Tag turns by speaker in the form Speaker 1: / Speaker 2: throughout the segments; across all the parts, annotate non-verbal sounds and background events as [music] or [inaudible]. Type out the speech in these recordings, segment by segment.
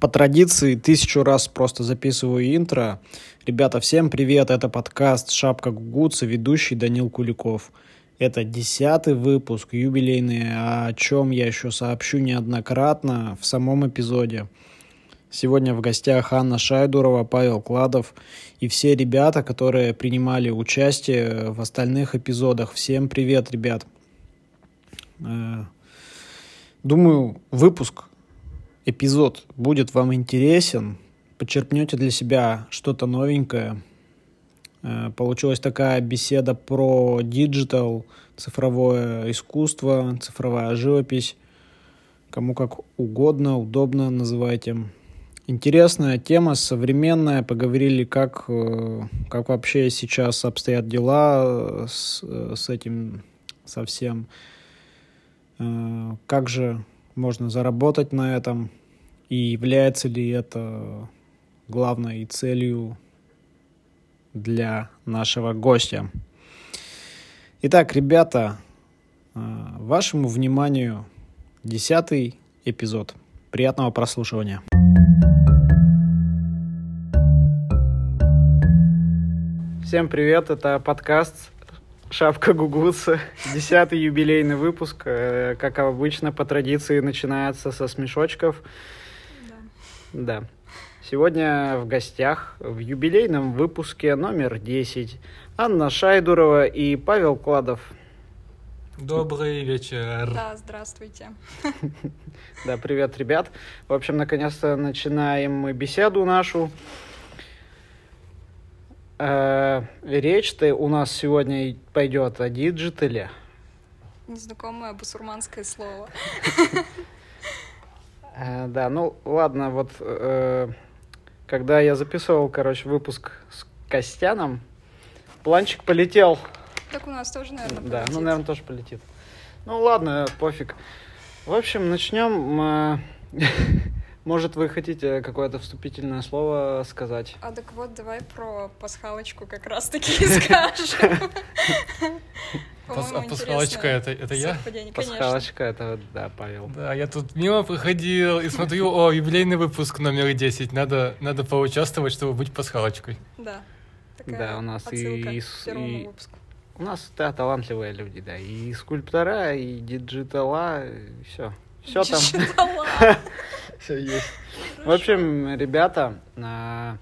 Speaker 1: По традиции тысячу раз просто записываю интро. Ребята, всем привет, это подкаст «Шапка Гугуца», ведущий Данил Куликов. Это десятый выпуск, юбилейный, о чем я еще сообщу неоднократно в самом эпизоде. Сегодня в гостях Анна Шайдурова, Павел Кладов и все ребята, которые принимали участие в остальных эпизодах. Всем привет, ребят. Э, Думаю, выпуск эпизод будет вам интересен, почерпнете для себя что-то новенькое. Э, Получилась такая беседа про диджитал, цифровое искусство, цифровая живопись. Кому как угодно, удобно называйте. Интересная тема, современная. Поговорили, как, э, как вообще сейчас обстоят дела с, э, с этим совсем. Э, Как же можно заработать на этом? И является ли это главной целью для нашего гостя? Итак, ребята, э, вашему вниманию десятый эпизод. Приятного прослушивания. Всем привет, это подкаст Шапка Гугуца. Десятый юбилейный выпуск. Э, Как обычно, по традиции, начинается со смешочков. Да. Сегодня в гостях в юбилейном выпуске номер 10 Анна Шайдурова и Павел Кладов.
Speaker 2: Добрый вечер.
Speaker 3: Да, здравствуйте.
Speaker 1: Да, привет, ребят. В общем, наконец-то начинаем мы беседу нашу. Э, Речь-то у нас сегодня пойдет о диджитале.
Speaker 3: Незнакомое басурманское слово.
Speaker 1: Э, Да, ну ладно, вот э, когда я записывал, короче, выпуск с Костяном, планчик полетел.
Speaker 3: Так у нас тоже, наверное,
Speaker 1: Да, ну, наверное, тоже полетит. Ну ладно, пофиг. В общем, начнем. а, [laughs] Может, вы хотите какое-то вступительное слово сказать?
Speaker 3: А так вот, давай про пасхалочку как раз-таки [laughs] и скажем.
Speaker 2: Пас-
Speaker 3: По-моему,
Speaker 2: а пасхалочка
Speaker 3: интересное
Speaker 2: это, это я?
Speaker 3: совпадение, конечно.
Speaker 1: Пасхалочка, это да, Павел.
Speaker 2: Да, я тут мимо проходил и смотрю, о, юбилейный выпуск номер 10, надо, надо поучаствовать, чтобы быть пасхалочкой.
Speaker 3: Да.
Speaker 1: Да, у нас и-
Speaker 3: отсылка
Speaker 1: и
Speaker 3: к
Speaker 1: с-
Speaker 3: первому
Speaker 1: и-
Speaker 3: выпуску.
Speaker 1: У нас, да, талантливые люди, да. И скульптора, и диджитала, и все. Все
Speaker 3: [laughs]
Speaker 1: там. [laughs]
Speaker 3: Читала.
Speaker 1: Все есть. В общем, ребята, а,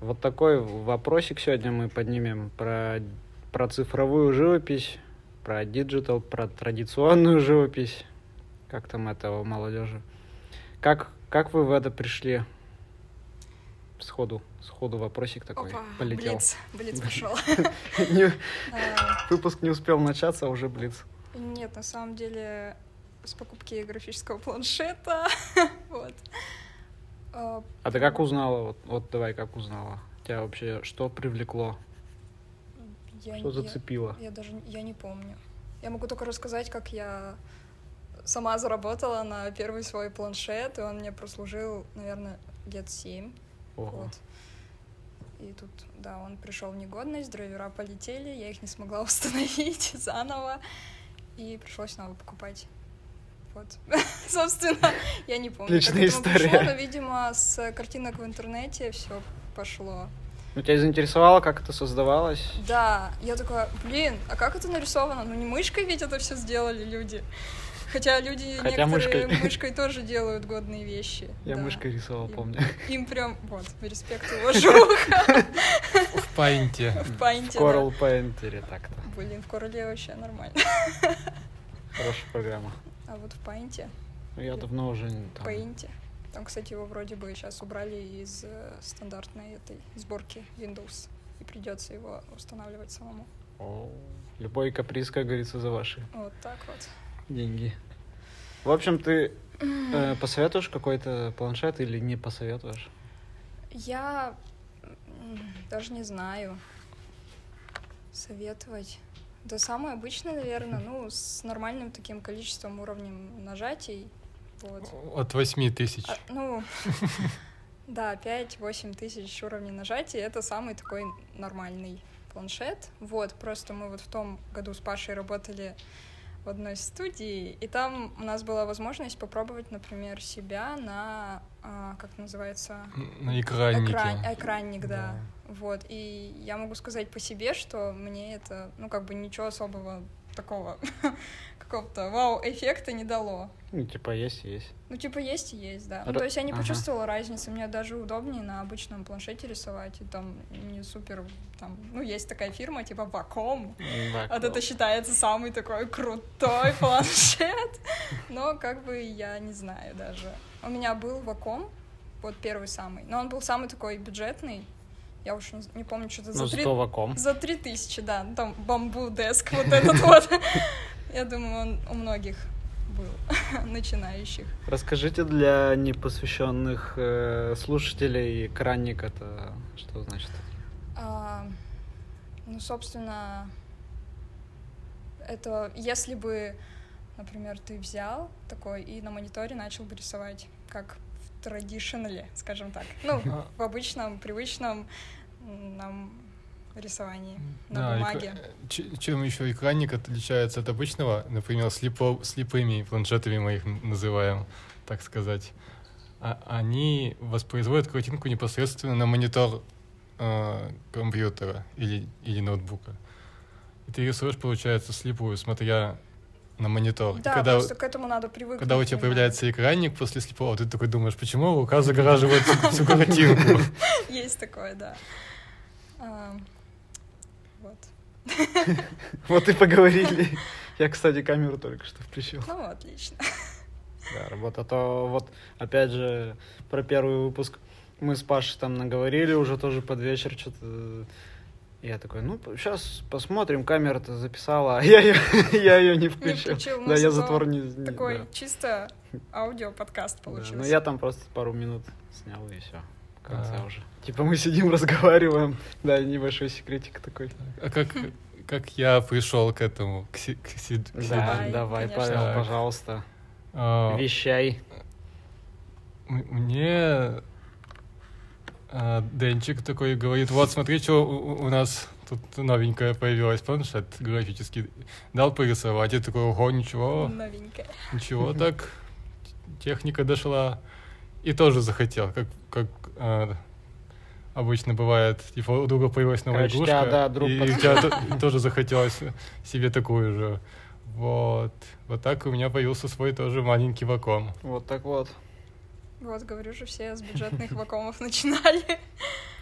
Speaker 1: вот такой вопросик сегодня мы поднимем про, про цифровую живопись, про диджитал, про традиционную живопись. Как там это у молодежи? Как, как вы в это пришли? Сходу, сходу вопросик такой
Speaker 3: Опа,
Speaker 1: полетел.
Speaker 3: блиц, блиц пошел.
Speaker 1: [laughs] Не- Выпуск не успел начаться, а уже блиц.
Speaker 3: Нет, на самом деле с покупки графического планшета. [laughs] Вот. А,
Speaker 1: А ты как узнала? Вот, вот давай, как узнала? Тебя вообще что привлекло?
Speaker 3: я-
Speaker 1: Что
Speaker 3: я-
Speaker 1: зацепило?
Speaker 3: Я даже не- я не помню. Я могу только рассказать, как я сама заработала на первый свой планшет, и он мне прослужил, наверное, лет семь.
Speaker 1: Ого.
Speaker 3: Вот. И тут, да, он пришел в негодность, драйвера полетели, я их не смогла [laughs] установить заново, и пришлось снова покупать. Вот. [laughs] Собственно, я не помню,
Speaker 1: Отличная
Speaker 3: как к этому
Speaker 1: история.
Speaker 3: пришло, но, видимо, с картинок в интернете все пошло.
Speaker 1: Ну, тебя заинтересовало, как это создавалось?
Speaker 3: Да, я такая, блин, а как это нарисовано? Ну не мышкой ведь это все сделали люди. Хотя люди
Speaker 1: Хотя
Speaker 3: некоторые
Speaker 1: мышкой.
Speaker 3: мышкой. тоже делают годные вещи.
Speaker 1: Я
Speaker 3: да.
Speaker 1: мышкой рисовал,
Speaker 3: И-
Speaker 1: помню.
Speaker 3: Им прям, вот, респект и уважуха
Speaker 2: В паинте.
Speaker 3: в панте.
Speaker 1: Coral Painter и так-то.
Speaker 3: Блин, в короле вообще нормально.
Speaker 1: Хорошая программа.
Speaker 3: А вот в панте,
Speaker 1: Ну, Я давно уже не там.
Speaker 3: паинте. Там, кстати, его вроде бы сейчас убрали из э, стандартной этой сборки Windows. И придется его устанавливать самому.
Speaker 1: О, Любой каприз, как говорится, за ваши
Speaker 3: Вот так вот.
Speaker 1: деньги. В общем, ты э, посоветуешь какой-то планшет или не посоветуешь?
Speaker 3: Я м, даже не знаю. Советовать. Да самое обычное, наверное, ну, с нормальным таким количеством уровнем нажатий. Вот.
Speaker 2: От 8 тысяч.
Speaker 3: А, ну, [laughs] да, 5-8 тысяч уровней нажатий — это самый такой нормальный планшет. Вот, просто мы вот в том году с Пашей работали в одной студии, и там у нас была возможность попробовать, например, себя на, а, как называется,
Speaker 2: На экраннике.
Speaker 3: Экран- экранник, да. Вот, и я могу сказать по себе, что мне это, ну, как бы ничего особого такого, [laughs] какого-то вау-эффекта не дало.
Speaker 4: Ну, типа, есть, и есть.
Speaker 3: Ну, типа, есть и есть, да. Ну,
Speaker 4: Ра-
Speaker 3: то есть я не
Speaker 4: Ага.
Speaker 3: почувствовала разницы. Мне даже удобнее на обычном планшете рисовать. И там не супер, там, ну, есть такая фирма, типа Ваком. Вот это считается самый такой крутой [laughs] планшет. Но как бы я не знаю даже. У меня был Ваком, вот первый самый. Но он был самый такой бюджетный. Я уж не, не помню, что-то
Speaker 4: Ну,
Speaker 3: за три
Speaker 4: зато ваком.
Speaker 3: за три тысячи, да. Ну, Там бамбу-деск вот этот [laughs] вот. Я думаю, он у многих был, [laughs] начинающих.
Speaker 4: Расскажите для непосвященных э, слушателей, кранник это
Speaker 1: [laughs]
Speaker 4: что значит?
Speaker 3: А, ну, собственно, это если бы, например, ты взял такой и на мониторе начал бы рисовать, как в традиционале, скажем так. Ну,
Speaker 2: А.
Speaker 3: в обычном, привычном м, нам рисовании на
Speaker 2: Да, экра-
Speaker 3: бумаге.
Speaker 2: Ч- Чем еще экранник отличается от обычного, например, слепо- слепыми планшетами мы их н- называем, так сказать. А- они воспроизводят картинку непосредственно на монитор э, компьютера или, или ноутбука. И ты рисуешь, получается, слепую, смотря на монитор. И
Speaker 3: Да,
Speaker 2: когда,
Speaker 3: просто к этому надо привыкнуть.
Speaker 2: когда у тебя
Speaker 3: немного.
Speaker 2: появляется экранник после слепого, ты такой думаешь, почему рука загораживает всю- всю картинку?
Speaker 3: [laughs] Есть такое, да. А, Вот.
Speaker 4: Вот и поговорили. Я, кстати, камеру только что включил.
Speaker 3: Ну,
Speaker 4: [laughs]
Speaker 3: отлично.
Speaker 4: Да, работа. А то вот, опять же, про первый выпуск мы с Пашей там наговорили уже тоже под вечер что-то. Я такой, ну, сейчас посмотрим, камера-то записала, а я ее, [laughs] я ее не включил.
Speaker 3: включил, ну,
Speaker 4: да, я
Speaker 3: зато
Speaker 4: затвор не... не- да.
Speaker 3: Такой чисто аудиоподкаст
Speaker 4: Да,
Speaker 3: получился.
Speaker 4: ну, я там просто пару минут снял, и все. В конце
Speaker 2: А.
Speaker 4: уже. Типа мы сидим, [laughs] разговариваем. Да, небольшой секретик такой.
Speaker 2: А как, как я пришел к этому, к, си- к сид- к
Speaker 4: Да,
Speaker 3: Давай,
Speaker 4: давай,
Speaker 3: конечно.
Speaker 4: Павел,
Speaker 2: Так.
Speaker 4: пожалуйста,
Speaker 2: А,
Speaker 4: вещай.
Speaker 2: м- Мне а, Денчик такой говорит, вот смотри, что у, у- у нас тут новенькое появилось, планшет графический. Дал порисовать, я такой, ого, ничего,
Speaker 3: Новенькая.
Speaker 2: ничего так, техника дошла. И тоже захотел, как, как а, обычно бывает, типа у друга появилась новая
Speaker 4: Короче,
Speaker 2: игрушка,
Speaker 4: тебя, да, друг
Speaker 2: и, и у
Speaker 4: подсказал.
Speaker 2: тебя то-
Speaker 4: [laughs]
Speaker 2: тоже захотелось себе такую же. Вот. Вот так у меня появился свой тоже маленький вакуум.
Speaker 4: Вот так вот.
Speaker 3: Вот, говорю же, все с бюджетных вакомов начинали.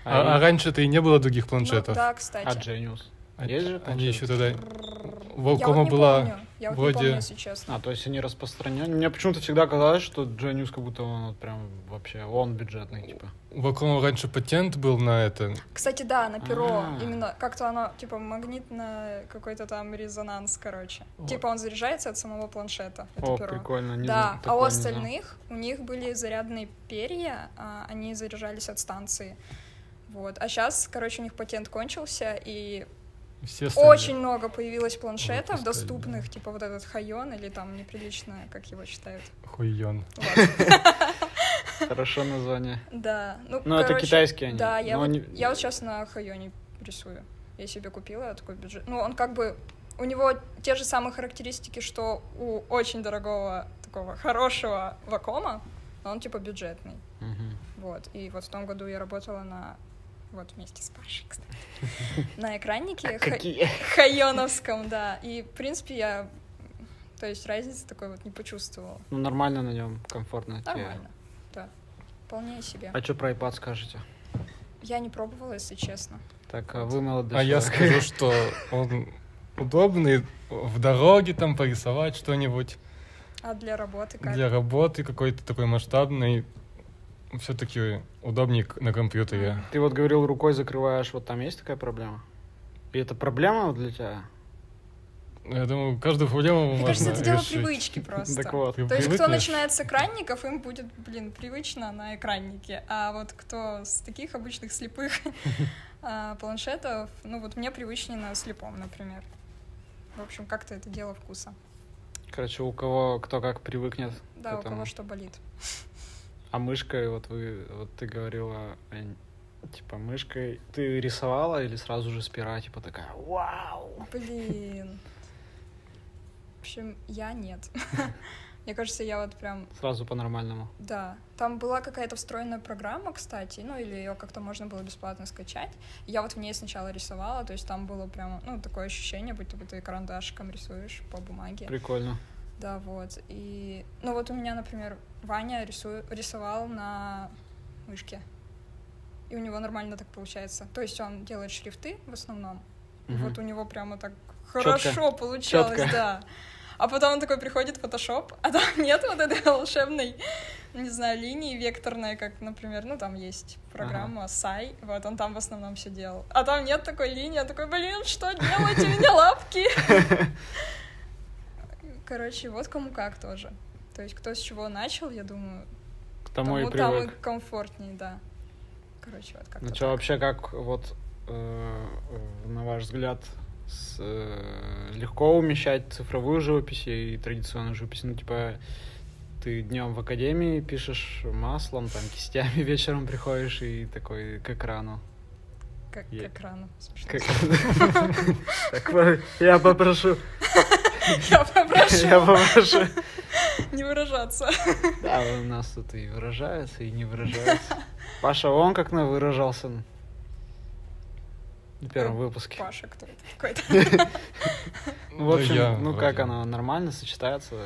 Speaker 2: А, а раньше-то и не было других планшетов.
Speaker 3: Ну, да,
Speaker 4: А
Speaker 3: кстати.
Speaker 4: Genius?
Speaker 2: А-
Speaker 4: Есть же
Speaker 2: Они
Speaker 4: планшеты?
Speaker 2: еще тогда...
Speaker 3: Я вот
Speaker 2: Волкома
Speaker 3: не
Speaker 2: А была...
Speaker 3: помню. Я вот не
Speaker 2: вроде-
Speaker 3: помню, если честно.
Speaker 4: А, то есть они распространены. Мне почему-то всегда казалось, что Genius как будто он вот прям вообще, он бюджетный, типа.
Speaker 2: У Волкома раньше патент был на это.
Speaker 3: Кстати, да, на перо.
Speaker 4: А.
Speaker 3: Именно как-то оно, типа, магнитно какой-то там резонанс, короче.
Speaker 2: Вот.
Speaker 3: Типа он заряжается от самого планшета. Это
Speaker 4: О,
Speaker 3: перо.
Speaker 4: прикольно. не
Speaker 3: Да, а
Speaker 4: зн-
Speaker 3: у
Speaker 4: такого не знал.
Speaker 3: остальных у них были зарядные перья, а, они заряжались от станции. Вот. А сейчас, короче, у них патент кончился, и
Speaker 2: Все стали-
Speaker 3: очень много появилось планшетов
Speaker 2: Выпускали,
Speaker 3: доступных, типа вот этот Хайон или там неприлично, как его считают.
Speaker 2: Хуйон.
Speaker 3: Вот.
Speaker 4: Хорошо название.
Speaker 3: Да. Ну,
Speaker 4: Ну, это
Speaker 3: короче,
Speaker 4: китайские они.
Speaker 3: Да, я
Speaker 4: но
Speaker 3: вот,
Speaker 4: они-
Speaker 3: я вот сейчас на Хайоне рисую. Я себе купила такой бюджет. Ну, он как бы... У него те же самые характеристики, что у очень дорогого, такого хорошего вакома, но он типа бюджетный.
Speaker 4: Мгм.
Speaker 3: Вот. И вот в том году я работала на... Вот вместе с Пашей, кстати. На
Speaker 4: А
Speaker 3: экраннике ха-
Speaker 4: Какие?
Speaker 3: хайоновском, да. И, в принципе, я... То есть разницы такой вот не почувствовала.
Speaker 4: Ну, нормально на нем, комфортно. тебе.
Speaker 3: Нормально. Да. Вполне себе.
Speaker 4: А что про iPad скажете?
Speaker 3: Я не пробовала, если честно.
Speaker 4: Так, а вы молодые.
Speaker 2: а я
Speaker 4: человек.
Speaker 2: скажу, что он удобный в дороге там порисовать что-нибудь
Speaker 3: А для работы как?
Speaker 2: для работы какой-то такой масштабный. Все-таки удобнее к- на компьютере.
Speaker 4: [laughs] Ты вот говорил, рукой закрываешь, вот там есть такая проблема? И это проблема вот для тебя?
Speaker 2: Я думаю, каждую проблему
Speaker 3: А. Мне
Speaker 2: можно
Speaker 3: кажется, это
Speaker 2: [laughs]
Speaker 3: дело
Speaker 2: решить.
Speaker 3: привычки просто.
Speaker 4: Так вот.
Speaker 2: Ты
Speaker 3: То есть, кто
Speaker 2: привыкнешь?
Speaker 3: начинает с экранников, им будет, блин, привычно на экраннике. А вот кто с таких обычных слепых а, планшетов, ну вот мне привычнее на слепом, например. В общем, как-то это дело вкуса.
Speaker 4: Короче, у кого кто как привыкнет
Speaker 3: Да,
Speaker 4: к
Speaker 3: у кого
Speaker 4: этому.
Speaker 3: что болит.
Speaker 4: А мышкой, вот вы вот ты говорила, Ань, типа мышкой ты рисовала или сразу же спира, типа такая Вау!
Speaker 3: Блин. В общем, я нет. Мне кажется, я вот прям
Speaker 4: Сразу по-нормальному.
Speaker 3: Да, там была какая-то встроенная программа, кстати, ну или ее как-то можно было бесплатно скачать. Я вот в ней сначала рисовала, то есть там было прям, ну, такое ощущение, будто бы ты карандашиком рисуешь по бумаге.
Speaker 4: Прикольно.
Speaker 3: Да, вот. И, ну вот у меня, например, Ваня рису- рисовал на мышке. И у него нормально так получается. То есть он делает шрифты в основном. И
Speaker 4: Мгм.
Speaker 3: вот у него прямо так
Speaker 4: Чётко.
Speaker 3: хорошо получалось,
Speaker 4: Чётко.
Speaker 3: да. А потом он такой приходит в Photoshop, а там [laughs] нет вот этой волшебной, не знаю, линии векторной, как, например, ну там есть программа Сай, вот он там в основном все делал. А там нет такой линии, он такой, блин, что делать, у меня лапки.
Speaker 4: [laughs]
Speaker 3: Короче, вот кому как тоже. То есть кто с чего начал, я думаю,
Speaker 4: К тому и
Speaker 3: там и
Speaker 4: привык.
Speaker 3: комфортнее, да. Короче, вот как-то
Speaker 4: Ну что, вообще, как вот, э, э, на ваш взгляд, с, э, легко умещать цифровую живопись и традиционную живопись? Ну, типа, ты днем в академии пишешь маслом, там, кистями, [laughs] вечером приходишь и такой к экрану.
Speaker 3: Как, к
Speaker 4: Е-
Speaker 3: экрану. Смешно.
Speaker 4: Как- Так, Я попрошу,
Speaker 3: [laughs] Я попрошу
Speaker 4: [laughs] я попрошу.
Speaker 3: не выражаться.
Speaker 4: Да, у нас тут и выражаются, и
Speaker 3: [laughs]
Speaker 4: не выражаются. Паша, он как на выражался на первом выпуске.
Speaker 3: Паша кто-то какой-то.
Speaker 4: [laughs] Ну, в
Speaker 2: Да
Speaker 4: общем,
Speaker 2: я
Speaker 4: ну
Speaker 2: вроде.
Speaker 4: как оно, нормально сочетается?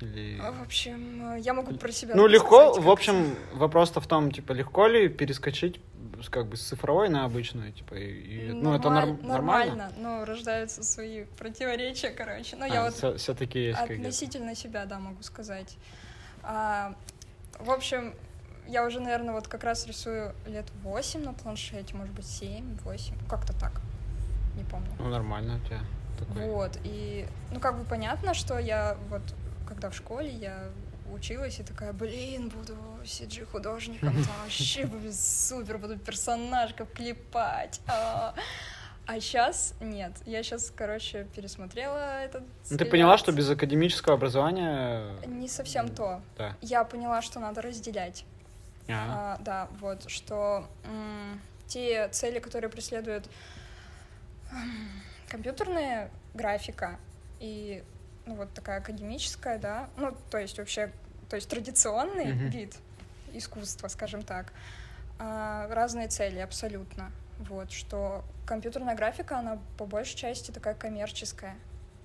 Speaker 4: Или...
Speaker 3: В общем, я могу про себя
Speaker 4: Ну, легко,
Speaker 3: рассказать, как
Speaker 4: в общем, вопрос-то в том, типа, легко ли перескочить с, как бы с цифровой на обычную, типа, и- и- ну, это норм-
Speaker 3: Нормаль- нормально. но рождаются свои противоречия, короче. Но я вот
Speaker 4: все-таки А, есть какие-то.
Speaker 3: Относительно себя, да, могу сказать. А, в общем, я уже, наверное, вот как раз рисую лет 8 на планшете, может быть, 7, 8, как-то так. Не помню.
Speaker 4: Ну, нормально у тебя такой.
Speaker 3: Вот, и, ну, как бы понятно, что я вот, когда в школе, я училась и такая, блин, буду CG-художником,
Speaker 4: [laughs]
Speaker 3: там вообще будет супер, буду персонажков клепать. А, сейчас нет. Я сейчас, короче, пересмотрела этот
Speaker 4: Ну, ты
Speaker 3: сериал.
Speaker 4: поняла, что без академического образования... а,
Speaker 3: Не совсем то.
Speaker 4: Да.
Speaker 3: Я поняла, что надо разделять.
Speaker 4: А,
Speaker 3: А, да, вот, что м, те цели, которые преследуют м, компьютерная графика и ну, вот такая академическая, да, ну, то есть вообще, то есть традиционный
Speaker 4: Мгм.
Speaker 3: вид искусства, скажем так, а, разные цели абсолютно. Вот, что компьютерная графика, она по большей части такая коммерческая.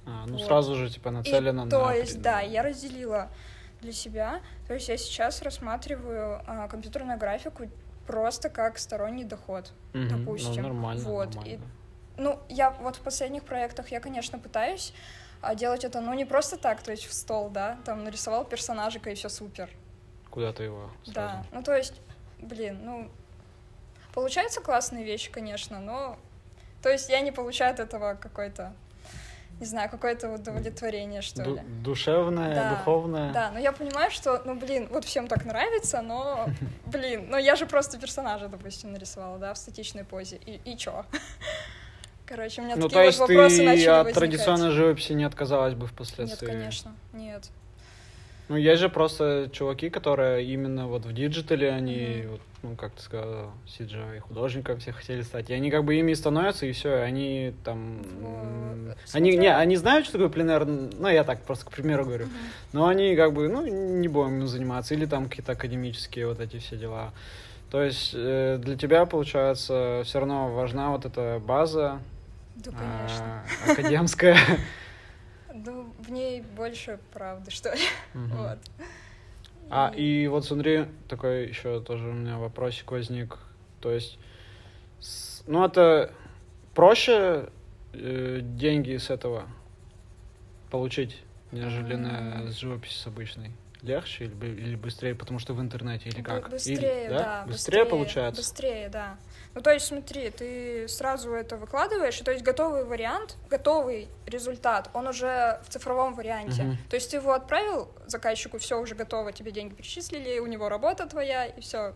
Speaker 4: а, ну,
Speaker 3: вот.
Speaker 4: сразу же, типа,
Speaker 3: И
Speaker 4: нацелена на...
Speaker 3: то есть, да,
Speaker 4: определенную.
Speaker 3: я разделила для себя. То есть я сейчас рассматриваю а, компьютерную графику просто как сторонний доход.
Speaker 4: Мгм,
Speaker 3: допустим,
Speaker 4: Ну, нормально,
Speaker 3: вот,
Speaker 4: нормально.
Speaker 3: и- Ну, я вот в последних проектах, я, конечно, пытаюсь а, делать это, ну, не просто так, то есть в стол, да, там нарисовал персонажика и все супер.
Speaker 4: Куда ты его
Speaker 3: Да,
Speaker 4: сразу?
Speaker 3: ну, то есть, блин, ну, получаются классные вещи, конечно, но, то есть я не получаю от этого какой-то, не знаю, какое-то удовлетворение, что
Speaker 4: Ду-
Speaker 3: ли.
Speaker 4: душевное,
Speaker 3: Да,
Speaker 4: духовное.
Speaker 3: Да, но я понимаю, что, ну, блин, вот всем так нравится,
Speaker 4: [laughs]
Speaker 3: но, блин, ну я же просто персонажа, допустим, нарисовала, да, в статичной позе, и, и чё? [laughs] Короче, у меня
Speaker 4: Ну,
Speaker 3: такие
Speaker 4: то
Speaker 3: вот
Speaker 4: есть
Speaker 3: вопросы
Speaker 4: ты
Speaker 3: начали
Speaker 4: от
Speaker 3: возникать.
Speaker 4: традиционной живописи не отказалась бы
Speaker 3: Нет,
Speaker 4: впоследствии?
Speaker 3: конечно, нет.
Speaker 4: Ну, есть же просто чуваки, которые именно вот в диджитале, они,
Speaker 3: Мгм.
Speaker 4: вот, ну, как ты сказала, CGI художником все хотели стать. И они как бы ими и становятся, и все, они там... м,
Speaker 3: Вот,
Speaker 4: Они, не,
Speaker 3: Ну, э, смотря-
Speaker 4: они знают, что такое пленер, ну, я так просто к примеру говорю.
Speaker 3: Мгм.
Speaker 4: Но они как бы, ну, не будем им заниматься, или там какие-то академические вот эти все дела. То есть э, для тебя, получается, все равно важна вот эта база
Speaker 3: [laughs] Да,
Speaker 4: а,
Speaker 3: Ну, конечно. [laughs]
Speaker 4: академская.
Speaker 3: Ну, в ней больше правды, что ли,
Speaker 4: Мгм.
Speaker 3: вот.
Speaker 4: А, и вот смотри, такой еще тоже у меня вопросик возник. То есть, с- ну это проще э, деньги с этого получить, нежели на
Speaker 3: М.
Speaker 4: с живописи с обычной? Легче или, бы- или быстрее, потому что в интернете, или
Speaker 3: Б-
Speaker 4: как? Или-
Speaker 3: Быстрее, да.
Speaker 4: Быстрее получается?
Speaker 3: Быстрее, да. Ну, то есть, смотри, ты сразу это выкладываешь, и то есть готовый вариант, готовый результат, он уже в цифровом варианте.
Speaker 4: Мгм.
Speaker 3: То есть ты его отправил заказчику, все уже готово, тебе деньги перечислили, у него работа твоя, и все.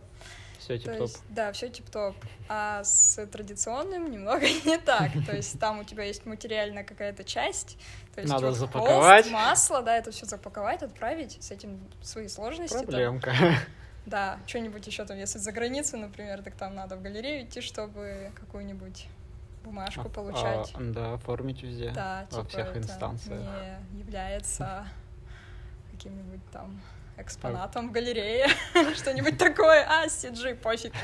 Speaker 4: Все,
Speaker 3: То
Speaker 4: тип-топ.
Speaker 3: есть, да, все тип-топ. А с традиционным немного [laughs] не так. То есть там у тебя есть материальная какая-то часть. То есть
Speaker 4: Надо
Speaker 3: вот холст,
Speaker 4: запаковать.
Speaker 3: масло, да, это все запаковать, отправить, с этим свои сложности. там.
Speaker 4: Проблемка.
Speaker 3: Да, что-нибудь еще там, если за границу, например, так там надо в галерею идти, чтобы какую-нибудь бумажку получать.
Speaker 4: [laughs] А, да, оформить везде.
Speaker 3: Да,
Speaker 4: во
Speaker 3: типа
Speaker 4: всех
Speaker 3: это
Speaker 4: инстанциях.
Speaker 3: не является каким-нибудь там
Speaker 4: А
Speaker 3: экспонатом в галерее, [laughs] что-нибудь такое. А, CG,
Speaker 4: [laughs]
Speaker 3: пофиг.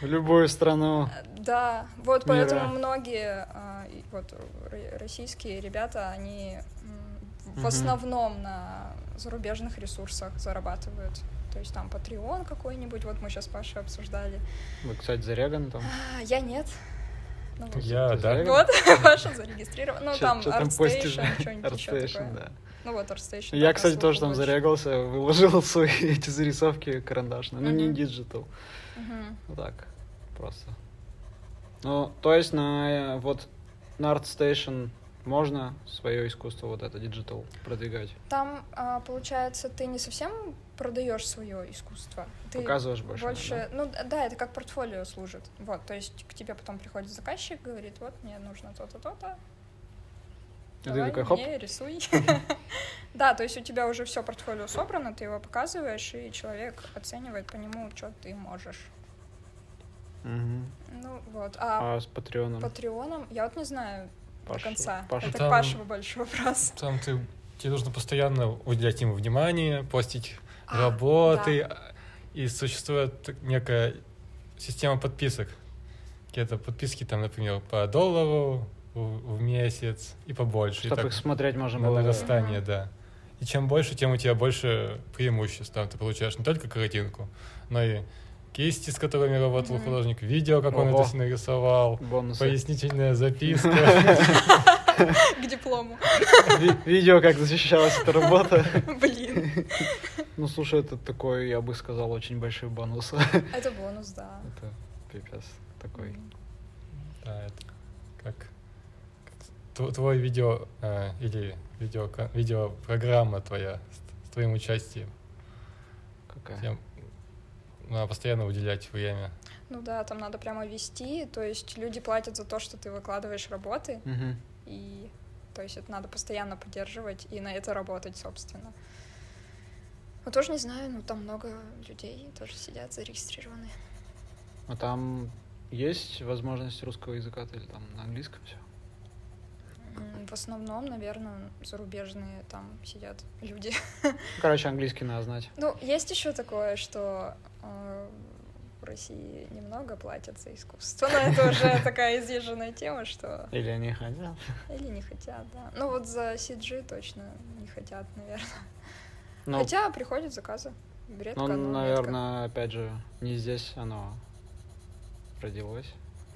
Speaker 4: В любую страну.
Speaker 3: Да, вот
Speaker 4: Мира.
Speaker 3: поэтому многие а, и вот р- российские ребята, они м, в
Speaker 4: Мгм.
Speaker 3: основном на зарубежных ресурсах зарабатывают. То есть там Patreon какой-нибудь, вот мы сейчас с Пашей обсуждали.
Speaker 4: Вы, Ну, кстати, зареган там.
Speaker 3: А, я нет. Ну вот.
Speaker 2: Я,
Speaker 4: Ты
Speaker 2: да.
Speaker 4: зареган?
Speaker 3: Вот, [laughs] Паша зарегистрирован. Ну,
Speaker 4: Чё-
Speaker 3: там
Speaker 4: чё там
Speaker 3: ArtStation,
Speaker 4: постишь?
Speaker 3: что-нибудь еще
Speaker 4: ArtStation,
Speaker 3: такое.
Speaker 4: да.
Speaker 3: Ну вот, ArtStation.
Speaker 4: Я,
Speaker 3: да,
Speaker 4: кстати, тоже там
Speaker 3: насколько больше.
Speaker 4: зарегался, выложил [laughs] свои эти зарисовки карандашные. Ну, не
Speaker 3: Мгм.
Speaker 4: диджитал.
Speaker 3: Мгм.
Speaker 4: Ну, Так, просто. Ну, то есть на э, вот на ArtStation можно свое искусство вот это диджитал продвигать?
Speaker 3: Там, а, получается, ты не совсем продаешь свое искусство. Ты
Speaker 4: Показываешь больше?
Speaker 3: больше, ну д- да, это как портфолио служит. Вот, то есть к тебе потом приходит заказчик, говорит, вот мне нужно то-то, то-то.
Speaker 4: И ты
Speaker 3: Давай
Speaker 4: такой, хоп.
Speaker 3: мне
Speaker 4: [laughs]
Speaker 3: рисуй. [laughs] Да, то есть у тебя уже все портфолио собрано, ты его показываешь, и человек оценивает по нему, что ты можешь.
Speaker 4: да? Мгм.
Speaker 3: Ну вот. А
Speaker 4: А с Патреоном?
Speaker 3: Патреоном, я вот не знаю до
Speaker 4: Паша-
Speaker 3: конца.
Speaker 4: Паша.
Speaker 3: Это
Speaker 2: Там-
Speaker 3: к Пашеву большой
Speaker 4: [laughs]
Speaker 3: вопрос.
Speaker 2: Там ты, тебе нужно постоянно уделять им внимание, постить
Speaker 3: А,
Speaker 2: работы. а, И существует т- некая система подписок. Какие-то подписки там, например, по доллару в в месяц и побольше. и
Speaker 4: Чтобы
Speaker 2: так
Speaker 4: их смотреть можно
Speaker 2: на
Speaker 4: было.
Speaker 2: нарастание,
Speaker 3: Мгм.
Speaker 2: да. И чем больше, тем у тебя больше преимуществ. Там ты получаешь не только картинку, но и кисти, с которыми работал
Speaker 3: Мгм.
Speaker 2: художник, видео, как он
Speaker 4: Ого.
Speaker 2: это всё нарисовал,
Speaker 4: Бонусы.
Speaker 2: пояснительная записка.
Speaker 3: [laughs] К диплому.
Speaker 4: [laughs] Ви- Видео, как защищалась эта работа. [laughs]
Speaker 3: Блин.
Speaker 4: Ну, слушай, это такой, я бы сказал, очень большой бонус. [laughs]
Speaker 3: Это бонус, да.
Speaker 4: Это пипец такой.
Speaker 3: Мгм.
Speaker 2: Да, А, это как как тв- твой видео э, или видео видеопрограмма твоя с- с твоим участием.
Speaker 4: Какая?
Speaker 2: Тем надо постоянно уделять время.
Speaker 3: Ну да, там надо прямо вести, то есть люди платят за то, что ты выкладываешь работы,
Speaker 4: Мгм.
Speaker 3: и то есть это надо постоянно поддерживать и на это работать, собственно. Ну, тоже не знаю, но там много людей тоже сидят зарегистрированы.
Speaker 4: А там есть возможность русского языка или там на английском все?
Speaker 3: М, В основном, наверное, зарубежные там сидят люди.
Speaker 4: Короче, английский надо знать.
Speaker 3: Ну, есть еще такое, что э, в России немного платят за искусство, но это
Speaker 4: [laughs]
Speaker 3: уже такая изъезженная тема, что
Speaker 4: Или они хотят.
Speaker 3: Или не хотят, да. Ну вот за CG точно не хотят, наверное.
Speaker 4: Ну,
Speaker 3: Хотя приходят заказы. Редко,
Speaker 4: ну,
Speaker 3: но редко.
Speaker 4: наверное, опять же, не здесь оно родилось.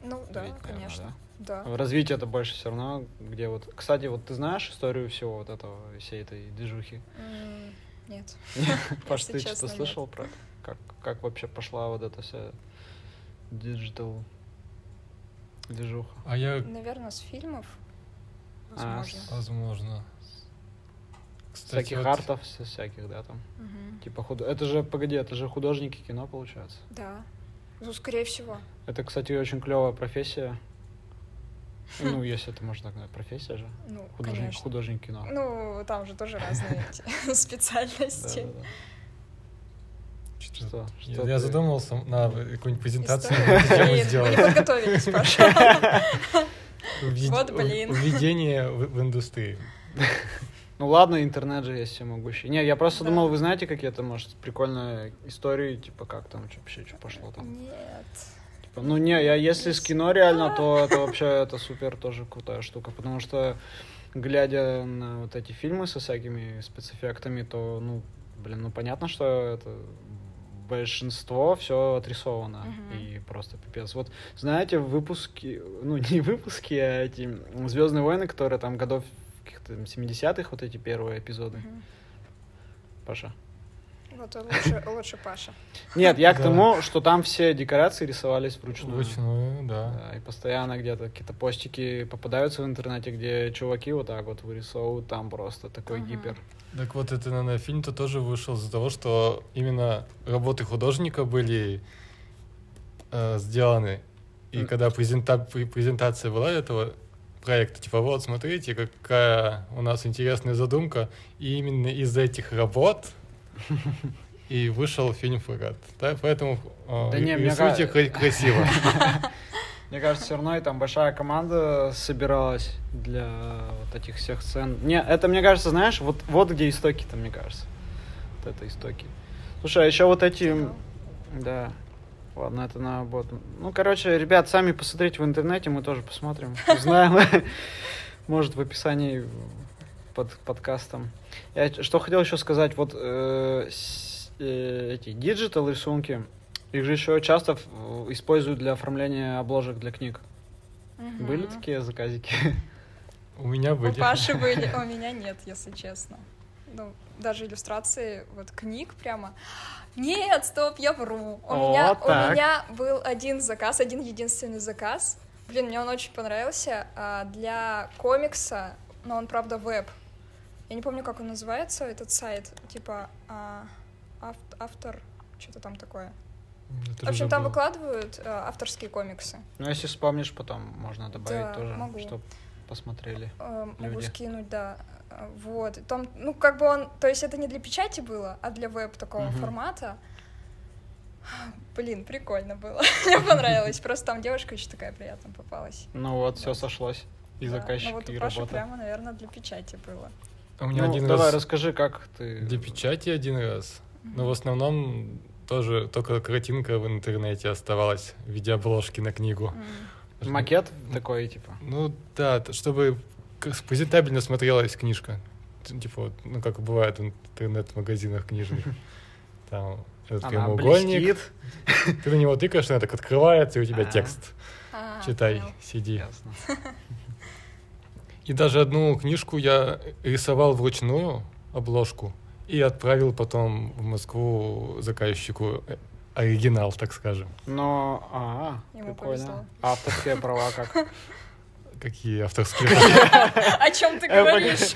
Speaker 3: Ну да,
Speaker 4: ведь, наверно,
Speaker 3: конечно.
Speaker 4: да?
Speaker 3: Да.
Speaker 4: В развитии это больше все равно, где вот... Кстати, вот ты знаешь историю всего вот этого, всей этой движухи?
Speaker 3: М, Нет.
Speaker 4: [laughs] Паш,
Speaker 3: Если
Speaker 4: ты
Speaker 3: честно,
Speaker 4: что-то
Speaker 3: нет.
Speaker 4: слышал про это? как, как вообще пошла вот эта вся диджитал движуха?
Speaker 2: А я,
Speaker 3: Наверное, с фильмов.
Speaker 4: А,
Speaker 3: Возможно.
Speaker 4: с-
Speaker 2: возможно, кстати,
Speaker 4: всяких
Speaker 2: вот-
Speaker 4: артов, со всяких, да, там.
Speaker 3: Мгм.
Speaker 4: Типа худо... Это же, погоди, это же художники кино, получается.
Speaker 3: Да. Ну, скорее всего.
Speaker 4: Это, кстати, очень клевая профессия. Ну, если это можно так назвать, профессия же.
Speaker 3: Ну,
Speaker 4: Художник,
Speaker 3: Хм. конечно.
Speaker 4: художник кино.
Speaker 3: Ну, там же тоже
Speaker 4: [laughs]
Speaker 3: разные эти [laughs] специальности.
Speaker 4: Да-да-да.
Speaker 2: Что-то
Speaker 4: Что?
Speaker 2: Я,
Speaker 4: Что
Speaker 2: я
Speaker 4: ты-
Speaker 2: задумался на какую-нибудь презентацию,
Speaker 3: История.
Speaker 2: эту тему
Speaker 3: Блин, мы не
Speaker 2: сделать. [laughs]
Speaker 3: подготовились, Паша.
Speaker 2: Введ-
Speaker 3: Вот блин.
Speaker 2: Введение в, в индустрию.
Speaker 4: Ну ладно, интернет же есть всемогущий. Не, я просто
Speaker 3: Да.
Speaker 4: думал, вы знаете какие-то, может, прикольные истории, типа как там чё вообще что пошло там.
Speaker 3: Нет.
Speaker 4: Типа, Ну не, я если с кино реально, то это вообще это супер тоже крутая штука, потому что глядя на вот эти фильмы со всякими спецэффектами, то ну блин, ну понятно, что это большинство все отрисовано
Speaker 3: Мгм.
Speaker 4: и просто пипец. Вот знаете выпуски, ну [laughs] не выпуски, а эти Звездные войны, которые там годов каких-то там 70-х, вот эти первые эпизоды,
Speaker 3: Мгм.
Speaker 4: Паша.
Speaker 3: Вот лучше, лучше Паша.
Speaker 4: Нет, я к
Speaker 2: Да.
Speaker 4: тому, что там все декорации рисовались вручную.
Speaker 2: Вручную, да.
Speaker 4: Да, А, И постоянно где-то какие-то постики попадаются в интернете, где чуваки вот так вот вырисовывают, там просто такой
Speaker 3: Мгм.
Speaker 4: гипер.
Speaker 2: Так вот, это, наверное, фильм-то тоже вышел из-за того, что именно работы художника были э, сделаны. И
Speaker 4: М.
Speaker 2: когда презента- пре- презентация была этого проекта, типа, вот, смотрите, какая у нас интересная задумка. И именно из этих
Speaker 4: [laughs]
Speaker 2: работ и вышел фильм «Фрегат». Да, поэтому э,
Speaker 4: Да не, мне
Speaker 2: рисуйте
Speaker 4: [laughs] ка-
Speaker 2: кра- красиво.
Speaker 4: Мне кажется, все равно и там большая команда собиралась для вот этих всех сцен. Не, это, мне кажется, знаешь, вот, вот где истоки-то, мне кажется. Вот это истоки. Слушай, а еще вот эти... м, Да. Ладно, это на бот. Ну, короче, ребят, сами посмотрите в интернете, мы
Speaker 3: [laughs]
Speaker 4: тоже посмотрим. Узнаем. [laughs] Может, в описании под подкастом. Я ч- что хотел еще сказать, вот э, с- э, эти диджитал рисунки, их же еще часто ф- используют для оформления обложек для книг.
Speaker 3: Мгм.
Speaker 4: Были такие заказики? [laughs]
Speaker 2: У меня
Speaker 3: У
Speaker 2: были.
Speaker 3: Паши были, у меня нет, если честно. Ну, даже иллюстрации вот книг прямо. Нет, стоп, я вру. У,
Speaker 4: О,
Speaker 3: меня,
Speaker 4: так.
Speaker 3: у меня был один заказ, один единственный заказ. Блин, мне он очень понравился а, для комикса, но он, правда, веб. Я не помню, как он называется, этот сайт, типа а, ав- автор, что-то там такое.
Speaker 2: Я тоже
Speaker 3: В общем, там
Speaker 2: забыл.
Speaker 3: выкладывают а, авторские комиксы.
Speaker 4: Ну, если вспомнишь потом, можно добавить
Speaker 3: Да, могу.
Speaker 4: тоже, чтобы посмотрели.
Speaker 3: Э, Могу
Speaker 4: Люди.
Speaker 3: скинуть, да. Э, Вот. И Там, ну, как бы он. То есть это не для печати было, а для веб такого
Speaker 4: Мгм.
Speaker 3: формата. Блин, прикольно было. [laughs] Мне понравилось. Просто там девушка еще такая приятно попалась.
Speaker 4: Ну вот, все сошлось. И
Speaker 3: Да.
Speaker 4: заказчик,
Speaker 3: Ну вот у
Speaker 4: и
Speaker 3: Паши
Speaker 4: работа.
Speaker 3: прямо, наверное, для печати было.
Speaker 2: А У меня
Speaker 4: Ну,
Speaker 2: один
Speaker 4: давай,
Speaker 2: раз
Speaker 4: расскажи, как ты...
Speaker 2: для печати один раз. Но в основном тоже только картинка в интернете оставалась в виде обложки на книгу.
Speaker 3: М.
Speaker 4: Макет такой, типа.
Speaker 2: Ну да, т- чтобы к- презентабельно смотрелась книжка. Т- Типа, вот, ну как бывает в интернет-магазинах
Speaker 4: [laughs]
Speaker 2: книжных. Там этот
Speaker 4: Она
Speaker 2: прямоугольник,
Speaker 4: блестит.
Speaker 2: ты на него тыкаешь, она так открывается, и у тебя
Speaker 4: А.
Speaker 2: текст.
Speaker 3: А,
Speaker 2: Читай,
Speaker 3: понял.
Speaker 2: сиди.
Speaker 4: Ясно.
Speaker 2: И даже одну книжку я рисовал вручную, обложку, и отправил потом в Москву заказчику э, оригинал, так скажем.
Speaker 4: Но, а,
Speaker 3: Ему повезло.
Speaker 4: прикольно. Авторские права
Speaker 3: [laughs]
Speaker 4: как?
Speaker 2: Какие авторские
Speaker 3: О чем ты
Speaker 4: [laughs] Э, погоди.
Speaker 3: говоришь?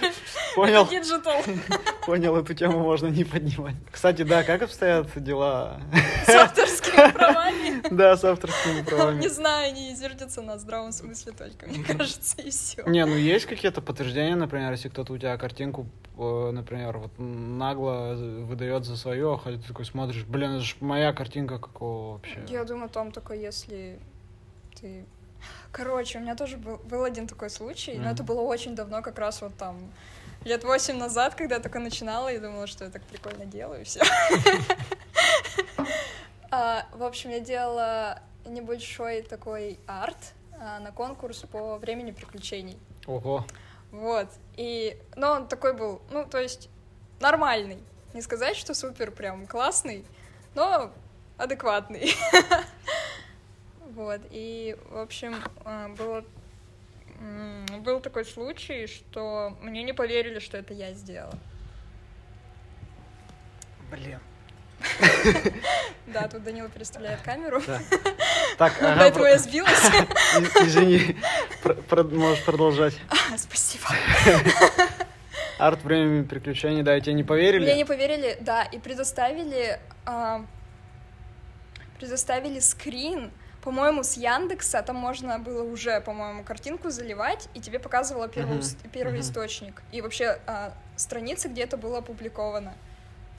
Speaker 4: Понял?
Speaker 3: [laughs] Диджитал.
Speaker 4: [laughs] Понял, эту тему можно не поднимать. Кстати, да, как обстоят дела? [laughs]
Speaker 3: С авторскими правами.
Speaker 4: Да, с авторскими правами.
Speaker 3: Не знаю, они зердятся на здравом смысле только, мне кажется, и все.
Speaker 4: Не, ну есть какие-то подтверждения, например, если кто-то у тебя картинку, э, например, вот нагло выдает за свое, а хотя ты такой смотришь, блин, это же моя картинка какого вообще.
Speaker 3: Я думаю, там только если ты... Короче, у меня тоже был, был один такой случай, но
Speaker 4: Мгм.
Speaker 3: это было очень давно, как раз вот там лет восемь назад, когда я только начинала, и думала, что я так прикольно делаю, и все. [laughs] А, В общем, я делала небольшой такой арт а, на конкурс по времени приключений.
Speaker 4: Ого.
Speaker 3: Вот. И, но он такой был, ну, то есть, нормальный. Не сказать, что супер прям классный, но адекватный. [laughs] Вот. И, в общем, э, было м, был такой случай, что мне не поверили, что это я сделала.
Speaker 4: Блин.
Speaker 3: Да, тут Данила переставляет камеру.
Speaker 4: Да.
Speaker 3: [laughs]
Speaker 4: Так, ага,
Speaker 3: До этого
Speaker 4: про-
Speaker 3: я сбилась.
Speaker 4: [laughs] и- извини, [laughs] Про- про- можешь продолжать.
Speaker 3: А, Спасибо.
Speaker 4: Арт времени приключений, да, и тебе не
Speaker 3: Мне
Speaker 4: поверили?
Speaker 3: не поверили, да, и предоставили, а, предоставили скрин, по-моему, с Яндекса, там можно было уже, по-моему, картинку заливать, и тебе показывало первый,
Speaker 4: Мгм,
Speaker 3: ус- первый
Speaker 4: мгм.
Speaker 3: источник, и вообще а, страницы, где это было опубликовано.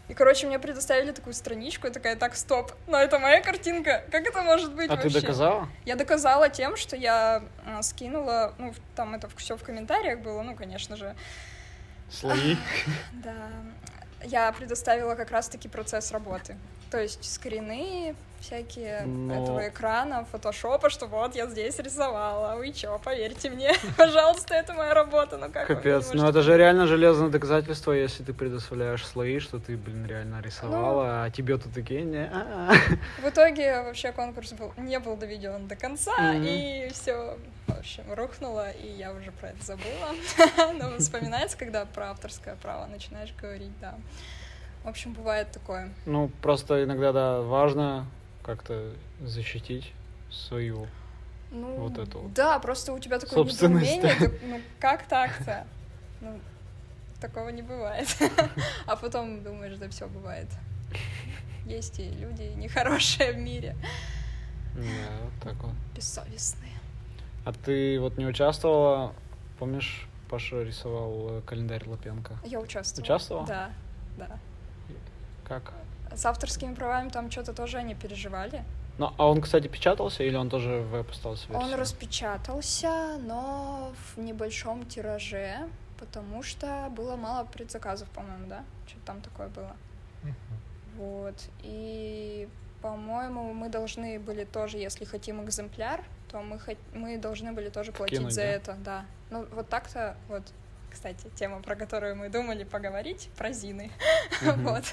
Speaker 3: И, короче, мне предоставили такую страничку, я такая, так, стоп, но это моя картинка, как это может быть
Speaker 4: А ты
Speaker 3: вообще?
Speaker 4: доказала?
Speaker 3: Я доказала тем, что я а, скинула, ну, в- там это все в комментариях было, ну, конечно же,
Speaker 4: Слои.
Speaker 3: да, я предоставила как раз-таки процесс работы. То есть скрины, всякие
Speaker 4: Но-
Speaker 3: этого экрана, фотошопа, что вот я здесь рисовала. Вы чё, поверьте мне, [laughs] пожалуйста, это моя работа. Ну [laughs] как вы
Speaker 4: Капец,
Speaker 3: мне
Speaker 4: ну
Speaker 3: можете-
Speaker 4: это же реально железное доказательство, если ты предоставляешь слои, что ты, блин, реально
Speaker 3: Ну.
Speaker 4: рисовала, а тебе тут такие не. а, а-а».
Speaker 3: В итоге вообще конкурс был, не был доведен до конца,
Speaker 4: Мгм.
Speaker 3: и все, в общем, рухнуло, и я уже про это забыла. [laughs] Но вспоминается, когда про авторское право начинаешь говорить, да. В общем, бывает такое.
Speaker 4: [laughs] Ну, просто иногда, да, важно как-то защитить свою.
Speaker 3: Ну,
Speaker 4: Вот это вот.
Speaker 3: Да, просто у тебя такое
Speaker 4: Собственность,
Speaker 3: недоумение, так, ну как так-то? Ну, такого не бывает. [laughs] А потом думаешь, да все бывает. Есть и люди нехорошие в мире,
Speaker 4: Да, вот так вот.
Speaker 3: бессовестные.
Speaker 4: А ты вот не участвовала, помнишь, Паша рисовал э, календарь Лапенко?
Speaker 3: Я участвовала.
Speaker 4: Участвовала?
Speaker 3: Да, да.
Speaker 4: Как?
Speaker 3: С авторскими правами там что-то тоже они переживали.
Speaker 4: Ну, а он, кстати, печатался или он тоже в веб остался?
Speaker 3: Он
Speaker 4: версии?
Speaker 3: распечатался, но в небольшом тираже, потому что было мало предзаказов, по-моему, да? Что-то там такое было. Вот. И, по-моему, мы должны были тоже, если хотим экземпляр, то мы, хот- мы должны были тоже платить
Speaker 4: Вкинуть,
Speaker 3: за
Speaker 4: да?
Speaker 3: это, да. Ну, вот так-то, вот, кстати, тема, про которую мы думали поговорить, про Зины. [laughs]
Speaker 4: Мгм.
Speaker 3: Вот.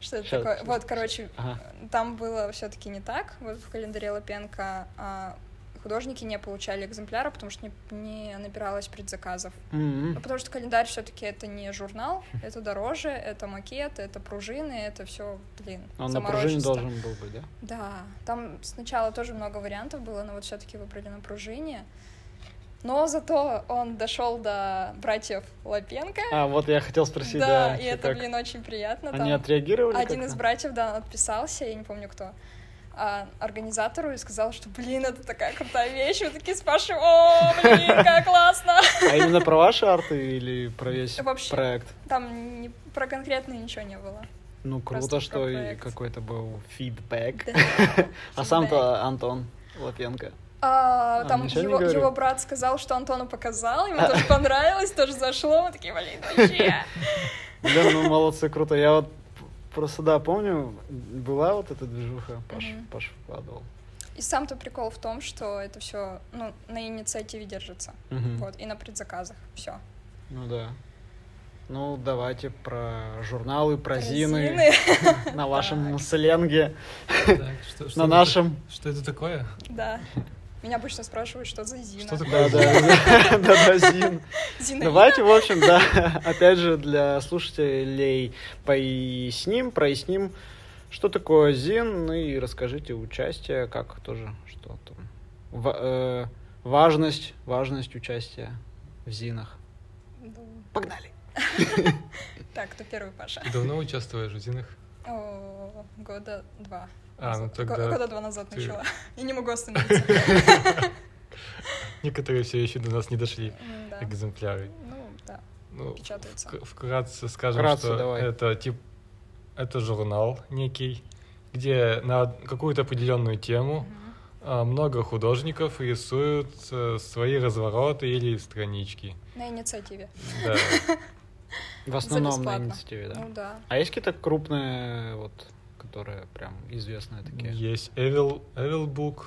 Speaker 3: Что это
Speaker 4: Щас,
Speaker 3: такое?
Speaker 4: щас,
Speaker 3: Вот, короче,
Speaker 4: Ага.
Speaker 3: там было все-таки не так. Вот в календаре Лапенко а, художники не получали экземпляра, потому что не, не набиралось предзаказов.
Speaker 4: М,
Speaker 3: Ну, потому что календарь все-таки это не журнал, это дороже, это макет, это пружины, это все, блин,
Speaker 4: Он на пружине
Speaker 3: заморочисто.
Speaker 4: должен был быть, да?
Speaker 3: Да, там сначала тоже много вариантов было, но вот все-таки выбрали на пружине. Но зато он дошел до братьев Лапенко.
Speaker 4: А, вот я хотел спросить,
Speaker 3: да,
Speaker 4: да.
Speaker 3: и
Speaker 4: что
Speaker 3: это,
Speaker 4: так.
Speaker 3: блин, очень приятно.
Speaker 4: Они
Speaker 3: там.
Speaker 4: отреагировали
Speaker 3: Один
Speaker 4: как-то?
Speaker 3: из братьев, да, отписался, я не помню кто, а, организатору и сказал, что, блин, это такая крутая вещь. Вы такие с Пашей, о,
Speaker 4: [laughs]
Speaker 3: блин, как классно!
Speaker 4: А именно про
Speaker 3: [laughs]
Speaker 4: ваши арты или про весь
Speaker 3: Вообще.
Speaker 4: проект?
Speaker 3: Там не- про конкретное ничего не было.
Speaker 4: Ну, круто,
Speaker 3: Просто про
Speaker 4: что и
Speaker 3: проект.
Speaker 4: какой-то был фидбэк.
Speaker 3: Да.
Speaker 4: А сам-то Антон Лапенко.
Speaker 3: А,
Speaker 4: А,
Speaker 3: там
Speaker 4: ничего не
Speaker 3: его,
Speaker 4: говорил? А.
Speaker 3: его брат сказал, что Антону показал, ему тоже понравилось, тоже зашло. Мы такие, блин,
Speaker 4: [laughs]
Speaker 3: вообще.
Speaker 4: Да, ну молодцы, круто. Я вот просто, да, помню, была вот эта движуха, Паш,
Speaker 3: Мгм.
Speaker 4: Паш вкладывал.
Speaker 3: И сам-то прикол в том, что это все ну, на инициативе держится.
Speaker 4: Мгм.
Speaker 3: Вот, и на предзаказах. Все.
Speaker 4: Ну да. Ну, давайте про журналы, про
Speaker 3: Зины. [laughs]
Speaker 4: зины на вашем
Speaker 3: Так.
Speaker 4: сленге, [laughs]
Speaker 2: Так, что- что
Speaker 4: на
Speaker 2: это-
Speaker 4: нашем.
Speaker 2: Что это такое?
Speaker 4: [laughs]
Speaker 3: Да. Меня обычно спрашивают, что за Зина.
Speaker 2: Что
Speaker 4: Да,
Speaker 2: такое?
Speaker 4: да, [laughs] да, да, зин.
Speaker 3: Зина
Speaker 4: Ну, Давайте, в общем, да, [laughs] опять же, для слушателей поясним, проясним, что такое ЗИН, ну и расскажите участие, как тоже, что там. Ва- э, важность, важность участия в ЗИНах.
Speaker 3: Ну,
Speaker 4: Погнали!
Speaker 3: [laughs] Так, кто первый, Паша?
Speaker 2: Давно участвуешь в Зинах?
Speaker 3: О, года два.
Speaker 2: А, ну
Speaker 3: назад. Го-
Speaker 2: тогда
Speaker 3: Года два назад
Speaker 2: ты-
Speaker 3: [laughs] начала. И не могу
Speaker 2: [laughs]
Speaker 3: остановиться.
Speaker 2: некоторые все еще до нас не дошли.
Speaker 3: М, да.
Speaker 2: Экземпляры.
Speaker 3: Ну, да,
Speaker 2: Ну,
Speaker 3: печатается.
Speaker 2: Вк- Вкратце скажем,
Speaker 4: Вкратце
Speaker 2: что
Speaker 4: давай.
Speaker 2: это тип это журнал некий, где на од- какую-то определенную тему
Speaker 3: Мгм.
Speaker 2: а, много художников рисуют э, свои развороты или странички.
Speaker 3: На инициативе.
Speaker 2: Да.
Speaker 4: В основном на
Speaker 3: бесплатно.
Speaker 4: инициативе, да.
Speaker 3: Ну да.
Speaker 4: А есть какие-то крупные, вот, которые прям известные такие?
Speaker 2: Есть Evil, Evil Book,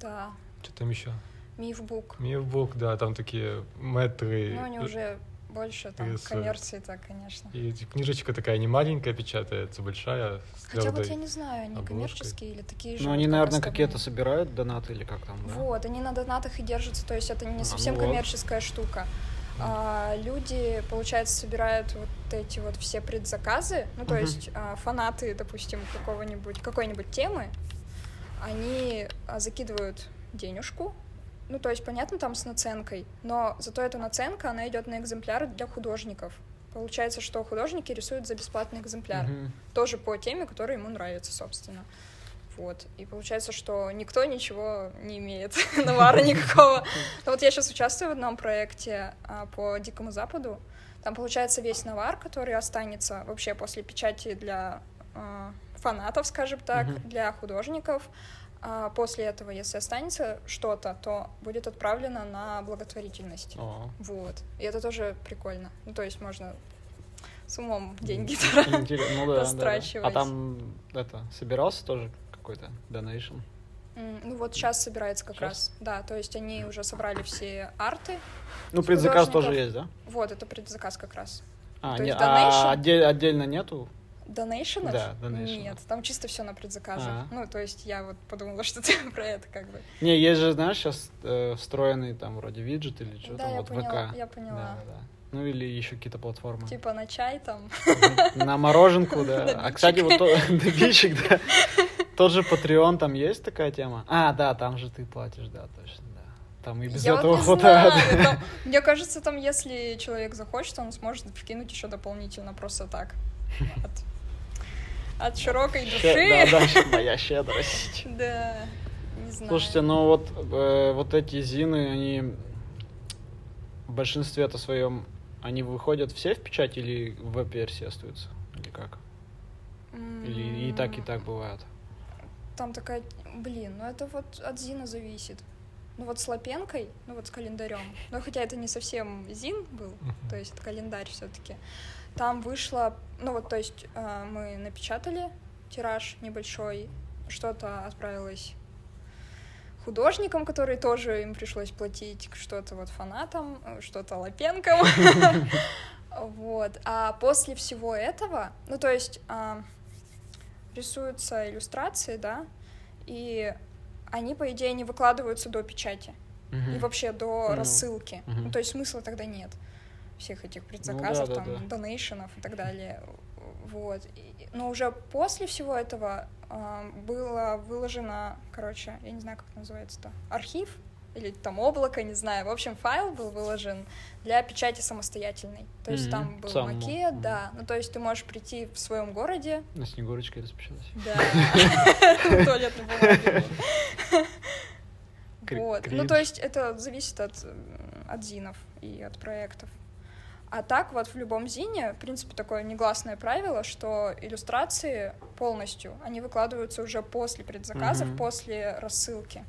Speaker 3: Да.
Speaker 2: что там еще?
Speaker 3: Мифбук.
Speaker 2: Мир Book, да, там такие метры.
Speaker 3: Ну, они уже больше там
Speaker 2: рисуют.
Speaker 3: коммерции-то, конечно.
Speaker 2: И эти- книжечка такая не маленькая печатается, большая. с
Speaker 3: Хотя вот
Speaker 2: твердой.
Speaker 3: я не знаю, они
Speaker 2: обложкой.
Speaker 3: коммерческие или такие же.
Speaker 4: Ну,
Speaker 3: вот
Speaker 4: они,
Speaker 3: как
Speaker 4: наверное,
Speaker 3: остальные.
Speaker 4: какие-то собирают донаты или как там, да?
Speaker 3: Вот, они на донатах и держатся, то есть это
Speaker 4: ну
Speaker 3: не совсем
Speaker 4: вот.
Speaker 3: коммерческая штука. А, люди, получается, собирают вот эти вот все предзаказы, ну то
Speaker 4: Мгм.
Speaker 3: есть а, фанаты, допустим, какого-нибудь какой-нибудь темы, они а, закидывают денежку, ну то есть понятно там с наценкой, но зато эта наценка она идет на экземпляр для художников. Получается, что художники рисуют за бесплатный экземпляр
Speaker 4: Мгм.
Speaker 3: тоже по теме, которая ему нравится, собственно. Вот. И получается, что никто ничего не имеет [laughs] навара никакого. Но вот я сейчас участвую в одном проекте а, по Дикому Западу. Там, получается, весь навар, который останется вообще после печати для а, фанатов, скажем так,
Speaker 4: Мгм.
Speaker 3: для художников. а, после этого, если останется что-то, то будет отправлено на благотворительность.
Speaker 4: О,
Speaker 3: Вот. И это тоже прикольно. Ну, то есть можно с умом деньги тратить.
Speaker 4: интерес- ну да, да, да. А
Speaker 3: Растрачивать.
Speaker 4: там это собирался тоже какой-то донейшн?
Speaker 3: М, Ну вот сейчас собирается как
Speaker 4: Щас?
Speaker 3: раз. Да, то есть они уже собрали все арты.
Speaker 4: Ну,
Speaker 3: С
Speaker 4: предзаказ
Speaker 3: художников.
Speaker 4: тоже есть, да?
Speaker 3: Вот, это предзаказ как раз.
Speaker 4: А,
Speaker 3: То
Speaker 4: не-
Speaker 3: есть
Speaker 4: а
Speaker 3: донейшн?
Speaker 4: отдель- отдельно нету?
Speaker 3: Донейшенов?
Speaker 4: Да, А. донейшенов.
Speaker 3: Нет, там чисто все на предзаказах.
Speaker 4: Ага.
Speaker 3: Ну, то есть я вот подумала, [laughs] что ты про это как бы.
Speaker 4: Не, есть же, знаешь, сейчас встроенный там вроде виджет или что
Speaker 3: да,
Speaker 4: там,
Speaker 3: я,
Speaker 4: вот
Speaker 3: поняла,
Speaker 4: ВК.
Speaker 3: я
Speaker 4: Да,
Speaker 3: поняла.
Speaker 4: да, да. Ну или еще какие-то платформы.
Speaker 3: Типа на чай там.
Speaker 4: [laughs] На мороженку, да. А,
Speaker 3: Добитчик.
Speaker 4: кстати,
Speaker 3: [laughs]
Speaker 4: вот то- добитчик, да. Тот же Patreon, там есть такая тема? А, да, там же ты платишь, да, точно, да. Там и без
Speaker 3: я
Speaker 4: этого
Speaker 3: вот не
Speaker 4: хватает.
Speaker 3: знаю,
Speaker 4: [laughs]
Speaker 3: там- мне кажется, там, если человек захочет, он сможет вкинуть еще дополнительно просто так. От, от широкой
Speaker 4: Ще-
Speaker 3: души.
Speaker 4: [laughs] Да, да, щ- моя щедрость.
Speaker 3: [laughs] Да, не знаю.
Speaker 4: Слушайте, ну вот, э, вот эти зины, они в большинстве-то своем, они выходят все в печать или в веб-версии остаются? ну, Или как? Или и так, и
Speaker 3: М,
Speaker 4: так бывает?
Speaker 3: там такая, блин, ну это вот от Зина зависит. Ну вот с Лапенкой, ну вот с календарем, но хотя это не совсем Зин был,
Speaker 2: Мгм.
Speaker 3: то есть это календарь все-таки. Там вышло, ну вот, то есть э, мы напечатали тираж небольшой, что-то отправилось художникам, которые тоже им пришлось платить, что-то вот фанатам, э, что-то Лапенкам. Вот. А после всего этого, ну то есть а, рисуются иллюстрации, да, и они, по идее, не выкладываются до печати и
Speaker 4: Мгм.
Speaker 3: вообще до
Speaker 4: Ну,
Speaker 3: рассылки.
Speaker 4: мгм. Ну
Speaker 3: Ну, то есть смысла тогда нет всех этих предзаказов,
Speaker 4: да, да,
Speaker 3: там, донейшенов и так далее. Вот. И- но уже после всего этого а, было выложено, короче, я не знаю, как называется-то, архив или там облако, не знаю. В общем, файл был выложен для печати самостоятельной. То есть
Speaker 4: Мгм.
Speaker 3: там был
Speaker 4: Самому.
Speaker 3: макет,
Speaker 4: Мгм.
Speaker 3: да. Ну, то есть ты можешь прийти в своем городе,
Speaker 4: На Снегурочке распечаталась.
Speaker 3: да. Туалетной бумаги.
Speaker 4: Кри-
Speaker 3: Вот. Ну,
Speaker 4: кринж.
Speaker 3: то есть это зависит от, м, от зинов и от проектов. А так вот в любом зине, в принципе, такое негласное правило, что иллюстрации полностью, они выкладываются уже после предзаказов,
Speaker 4: Мгм.
Speaker 3: после рассылки.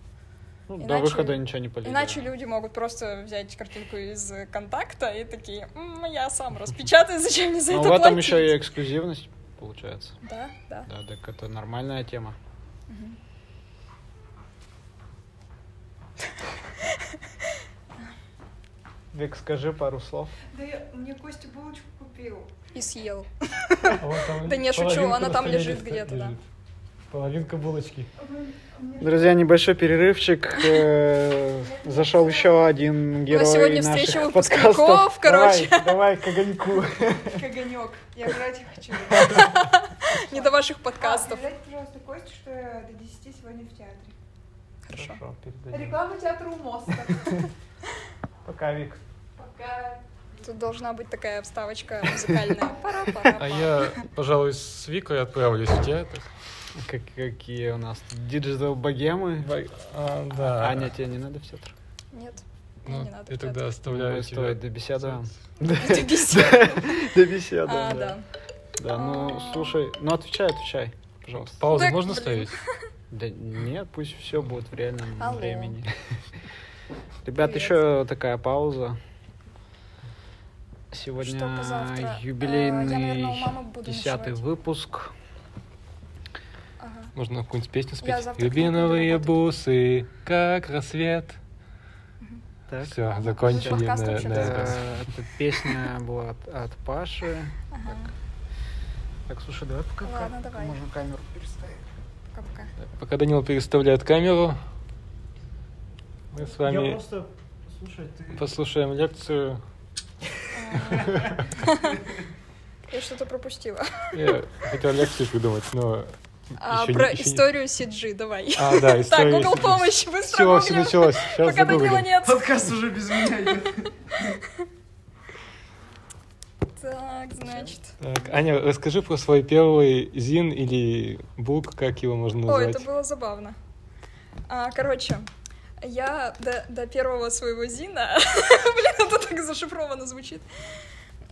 Speaker 4: Ну, До
Speaker 3: Иначе-
Speaker 4: выхода ничего не полезно.
Speaker 3: Иначе люди могут просто взять картинку из э, контакта и такие, «М, я сам распечатаю, зачем мне за
Speaker 4: Но
Speaker 3: это
Speaker 4: Ну, в этом
Speaker 3: платить?»
Speaker 4: еще и эксклюзивность получается.
Speaker 3: Да, да.
Speaker 4: Да, так это нормальная тема.
Speaker 3: Мгм.
Speaker 4: Вик, скажи пару слов.
Speaker 5: Да я, мне Костя булочку купил.
Speaker 3: И съел.
Speaker 2: А вот там
Speaker 3: Да не, шучу,
Speaker 2: половинка
Speaker 3: она
Speaker 2: на
Speaker 3: там
Speaker 2: столе
Speaker 3: лежит
Speaker 2: лежит.
Speaker 3: где-то, да.
Speaker 2: Половинка булочки.
Speaker 5: А вы- а мне-
Speaker 4: Друзья, небольшой перерывчик. Э, Зашел еще один герой
Speaker 3: сегодня
Speaker 4: наших
Speaker 3: встреча выпускников, [laughs]
Speaker 4: подкастов.
Speaker 3: короче.
Speaker 4: Давай, давай к огоньку.
Speaker 5: Огонек. Я играть хочу.
Speaker 3: Не до ваших подкастов.
Speaker 5: Передайте, пожалуйста, Косте, что я до 10 сегодня в театре.
Speaker 3: Хорошо.
Speaker 4: передаем.
Speaker 5: Реклама театра у
Speaker 6: [laughs]
Speaker 5: моста.
Speaker 4: Пока, Вик.
Speaker 5: Пока.
Speaker 3: Тут должна быть такая вставочка музыкальная. пара пара
Speaker 2: А я, пожалуй, с Викой отправлюсь в театр.
Speaker 4: Как- какие у нас тут диджитал богемы.
Speaker 2: А, да.
Speaker 4: Аня, тебе не надо в театр?
Speaker 3: Нет, мне
Speaker 2: Ну,
Speaker 3: не надо.
Speaker 2: я
Speaker 3: в [laughs] театр.
Speaker 2: тогда оставляю
Speaker 4: Ой,
Speaker 2: тебя.
Speaker 4: стой, до беседы.
Speaker 3: Ты бесишь.
Speaker 2: [laughs]
Speaker 4: До беседы,
Speaker 3: А,
Speaker 4: да.
Speaker 3: да.
Speaker 4: Да, ну
Speaker 3: А.
Speaker 4: слушай, ну отвечай, отвечай, пожалуйста.
Speaker 2: Паузу
Speaker 3: Так,
Speaker 2: можно
Speaker 3: блин.
Speaker 2: ставить?
Speaker 4: Да нет, пусть все будет в реальном
Speaker 3: Алло.
Speaker 4: времени. [laughs] Ребят,
Speaker 3: Привет.
Speaker 4: еще такая пауза. Сегодня
Speaker 3: Что позавтра? А, Я, наверное, у
Speaker 4: юбилейный
Speaker 3: мамы буду
Speaker 4: десятый
Speaker 3: ночевать. выпуск.
Speaker 4: выпуск.
Speaker 2: Можно какую-нибудь песню спеть?
Speaker 3: Я завтра к ней буду
Speaker 2: Рубиновые
Speaker 3: работать.
Speaker 2: бусы, как рассвет.
Speaker 4: Так.
Speaker 2: Все, закончили
Speaker 3: Этот
Speaker 2: на,
Speaker 3: подкаст Ну, вообще
Speaker 2: на
Speaker 4: Э,
Speaker 2: этот раз.
Speaker 4: эта песня была от, э, от Паши. Так, слушай, давай пока ка-
Speaker 3: Ладно, давай.
Speaker 4: можно камеру переставить.
Speaker 3: Пока-пока.
Speaker 2: Пока Данил переставляет камеру, мы с вами
Speaker 4: просто... Слушай, ты...
Speaker 2: послушаем лекцию. [laughs]
Speaker 3: А, [laughs] Я что-то пропустила.
Speaker 2: Я хотел лекцию придумать, но...
Speaker 3: А,
Speaker 2: еще не-
Speaker 3: Про
Speaker 2: еще не-
Speaker 3: историю CG давай.
Speaker 2: А, да,
Speaker 3: Так,
Speaker 2: история.
Speaker 3: Google помощь, быстро
Speaker 2: Все, все
Speaker 3: гуглим.
Speaker 2: началось. Сейчас
Speaker 3: Пока Данила
Speaker 2: загуглим.
Speaker 3: нет.
Speaker 4: Подкаст уже без меня
Speaker 3: Так, значит.
Speaker 2: Так, Аня, расскажи про свой первый зин или бук, как его можно
Speaker 3: О,
Speaker 2: назвать.
Speaker 3: это было забавно. А, короче, я до, до первого своего Зина... [laughs] Блин, это так зашифровано звучит.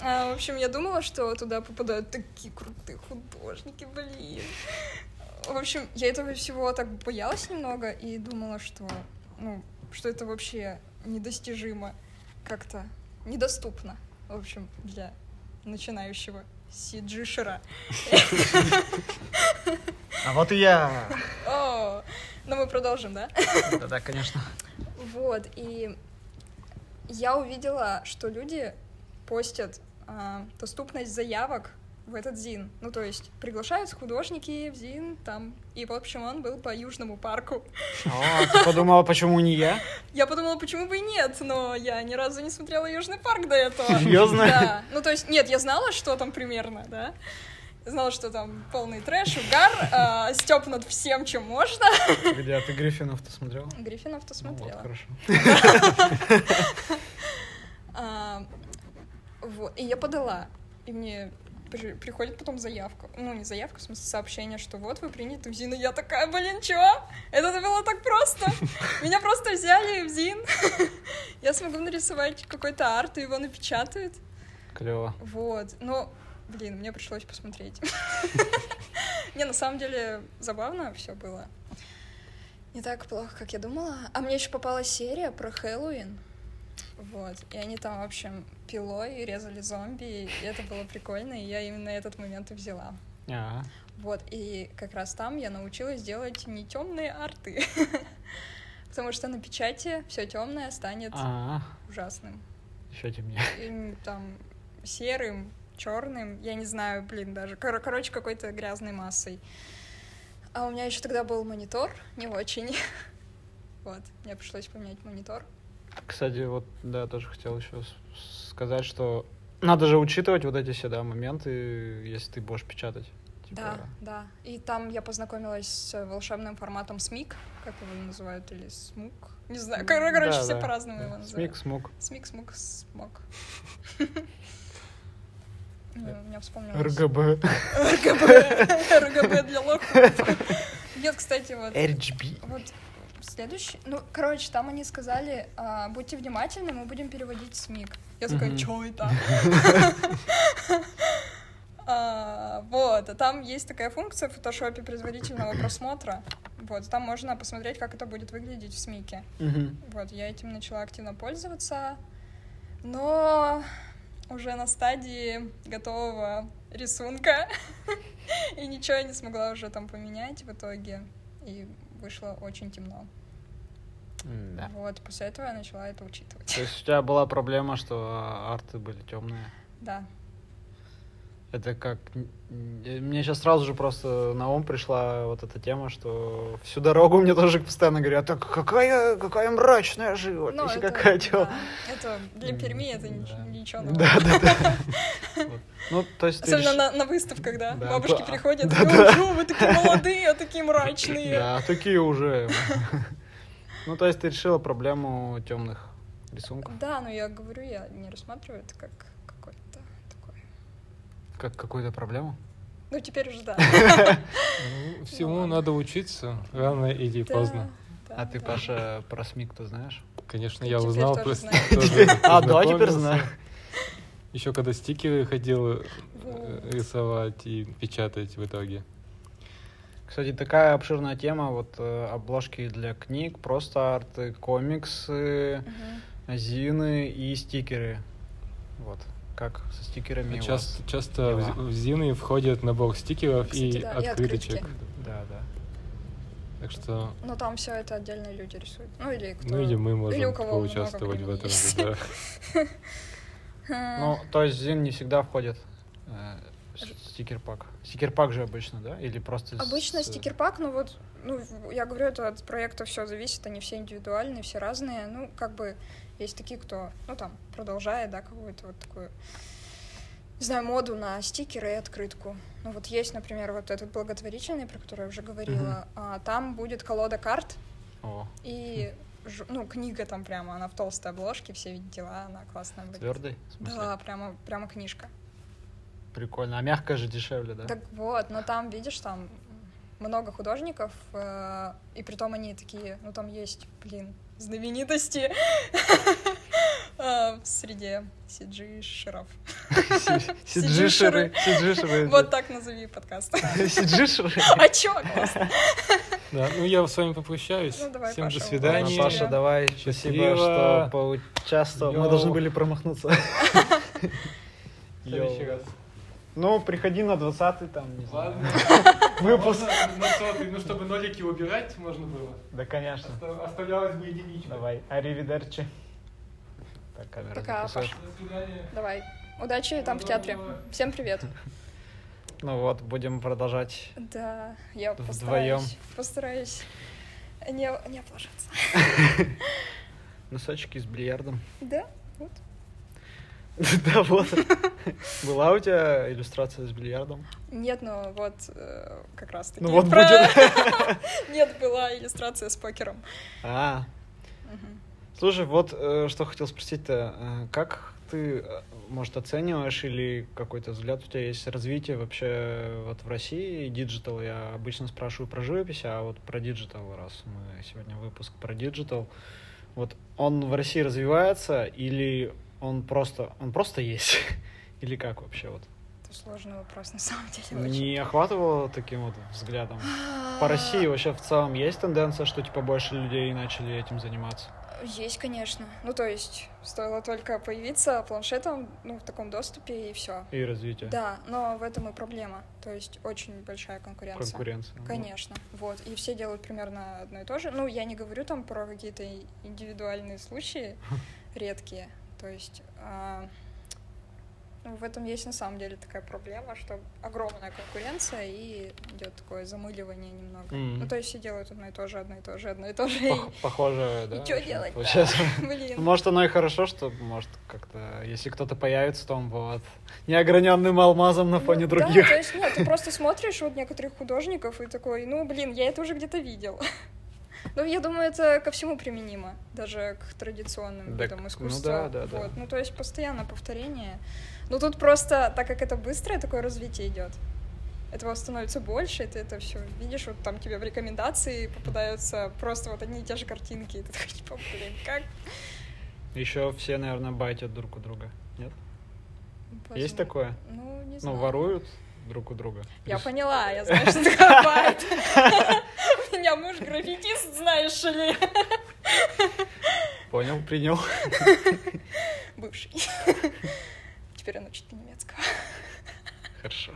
Speaker 3: А, в общем, я думала, что туда попадают такие крутые художники, блин. В общем, я этого всего так боялась немного и думала, что, ну, что это вообще недостижимо, как-то недоступно, в общем, для начинающего Сиджишера.
Speaker 4: А вот и я.
Speaker 3: О, ну мы продолжим, да?
Speaker 4: Да-да, конечно.
Speaker 3: Вот, и я увидела, что люди постят а, доступность заявок в этот ЗИН. Ну, то есть приглашают художники в ЗИН там. И, в общем, он был по Южному парку.
Speaker 4: О, А, ты подумала, почему не я?
Speaker 3: Я подумала, почему бы и нет, но я ни разу не смотрела Южный парк до этого.
Speaker 4: Серьезно?
Speaker 3: Да. Ну, то есть, нет, я знала, что там примерно, да. Знала, что там полный трэш, угар, а, стёб над всем, чем можно.
Speaker 4: Где, а ты Гриффинов-то смотрела?
Speaker 3: Гриффинов-то
Speaker 4: Ну вот,
Speaker 3: смотрела.
Speaker 4: хорошо.
Speaker 3: А, вот, и я подала. И мне при- приходит потом заявка. Ну, не заявка, в смысле сообщение, что вот вы приняты в ЗИН. И я такая, блин, чего? Это было так просто. Меня просто взяли в ЗИН. [laughs] Я смогу нарисовать какой-то арт, и его напечатают.
Speaker 4: Клево.
Speaker 3: Вот. Но, блин, мне пришлось посмотреть. Не, на самом деле забавно все было. не так плохо, как я думала. А мне еще попала серия про Хэллоуин. Вот. И они там, в общем, пилой резали зомби, и это было прикольно, и я именно этот момент и взяла.
Speaker 4: Ага.
Speaker 3: Вот, и как раз там я научилась делать не темные арты. [laughs] Потому что на печати все темное станет
Speaker 4: Ага.
Speaker 3: ужасным.
Speaker 4: Еще темнее.
Speaker 3: И, там серым, черным, я не знаю, блин, даже. Кор- короче, какой-то грязной массой. А у меня еще тогда был монитор, не очень. [laughs] Вот, мне пришлось поменять монитор.
Speaker 4: Кстати, вот, да, тоже хотел еще сказать, что надо же учитывать вот эти все, да, моменты, если ты будешь печатать. Типа,
Speaker 3: Да, да. И там я познакомилась с э, волшебным форматом СМИК, как его называют, или СМУК. Не знаю, А, кор-
Speaker 4: М,
Speaker 3: короче,
Speaker 4: да,
Speaker 3: все
Speaker 4: да,
Speaker 3: по-разному
Speaker 4: да.
Speaker 3: его называют.
Speaker 4: Смик, смог.
Speaker 3: Смик, смук,
Speaker 4: [laughs]
Speaker 3: смог. Ну, У меня вспомнилось.
Speaker 4: РГБ.
Speaker 3: РГБ. РГБ для лохов. Нет, кстати, вот...
Speaker 4: RGB.
Speaker 3: Вот следующий... Ну, короче, там они сказали, а, будьте внимательны, мы будем переводить СМИК. Я такая,
Speaker 4: Мгм.
Speaker 3: чё это? А, Вот, а там есть такая функция в фотошопе производительного просмотра. Вот, там можно посмотреть, как это будет выглядеть в СМИКе.
Speaker 4: Мгм.
Speaker 3: Вот, я этим начала активно пользоваться, но уже на стадии готового рисунка, [laughs] и ничего я не смогла уже там поменять в итоге, и вышло очень темно.
Speaker 4: Да.
Speaker 3: Вот, после этого я начала это учитывать.
Speaker 4: То есть у тебя была проблема, что а, арты были темные.
Speaker 3: Да.
Speaker 4: Это как... м, э, Мне сейчас сразу же просто на ум пришла вот эта тема, что всю дорогу мне тоже постоянно говорят, так какая, какая мрачная живопись,
Speaker 3: Ну,
Speaker 4: и
Speaker 3: это-
Speaker 4: какая тёмная».
Speaker 3: да. Это для Перми это
Speaker 2: М,
Speaker 3: нич-
Speaker 2: да.
Speaker 3: ничего нового.
Speaker 4: Да, да, да. Ну, то есть ты
Speaker 3: [laughs] Особенно
Speaker 4: реш-
Speaker 3: на, на выставках, да?
Speaker 4: Да,
Speaker 3: Бабушки
Speaker 4: да.
Speaker 3: приходят,
Speaker 4: Да,
Speaker 3: да,
Speaker 4: да.
Speaker 3: вы такие молодые, а такие мрачные.
Speaker 4: Да, такие уже. [laughs] Ну, то есть ты решила проблему темных рисунков,
Speaker 3: Да, но я говорю, я не рассматриваю это как какой-то такой.
Speaker 4: как какую-то проблему?
Speaker 3: Ну, теперь уже да.
Speaker 2: Ну, всему
Speaker 3: ладно.
Speaker 2: надо учиться, рано или
Speaker 3: Да,
Speaker 2: поздно.
Speaker 3: да,
Speaker 4: А ты,
Speaker 3: да.
Speaker 4: Паша, про СМИК-то знаешь?
Speaker 3: Ты
Speaker 2: Конечно, я
Speaker 3: теперь
Speaker 2: узнал
Speaker 3: тоже
Speaker 2: просто. [laughs]
Speaker 3: знаешь.
Speaker 4: [laughs] А, да, теперь знаю.
Speaker 2: Еще когда стикеры ходил э,
Speaker 3: Вот.
Speaker 2: рисовать и печатать в итоге.
Speaker 4: Кстати, такая обширная тема, вот э, обложки для книг, просто арты, комиксы,
Speaker 3: Мгм.
Speaker 4: зины и стикеры. Вот, как со стикерами у вас?
Speaker 2: Часто, часто в
Speaker 4: дела.
Speaker 2: зи- в зины входит набор стикеров
Speaker 3: Кстати,
Speaker 2: и
Speaker 3: да, и
Speaker 2: открыточек.
Speaker 3: открытки.
Speaker 4: Да, да.
Speaker 2: Так что,
Speaker 3: Но там все это отдельно люди рисуют. Ну или кто.
Speaker 2: ну или мы можем
Speaker 3: или у кого много
Speaker 2: поучаствовать в
Speaker 3: времени
Speaker 2: этом.
Speaker 3: есть.
Speaker 2: же, да.
Speaker 3: [laughs] Ха.
Speaker 4: Ну, то есть зин не всегда входит э, в
Speaker 3: Ж-
Speaker 4: стикер-пак. Стикер-пак же обычно, да? Или просто... с- э,
Speaker 3: Обычно стикер-пак, ну вот, ну, я говорю, это от проекта все зависит, они все индивидуальные, все разные. Ну, как бы есть такие, кто, ну там, продолжает, да, какую-то вот такую, не знаю, моду на стикеры и открытку. Ну вот есть, например, вот этот благотворительный, про который я уже говорила, а, там будет колода карт,
Speaker 4: О,
Speaker 3: И ж- ну, книга там прямо, она в толстой обложке, все ведь дела, она классная будет.
Speaker 4: твердый? В смысле?
Speaker 3: Да, прямо, прямо книжка.
Speaker 4: Прикольно. А мягкая же дешевле, да?
Speaker 3: Так [laughs] вот, но там, видишь, там много художников, э, и притом они такие, ну там есть, блин, знаменитости [laughs] э, в среде CG-шеров.
Speaker 4: Сиджишеры. Сиджишеры.
Speaker 3: Вот так назови подкаст. [laughs]
Speaker 4: [laughs] Сиджишеры.
Speaker 3: А чё? классно.
Speaker 2: Да, ну я с вами попрощаюсь.
Speaker 3: Ну, давай,
Speaker 2: Всем
Speaker 3: Паша,
Speaker 2: до
Speaker 3: вот.
Speaker 2: свидания.
Speaker 3: Ладно,
Speaker 4: Паша, давай. Спасибо,
Speaker 2: Счастливо.
Speaker 4: что поучаствовал. Мы
Speaker 2: Йоу.
Speaker 4: должны были промахнуться.
Speaker 2: В следующий
Speaker 4: Йоу.
Speaker 2: раз.
Speaker 4: Ну, приходи на 20 там, не знаю. [laughs]
Speaker 2: Ладно.
Speaker 4: Выпуск.
Speaker 2: Можно на сотый, ну чтобы нолики убирать можно было.
Speaker 4: Да, конечно.
Speaker 2: Оста- Оставлялось бы единичка.
Speaker 4: Давай. Аривидерчи. Так, камера
Speaker 3: Пока,
Speaker 4: записывает.
Speaker 2: До свидания.
Speaker 3: Давай. Удачи там в театре. Всем привет.
Speaker 4: Ну вот, будем продолжать.
Speaker 3: Да, я постараюсь.
Speaker 4: Вдвоём.
Speaker 3: Постараюсь не, не облажаться.
Speaker 4: Носочки с бильярдом. [laughs]
Speaker 3: Да?
Speaker 4: Да, вот. Была у тебя иллюстрация с бильярдом?
Speaker 3: Нет, ну вот э, как раз таки.
Speaker 4: Ну вот
Speaker 3: про-
Speaker 4: будет.
Speaker 3: [laughs] Нет, была иллюстрация с покером.
Speaker 4: А,
Speaker 3: Мгм.
Speaker 4: Слушай, вот э, что хотел спросить-то, э, как ты, э, может, оцениваешь или какой-то взгляд у тебя есть развитие вообще э, вот в России диджитал? Я обычно спрашиваю про живопись, а вот про диджитал, раз мы сегодня выпуск про диджитал, вот он в России [laughs] развивается или он просто, он просто есть? Или как вообще вот?
Speaker 3: Это сложный вопрос на самом деле очень. А.
Speaker 4: Не охватывало таким вот взглядом? По России вообще в целом есть тенденция, что типа больше людей начали этим заниматься?
Speaker 3: А, Есть, конечно. Ну, то есть, стоило только появиться планшетом, ну, в таком доступе, и все.
Speaker 4: И развитие?
Speaker 3: Да, но в этом и проблема. То есть, очень большая конкуренция.
Speaker 4: Конкуренция. Ну,
Speaker 3: Конечно, вот. И все делают примерно одно и то же. Ну, я не говорю там про какие-то и- индивидуальные случаи редкие. То есть а, ну, в этом есть на самом деле такая проблема, что огромная конкуренция и идет такое замыливание немного.
Speaker 4: Мгм.
Speaker 3: Ну, то есть все делают одно и то же, одно и то же, одно и то же.
Speaker 4: Пох- похоже, да?
Speaker 3: чё
Speaker 4: очень
Speaker 3: делать-то?
Speaker 4: получается.
Speaker 3: [laughs] и- [laughs] Блин.
Speaker 4: Может, оно и хорошо, что, может, как-то, если кто-то появится, то он будет неограненным алмазом на фоне
Speaker 3: Ну,
Speaker 4: других.
Speaker 3: Да, то есть, нет, ты просто смотришь вот некоторых художников и такой, ну, блин, я это уже где-то видел. [laughs] Ну, я думаю, это ко всему применимо, даже к традиционным
Speaker 4: Да,
Speaker 3: видам
Speaker 4: к-
Speaker 3: искусства.
Speaker 4: ну да, да, да.
Speaker 3: вот. ну, то есть постоянно повторение. Но тут просто, так как это быстрое такое развитие идет, этого становится больше, и ты это все видишь, вот там тебе в рекомендации попадаются просто вот одни и те же картинки, и ты такой, типа, блин, как?
Speaker 4: Еще все, наверное, байтят друг у друга. Нет? Есть
Speaker 3: Возможно.
Speaker 4: такое?
Speaker 3: Ну, не
Speaker 4: Ну,
Speaker 3: знаю.
Speaker 4: воруют друг у друга.
Speaker 3: Я
Speaker 4: Прис-
Speaker 3: поняла, я знаю, [laughs] что такое байт. У меня муж графикист, знаешь ли.
Speaker 4: Понял, принял. [laughs]
Speaker 3: Бывший. [laughs] Теперь он учит немецкого.
Speaker 4: Хорошо.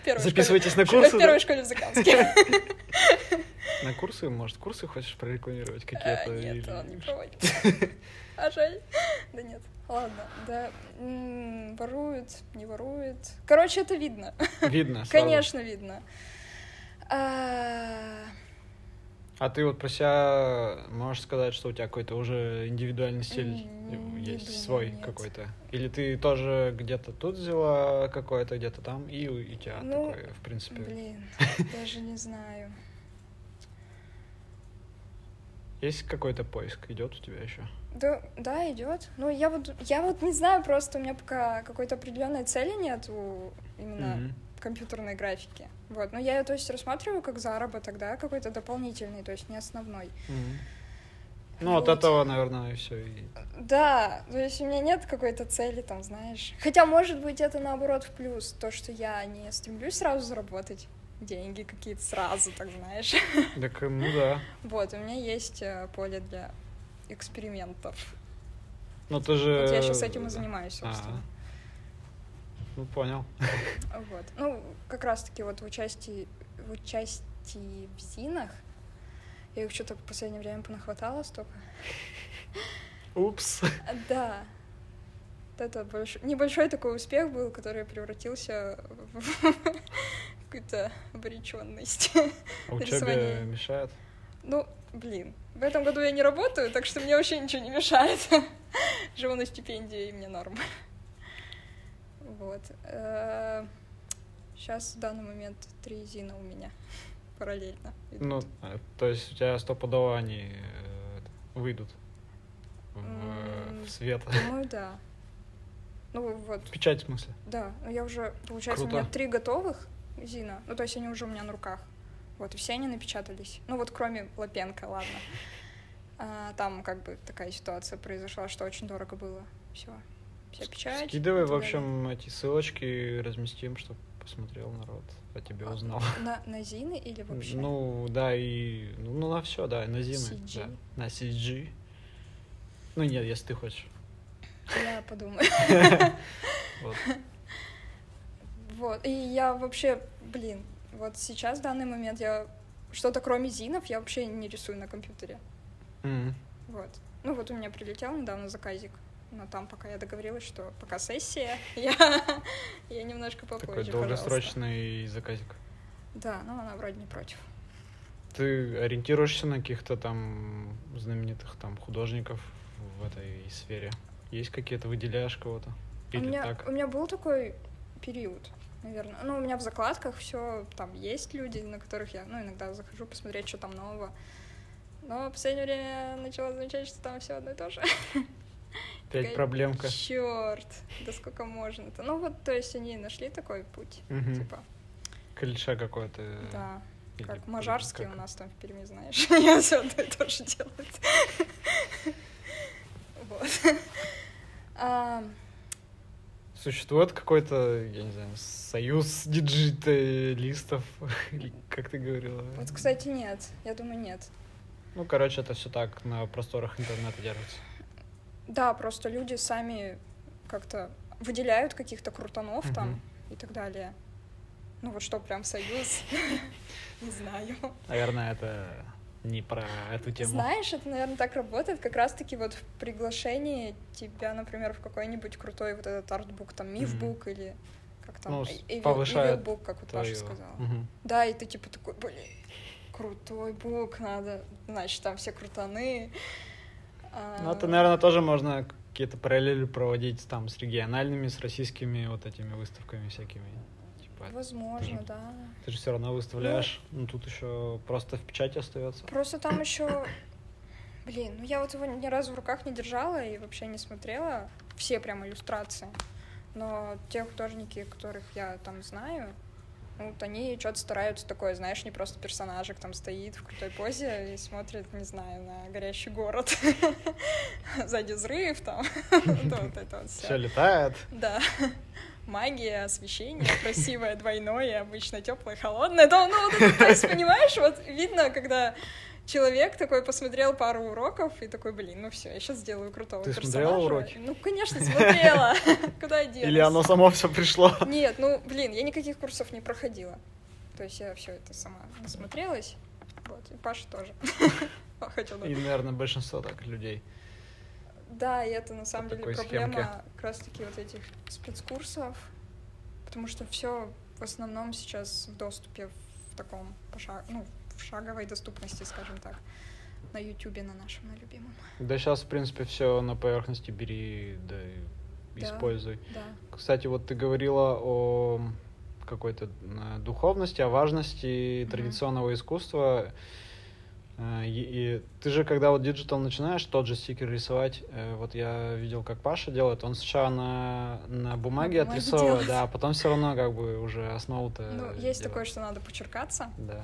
Speaker 3: В первой
Speaker 4: Записывайтесь на
Speaker 3: школе-
Speaker 4: курсы.
Speaker 3: В первой школе в
Speaker 4: [laughs]
Speaker 3: Закамске.
Speaker 4: да? На курсы, может, курсы хочешь прорекламировать
Speaker 3: А,
Speaker 4: какие-то?
Speaker 3: Нет,
Speaker 4: или-
Speaker 3: он не проводит.
Speaker 4: [laughs]
Speaker 3: А жаль. Да нет. Ладно, да. м, Воруют, не воруют. Короче, это видно.
Speaker 4: Видно. сразу.
Speaker 3: Конечно, видно. А,
Speaker 4: А ты вот про себя можешь сказать, что у тебя какой-то уже индивидуальный стиль
Speaker 3: М, не
Speaker 4: есть
Speaker 3: думаю,
Speaker 4: свой
Speaker 3: нет.
Speaker 4: какой-то? Или ты тоже где-то тут взяла какое-то, где-то там, и у и у тебя
Speaker 3: Ну,
Speaker 4: такое, в принципе. [laughs]
Speaker 3: Блин, даже не знаю.
Speaker 4: Есть какой-то поиск, идет у тебя еще?
Speaker 3: Да, да, идет. Ну, я вот, я вот не знаю, просто у меня пока какой-то определенной цели нет у именно
Speaker 4: Мгм. Ну,
Speaker 3: компьютерной графики. Вот. Но я ее, то есть, рассматриваю как заработок, да, какой-то дополнительный, то есть не основной.
Speaker 4: Мгм. Ну, от
Speaker 3: Вот.
Speaker 4: этого, наверное, все и
Speaker 3: Да, то есть у меня нет какой-то цели, там, знаешь. Хотя, может быть, это наоборот в плюс, то, что я не стремлюсь сразу заработать деньги какие-то сразу, так знаешь. [laughs]
Speaker 4: Так, э, ну да.
Speaker 3: Вот, у меня есть э, поле для экспериментов.
Speaker 4: Ну ты же...
Speaker 3: Вот я сейчас этим и
Speaker 4: да.
Speaker 3: занимаюсь, собственно.
Speaker 4: Э, А. Ну понял.
Speaker 3: Вот. Ну, как раз-таки вот в участии, в участии в ЗИНах, я их что-то в последнее время понахватала столько.
Speaker 4: Упс.
Speaker 3: А, Да. Вот Это больш- небольшой такой успех был, который превратился в [laughs] какую-то обреченность.
Speaker 4: А учебе
Speaker 3: Рисование.
Speaker 4: мешает?
Speaker 3: Ну, блин, в этом году я не работаю, так что мне вообще ничего не мешает. [laughs] Живу на стипендии, и мне норм. Вот. Сейчас в данный момент три зина у меня [laughs] параллельно. идут.
Speaker 4: Ну, э, то есть у тебя стопудово они э, это, выйдут в, э,
Speaker 3: М.
Speaker 4: в свет.
Speaker 3: Думаю, да. Ну вот,
Speaker 4: В Печать, в смысле.
Speaker 3: да. Ну, Я уже, получается, у меня
Speaker 4: Круто.
Speaker 3: три готовых зина. Ну, то есть они уже у меня на руках. Вот, и все они напечатались. Ну вот, кроме Лапенко, ладно. А, там как бы такая ситуация произошла, что очень дорого было. Все. Вся печать.
Speaker 4: Скидывай,
Speaker 3: и
Speaker 4: в
Speaker 3: так
Speaker 4: общем, эти ссылочки, разместим, чтобы посмотрел народ, о тебе
Speaker 3: далее.
Speaker 4: узнал.
Speaker 3: На, на зины или вообще?
Speaker 4: Ну, да, и... Ну, ну, на все, да, и на зимы.
Speaker 3: CG.
Speaker 4: да. На CG. Ну, нет, если ты хочешь.
Speaker 3: Я подумаю.
Speaker 4: [laughs] Вот.
Speaker 3: [laughs] Вот. И я вообще, блин, вот сейчас, в данный момент, я что-то кроме зинов я вообще не рисую на компьютере.
Speaker 4: М.
Speaker 3: Вот. Ну вот у меня прилетел недавно заказик. Но там пока я договорилась, что пока сессия, [laughs] я, я немножко попозже,
Speaker 4: Такой
Speaker 3: пожалуйста.
Speaker 4: долгосрочный заказик.
Speaker 3: Да, ну она вроде не против.
Speaker 4: Ты ориентируешься на каких-то там знаменитых там художников в этой сфере? Есть какие-то, выделяешь кого-то?
Speaker 3: У
Speaker 4: Или
Speaker 3: меня,
Speaker 4: так?
Speaker 3: у меня был такой период, наверное. Ну, у меня в закладках все там есть люди, на которых я, ну, иногда захожу посмотреть, что там нового. Но в последнее время я начала замечать, что там все одно и то же.
Speaker 4: Опять
Speaker 3: такая [laughs] типа
Speaker 4: проблемка.
Speaker 3: Черт, да сколько можно-то. Ну вот, то есть они нашли такой путь,
Speaker 4: Мгм.
Speaker 3: типа,
Speaker 4: Калиша какое-то.
Speaker 3: да.
Speaker 4: или
Speaker 3: Как
Speaker 4: как-
Speaker 3: Мажарский
Speaker 4: как-
Speaker 3: у нас там в Перми, знаешь, [laughs] они все одно и то же [laughs] делают. Вот. А,
Speaker 4: Существует какой-то, я не знаю, союз диджиталистов, [laughs] или как ты говорила?
Speaker 3: Вот, кстати, нет. Я думаю, нет.
Speaker 4: Ну, короче, это все так на просторах интернета держится.
Speaker 3: Да, просто люди сами как-то выделяют каких-то крутанов там и так далее. Ну вот что, прям союз? [laughs] Не знаю.
Speaker 4: Наверное, это не про эту тему.
Speaker 3: Знаешь, это, наверное, так работает. Как раз-таки вот в приглашении тебя, например, в какой-нибудь крутой вот этот артбук, там, мифбук или как там,
Speaker 4: Ну,
Speaker 3: э-
Speaker 4: с-
Speaker 3: эви-
Speaker 4: повышает
Speaker 3: эвилбук, как вот Маша
Speaker 4: твою.
Speaker 3: сказала.
Speaker 4: А Мгм.
Speaker 3: Да, и ты типа такой, блин, крутой бук, надо, значит, там все крутаны.
Speaker 4: Ну, это,
Speaker 3: А,
Speaker 4: наверное, тоже можно какие-то параллели проводить там с региональными, с российскими вот этими выставками всякими. Типа,
Speaker 3: Возможно,
Speaker 4: Мгм.
Speaker 3: да.
Speaker 4: ты же все равно выставляешь, ну тут еще просто в печати остается.
Speaker 3: Просто там [coughs] еще... Блин, ну я вот его ни разу в руках не держала и вообще не смотрела. Все прям иллюстрации. Но те художники, которых я там знаю, ну, вот они что-то стараются такое, знаешь, не просто персонажик там стоит в крутой позе и смотрит, не знаю, на горящий город. [laughs] Сзади взрыв там. [laughs] Вот это вот
Speaker 4: Все
Speaker 3: все.
Speaker 4: летает.
Speaker 3: Да. [laughs] Магия, освещение, [laughs] красивое, двойное, обычно теплое, холодное. Да, ну вот это, то есть, понимаешь, вот видно, когда человек такой посмотрел пару уроков и такой, блин, ну все, я сейчас сделаю крутого
Speaker 4: Ты
Speaker 3: персонажа.
Speaker 4: смотрела уроки?
Speaker 3: Ну, конечно, смотрела. [laughs] Куда я денусь?
Speaker 4: Или оно само
Speaker 3: [laughs]
Speaker 4: все пришло.
Speaker 3: Нет, ну, блин, я никаких курсов не проходила. То есть я все это сама насмотрелась. Вот, и Паша тоже. [laughs] Хотя он
Speaker 4: И, наверное, большинство так людей.
Speaker 3: Да, и это на самом
Speaker 4: По
Speaker 3: деле
Speaker 4: такой
Speaker 3: проблема
Speaker 4: схемке.
Speaker 3: как раз-таки вот этих спецкурсов, потому что все в основном сейчас в доступе в таком поша- ну, в шаговой доступности, скажем так, на Ютубе, на нашем, на любимом.
Speaker 4: Да сейчас, в принципе, все на поверхности бери, да и
Speaker 3: Да.
Speaker 4: используй.
Speaker 3: Да.
Speaker 4: Кстати, вот ты говорила о какой-то э, духовности, о важности
Speaker 3: Мгм.
Speaker 4: традиционного искусства. Э, И, и ты же, когда вот диджитал начинаешь тот же стикер рисовать, э, вот я видел, как Паша делает, он сначала на, на
Speaker 3: бумаге
Speaker 4: бумаге отрисовывает,
Speaker 3: делает.
Speaker 4: да, а потом все равно как бы уже основу-то
Speaker 3: Ну, есть
Speaker 4: делает.
Speaker 3: такое, что надо почеркаться,
Speaker 4: Да.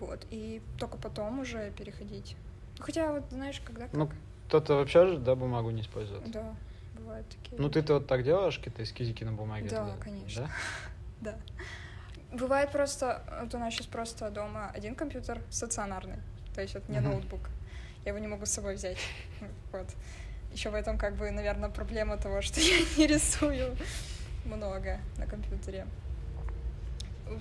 Speaker 3: вот, и только потом уже переходить. Ну, Хотя вот, знаешь, когда
Speaker 4: Ну,
Speaker 3: как.
Speaker 4: кто-то вообще же, да, бумагу не использует.
Speaker 3: Да, бывают такие.
Speaker 4: Ну,
Speaker 3: люди.
Speaker 4: ты-то вот так делаешь, какие-то эскизики на бумаге?
Speaker 3: Да,
Speaker 4: делаешь,
Speaker 3: конечно.
Speaker 4: да?
Speaker 3: Да. Бывает просто, вот у нас сейчас просто дома один компьютер стационарный, то есть это не
Speaker 4: Мгм.
Speaker 3: ноутбук. Я его не могу с собой взять. Вот. Еще в этом, как бы, наверное, проблема того, что я [laughs] не рисую много на компьютере.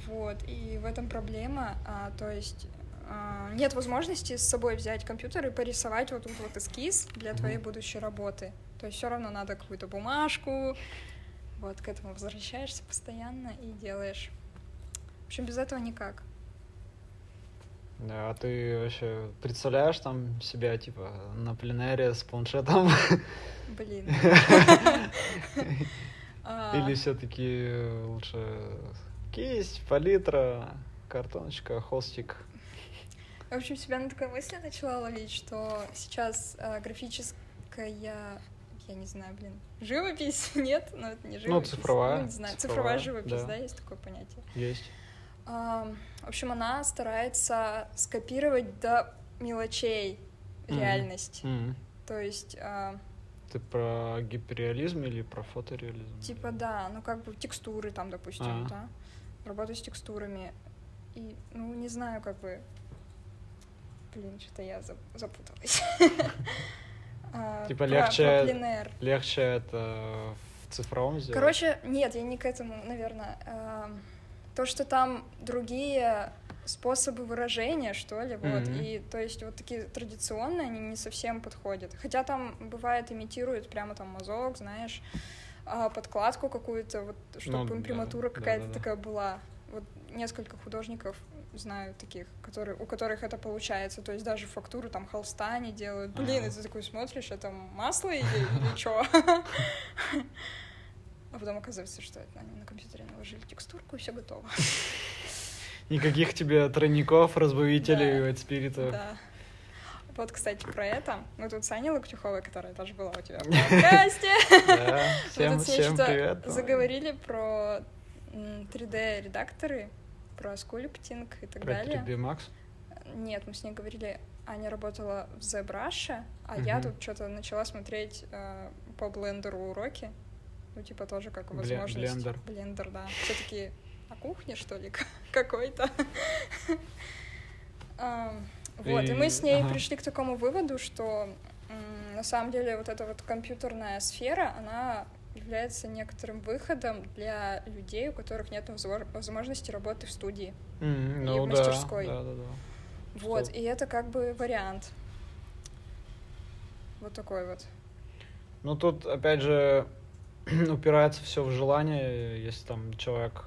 Speaker 3: Вот, и в этом проблема, а, то есть а, нет возможности с собой взять компьютер и порисовать вот тут вот эскиз для
Speaker 4: Мгм.
Speaker 3: твоей будущей работы. То есть все равно надо какую-то бумажку, вот к этому возвращаешься постоянно и делаешь. В общем, без этого никак.
Speaker 4: Да, а ты вообще представляешь там себя, типа, на пленэре с планшетом? [laughs]
Speaker 3: Блин. А,
Speaker 4: Или все-таки лучше кисть, палитра, картоночка, холстик?
Speaker 3: В общем, себя на такой мысли начала ловить, что сейчас а, графическая, я не знаю, блин, живопись [laughs] нет, но это не живопись.
Speaker 4: Ну,
Speaker 3: Ну,
Speaker 4: цифровая,
Speaker 3: не знаю,
Speaker 4: цифровая,
Speaker 3: цифровая живопись,
Speaker 4: да.
Speaker 3: да, есть такое понятие.
Speaker 4: Есть.
Speaker 3: Ам, В общем, она старается скопировать до мелочей
Speaker 4: Мгм.
Speaker 3: реальность.
Speaker 4: М.
Speaker 3: То есть, а,
Speaker 4: Ты про гиперреализм или про фотореализм?
Speaker 3: типа, да, ну как бы текстуры там, допустим,
Speaker 4: А.
Speaker 3: да. Работаю с текстурами. И, ну, не знаю, как бы... Блин, что-то я зап- запуталась. [laughs] А,
Speaker 4: Типа
Speaker 3: про-
Speaker 4: легче-
Speaker 3: про пленэр.
Speaker 4: Легче это в цифровом сделать?
Speaker 3: Короче, нет, я не к этому, наверное. Эм, То, что там другие способы выражения, что ли, вот,
Speaker 4: Мгм.
Speaker 3: и то есть вот такие традиционные, они не совсем подходят. Хотя там, бывает, имитируют прямо там мазок, знаешь, а, подкладку какую-то, вот,
Speaker 4: Ну,
Speaker 3: чтобы
Speaker 4: да,
Speaker 3: имприматура
Speaker 4: да,
Speaker 3: какая-то
Speaker 4: да, да.
Speaker 3: такая была. Вот несколько художников знаю таких, которые, у которых это получается, то есть даже фактуру там холста они делают. Блин,
Speaker 4: Ага.
Speaker 3: и ты такой смотришь, это масло или,
Speaker 4: [laughs]
Speaker 3: или чё? А потом оказывается, что это они на компьютере наложили текстурку, и все готово.
Speaker 4: Никаких тебе тройников, разбавителей,
Speaker 3: Да.
Speaker 4: white спиритов.
Speaker 3: Да. Вот, кстати, про это. Мы тут с Аней Локтюховой, которая тоже была у тебя
Speaker 4: [laughs]
Speaker 3: в подкасте,
Speaker 4: Да. Всем,
Speaker 3: мы тут с ней
Speaker 4: всем
Speaker 3: что-то
Speaker 4: привет.
Speaker 3: заговорили про м, 3D-редакторы, про скульптинг и так
Speaker 4: Про
Speaker 3: далее.
Speaker 4: 3D Max.
Speaker 3: Нет, мы с ней говорили, Аня работала в ZBrush, а я
Speaker 4: Мгм.
Speaker 3: тут что-то начала смотреть э, по блендеру уроки. Ну, типа, тоже как
Speaker 4: Бле-
Speaker 3: возможность.
Speaker 4: блендер.
Speaker 3: Блендер, да. все таки на кухне, что ли, [laughs] к- какой-то. Ам, Вот, и мы с
Speaker 4: И-
Speaker 3: ней
Speaker 4: ага.
Speaker 3: пришли к такому выводу, что м, на самом деле вот эта вот компьютерная сфера, она является некоторым выходом для людей, у которых нет возможности работы в студии.
Speaker 4: М,
Speaker 3: И
Speaker 4: Ну
Speaker 3: в
Speaker 4: да,
Speaker 3: мастерской.
Speaker 4: Да, да, да.
Speaker 3: Вот,
Speaker 4: Что?
Speaker 3: и это как бы вариант. Вот такой вот.
Speaker 4: Ну тут, опять же, [clears throat] упирается все в желание. Если там человек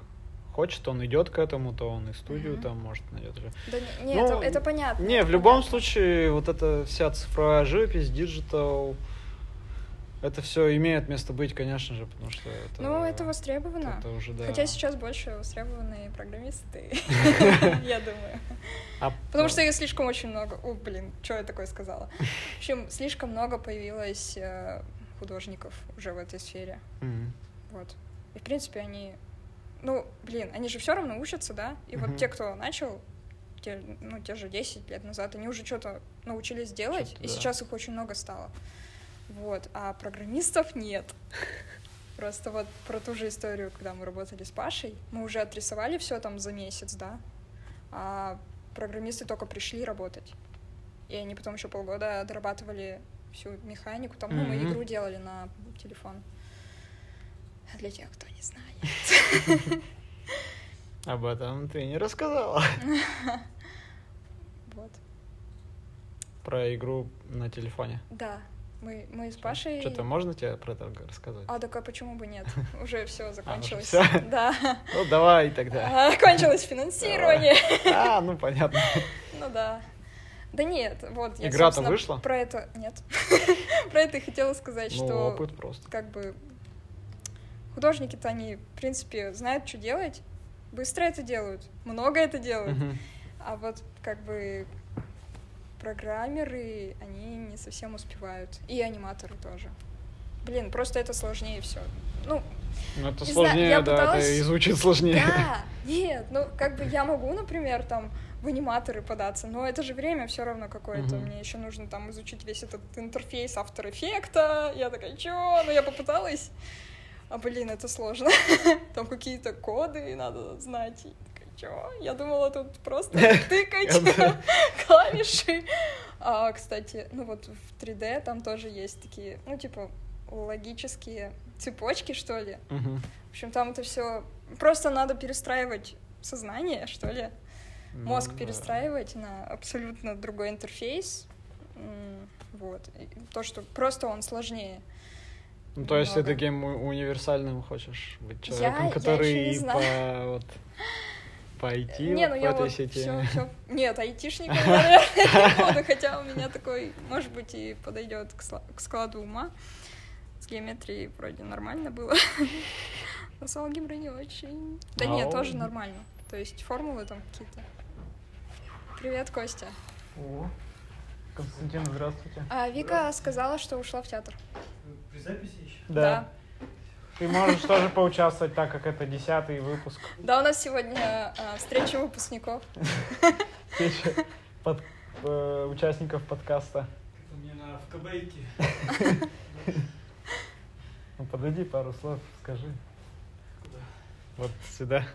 Speaker 4: хочет, он идет к этому, то он и студию
Speaker 3: Мгм.
Speaker 4: там, может, найдет. или-
Speaker 3: Да не, не,
Speaker 4: Ну,
Speaker 3: это, это понятно.
Speaker 4: Не,
Speaker 3: это
Speaker 4: в любом
Speaker 3: понятно.
Speaker 4: случае, вот эта вся цифровая живопись, диджитал, это все имеет место быть, конечно же, потому что это...
Speaker 3: Ну, это востребовано.
Speaker 4: это уже, да.
Speaker 3: Хотя сейчас больше востребованные
Speaker 4: [laughs]
Speaker 3: программисты, я думаю.
Speaker 4: А,
Speaker 3: Потому
Speaker 4: ну,
Speaker 3: что их слишком очень много. О, блин, что я такое сказала? В общем, слишком много появилось э, художников уже в этой сфере.
Speaker 4: мгм.
Speaker 3: Вот. И в принципе они. Ну, блин, они же все равно учатся, да? И вот
Speaker 4: Мгм.
Speaker 3: те, кто начал, те, ну, те же 10 лет назад, они уже что-то научились делать,
Speaker 4: Чё-то
Speaker 3: и
Speaker 4: да.
Speaker 3: сейчас их очень много стало. Вот. А программистов нет. Просто вот про ту же историю, когда мы работали с Пашей, мы уже отрисовали все там за месяц, да. А программисты только пришли работать. И они потом еще полгода дорабатывали всю механику. Там, ну, мы
Speaker 4: Мгм.
Speaker 3: игру делали на телефон. А Для тех, кто не знает.
Speaker 4: Об этом ты не рассказала. [laughs]
Speaker 3: Вот.
Speaker 4: Про игру на телефоне.
Speaker 3: Да. Мы, мы с Пашей...
Speaker 4: Что-то можно тебе про это рассказать?
Speaker 3: А, так а почему бы
Speaker 4: [laughs]
Speaker 3: нет? Уже все закончилось.
Speaker 4: А, всё?
Speaker 3: [laughs] Да.
Speaker 4: Ну, давай тогда.
Speaker 3: А, Кончилось финансирование.
Speaker 4: А, ну, понятно.
Speaker 3: Ну да. Да нет, вот я,
Speaker 4: Игра-то
Speaker 3: собственно,
Speaker 4: вышла?
Speaker 3: Про это... Нет. [laughs] Про это и хотела сказать, [laughs]
Speaker 4: Ну,
Speaker 3: что...
Speaker 4: опыт просто.
Speaker 3: как бы художники-то они, в принципе, знают, что делать, быстро это делают, много это делают.
Speaker 4: Мгм.
Speaker 3: А вот как бы программеры, они не совсем успевают. И аниматоры тоже. Блин, просто это сложнее все. Ну,
Speaker 4: Ну, это
Speaker 3: Не знаю,
Speaker 4: сложнее,
Speaker 3: я
Speaker 4: да, это
Speaker 3: пыталась-
Speaker 4: и звучит сложнее.
Speaker 3: да, нет, ну как бы я могу, например, там в аниматоры податься, но это же время все равно какое-то.
Speaker 4: Мгм.
Speaker 3: Мне еще нужно там изучить весь этот интерфейс After Effects. Я такая, чё? Ну я попыталась. А блин, это сложно. [laughs] Там какие-то коды надо знать. И такая, чё? Я думала, тут
Speaker 4: [laughs]
Speaker 3: просто тыкать
Speaker 4: Я-
Speaker 3: [laughs] клавиши. А, кстати, ну вот в 3D там тоже есть такие, ну типа логические цепочки, что ли.
Speaker 4: [laughs] Мгм.
Speaker 3: В общем, там это все просто надо перестраивать сознание, что ли,
Speaker 4: Ну,
Speaker 3: мозг
Speaker 4: да.
Speaker 3: перестраивать на абсолютно другой интерфейс. М, Вот. И То, что просто он сложнее.
Speaker 4: Ну, то есть ты
Speaker 3: Много.
Speaker 4: таким у- универсальным хочешь быть
Speaker 3: Я-
Speaker 4: человеком,
Speaker 3: я ещё
Speaker 4: который
Speaker 3: не
Speaker 4: и по вот
Speaker 3: [laughs]
Speaker 4: по IT
Speaker 3: Не,
Speaker 4: вот
Speaker 3: ну
Speaker 4: по
Speaker 3: я
Speaker 4: этой
Speaker 3: вот
Speaker 4: сети.
Speaker 3: всё-
Speaker 4: [laughs]
Speaker 3: всё- Нет, айтишником, наверное, [laughs] не буду, хотя у меня такой, может быть, и подойдет к сла- к складу ума. С геометрией вроде нормально было, [laughs] но с алгеброй не очень. Да нет,
Speaker 4: Ау.
Speaker 3: тоже нормально. То есть формулы там какие-то. Привет, Костя.
Speaker 4: Константин, здравствуйте.
Speaker 3: А Вика сказала, что ушла в театр.
Speaker 7: При записи еще?
Speaker 4: Да. Ты можешь тоже поучаствовать, так как это десятый выпуск.
Speaker 3: Да, Да, у нас сегодня а, встреча выпускников.
Speaker 4: Встреча под- э, участников подкаста.
Speaker 7: Это мне на в КБ идти.
Speaker 4: Ну, подойди пару слов, скажи.
Speaker 7: Куда?
Speaker 4: Вот сюда.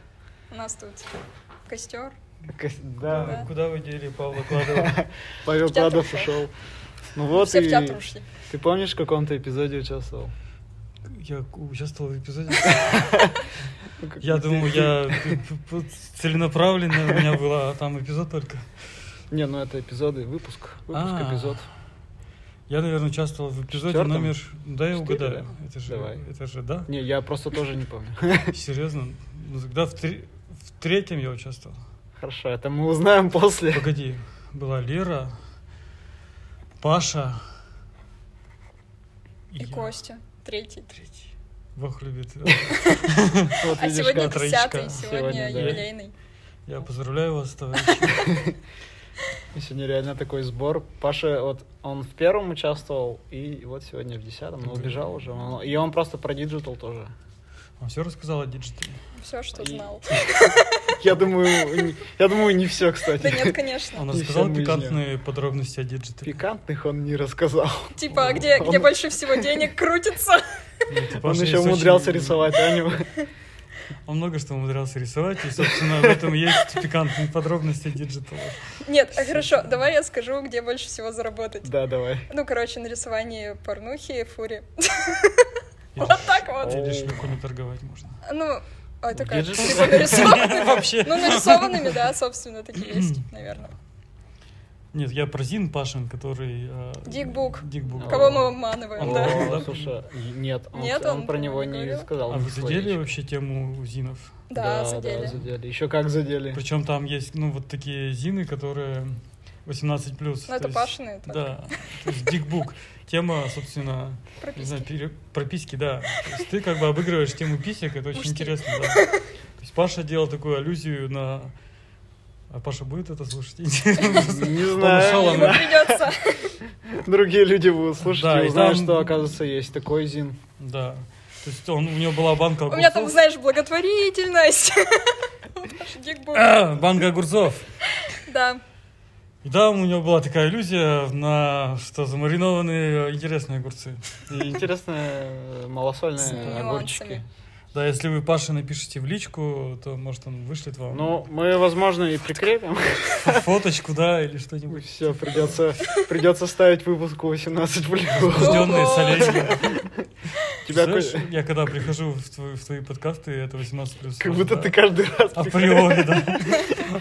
Speaker 3: У нас тут костер.
Speaker 4: Кос- Да.
Speaker 3: Да.
Speaker 7: Куда вы дели [laughs] Павла Кладова?
Speaker 4: Павел
Speaker 3: В театр
Speaker 4: Кладов
Speaker 3: ушел.
Speaker 4: ушел. Ну вот
Speaker 3: Все
Speaker 4: и...
Speaker 3: в театр ушли.
Speaker 4: Ты помнишь, в каком то эпизоде участвовал?
Speaker 7: Я участвовал в эпизоде.
Speaker 4: Ну, как-
Speaker 7: Я
Speaker 4: ты-
Speaker 7: думал,
Speaker 4: ты-
Speaker 7: я п- п- п- целенаправленно у меня было, а там эпизод только.
Speaker 4: Не, ну это эпизоды, выпуск. Выпуск
Speaker 7: А.
Speaker 4: эпизод.
Speaker 7: Я, наверное, участвовал в эпизоде
Speaker 4: Четвертом?
Speaker 7: номер... Да, я
Speaker 4: Четыре,
Speaker 7: угадаю.
Speaker 4: да?
Speaker 7: Это же,
Speaker 4: Давай.
Speaker 7: это же, да?
Speaker 4: Не, я просто тоже не помню.
Speaker 7: Серьезно? Ну тогда в, тре- в третьем я участвовал.
Speaker 4: Хорошо, это мы узнаем
Speaker 7: [laughs]
Speaker 4: после.
Speaker 7: Погоди, была Лера, Паша
Speaker 3: И
Speaker 7: я.
Speaker 3: Костя. Третий.
Speaker 7: Третий. Бог любит.
Speaker 4: Вот
Speaker 3: А
Speaker 4: видишь,
Speaker 3: сегодня
Speaker 7: какая
Speaker 3: десятый, сегодня
Speaker 7: троечка.
Speaker 4: Сегодня, да.
Speaker 3: юбилейный.
Speaker 7: Я поздравляю вас, товарищи.
Speaker 4: как- Сегодня реально такой сбор. Паша, вот он в первом участвовал, и вот сегодня в десятом, но
Speaker 7: Блин.
Speaker 4: убежал уже. Он- И он просто про диджитал тоже.
Speaker 7: Он все рассказал о диджитале.
Speaker 3: Все, что
Speaker 4: И- [laughs]
Speaker 3: знал.
Speaker 4: Я думаю, не- я думаю, не все,
Speaker 3: Да
Speaker 4: кстати.
Speaker 3: нет, конечно.
Speaker 7: Он
Speaker 4: И всё
Speaker 7: рассказал
Speaker 4: мы
Speaker 7: пикантные подробности о диджитале.
Speaker 4: Пикантных он не рассказал.
Speaker 3: Типа, где, где
Speaker 4: Он-
Speaker 3: больше всего денег крутится. [laughs]
Speaker 7: Ну, типаж
Speaker 4: Он
Speaker 7: есть
Speaker 4: еще
Speaker 7: очень-
Speaker 4: умудрялся рисовать Аню.
Speaker 7: Он много что умудрялся рисовать, и, собственно, в этом и есть пикантные подробности диджитала.
Speaker 3: Нет, а хорошо, давай я скажу, где больше всего заработать.
Speaker 4: [laughs] Да, давай.
Speaker 3: Ну, короче, на рисовании порнухи и фури. Вот так вот.
Speaker 7: Или шлюху не торговать можно.
Speaker 3: Ну, а это как?
Speaker 7: Диджитал?
Speaker 3: Типа нарисованными.
Speaker 4: [laughs]
Speaker 7: Вообще.
Speaker 3: Ну, нарисованными, да, собственно, такие есть, наверное.
Speaker 7: Нет, я про Зин Пашин, который... э,
Speaker 3: Дикбук.
Speaker 7: Дикбук.
Speaker 3: Кого мы обманываем, да?
Speaker 7: О, А. да.
Speaker 4: слушай, нет, он,
Speaker 3: Нет,
Speaker 4: он
Speaker 3: он
Speaker 4: про
Speaker 3: про
Speaker 4: него
Speaker 3: него
Speaker 4: не
Speaker 3: говорил.
Speaker 4: сказал.
Speaker 7: А
Speaker 4: ни
Speaker 7: вы задели
Speaker 4: словечко.
Speaker 7: вообще тему Зинов?
Speaker 3: [laughs] Да,
Speaker 4: Да,
Speaker 3: задели.
Speaker 4: задели. Еще как задели.
Speaker 7: Причем там есть, ну, вот такие Зины, которые 18+. плюс.
Speaker 3: Ну, это Пашины, это
Speaker 7: Да, то есть дикбук. Тема, собственно, не знаю,
Speaker 3: прописки.
Speaker 7: пере- прописки, да. То есть ты как бы обыгрываешь тему писек, это очень
Speaker 3: Мужские.
Speaker 7: интересно, да. То есть Паша делал такую аллюзию на... А Паша будет это
Speaker 4: [laughs]
Speaker 7: слушать? [laughs]
Speaker 4: Не
Speaker 7: ушел,
Speaker 3: Ему
Speaker 4: знаю.
Speaker 7: она. [laughs]
Speaker 3: придется.
Speaker 4: Другие люди будут слушать
Speaker 7: Да,
Speaker 4: и
Speaker 7: и
Speaker 4: узнают,
Speaker 7: там-
Speaker 4: что, оказывается, есть такой Зин.
Speaker 7: Да. То есть он, у него была банка
Speaker 3: У
Speaker 7: огурцов.
Speaker 3: меня там, знаешь, благотворительность. [laughs] Ваш Дикбук.
Speaker 7: А, банка огурцов.
Speaker 3: Да.
Speaker 7: И там у него была такая иллюзия на что замаринованные интересные огурцы.
Speaker 4: И Интересно,
Speaker 7: Э,
Speaker 3: С
Speaker 4: малосольные огурчики.
Speaker 3: нюансами.
Speaker 7: Да, если вы Паше напишите в личку, то, может, он вышлет вам
Speaker 4: Ну, мы, возможно, и [laughs] прикрепим.
Speaker 7: фоточку, да, или что-нибудь.
Speaker 4: Все, придется, придется ставить выпуску 18 плюс.
Speaker 7: Рожденные
Speaker 3: Ого.
Speaker 7: соленья.
Speaker 4: Тебя
Speaker 7: Знаешь,
Speaker 4: ко-
Speaker 7: я когда прихожу в, твой- в твои подкасты, это 18 плюс.
Speaker 4: Как будто ты каждый раз.
Speaker 7: Априори, да.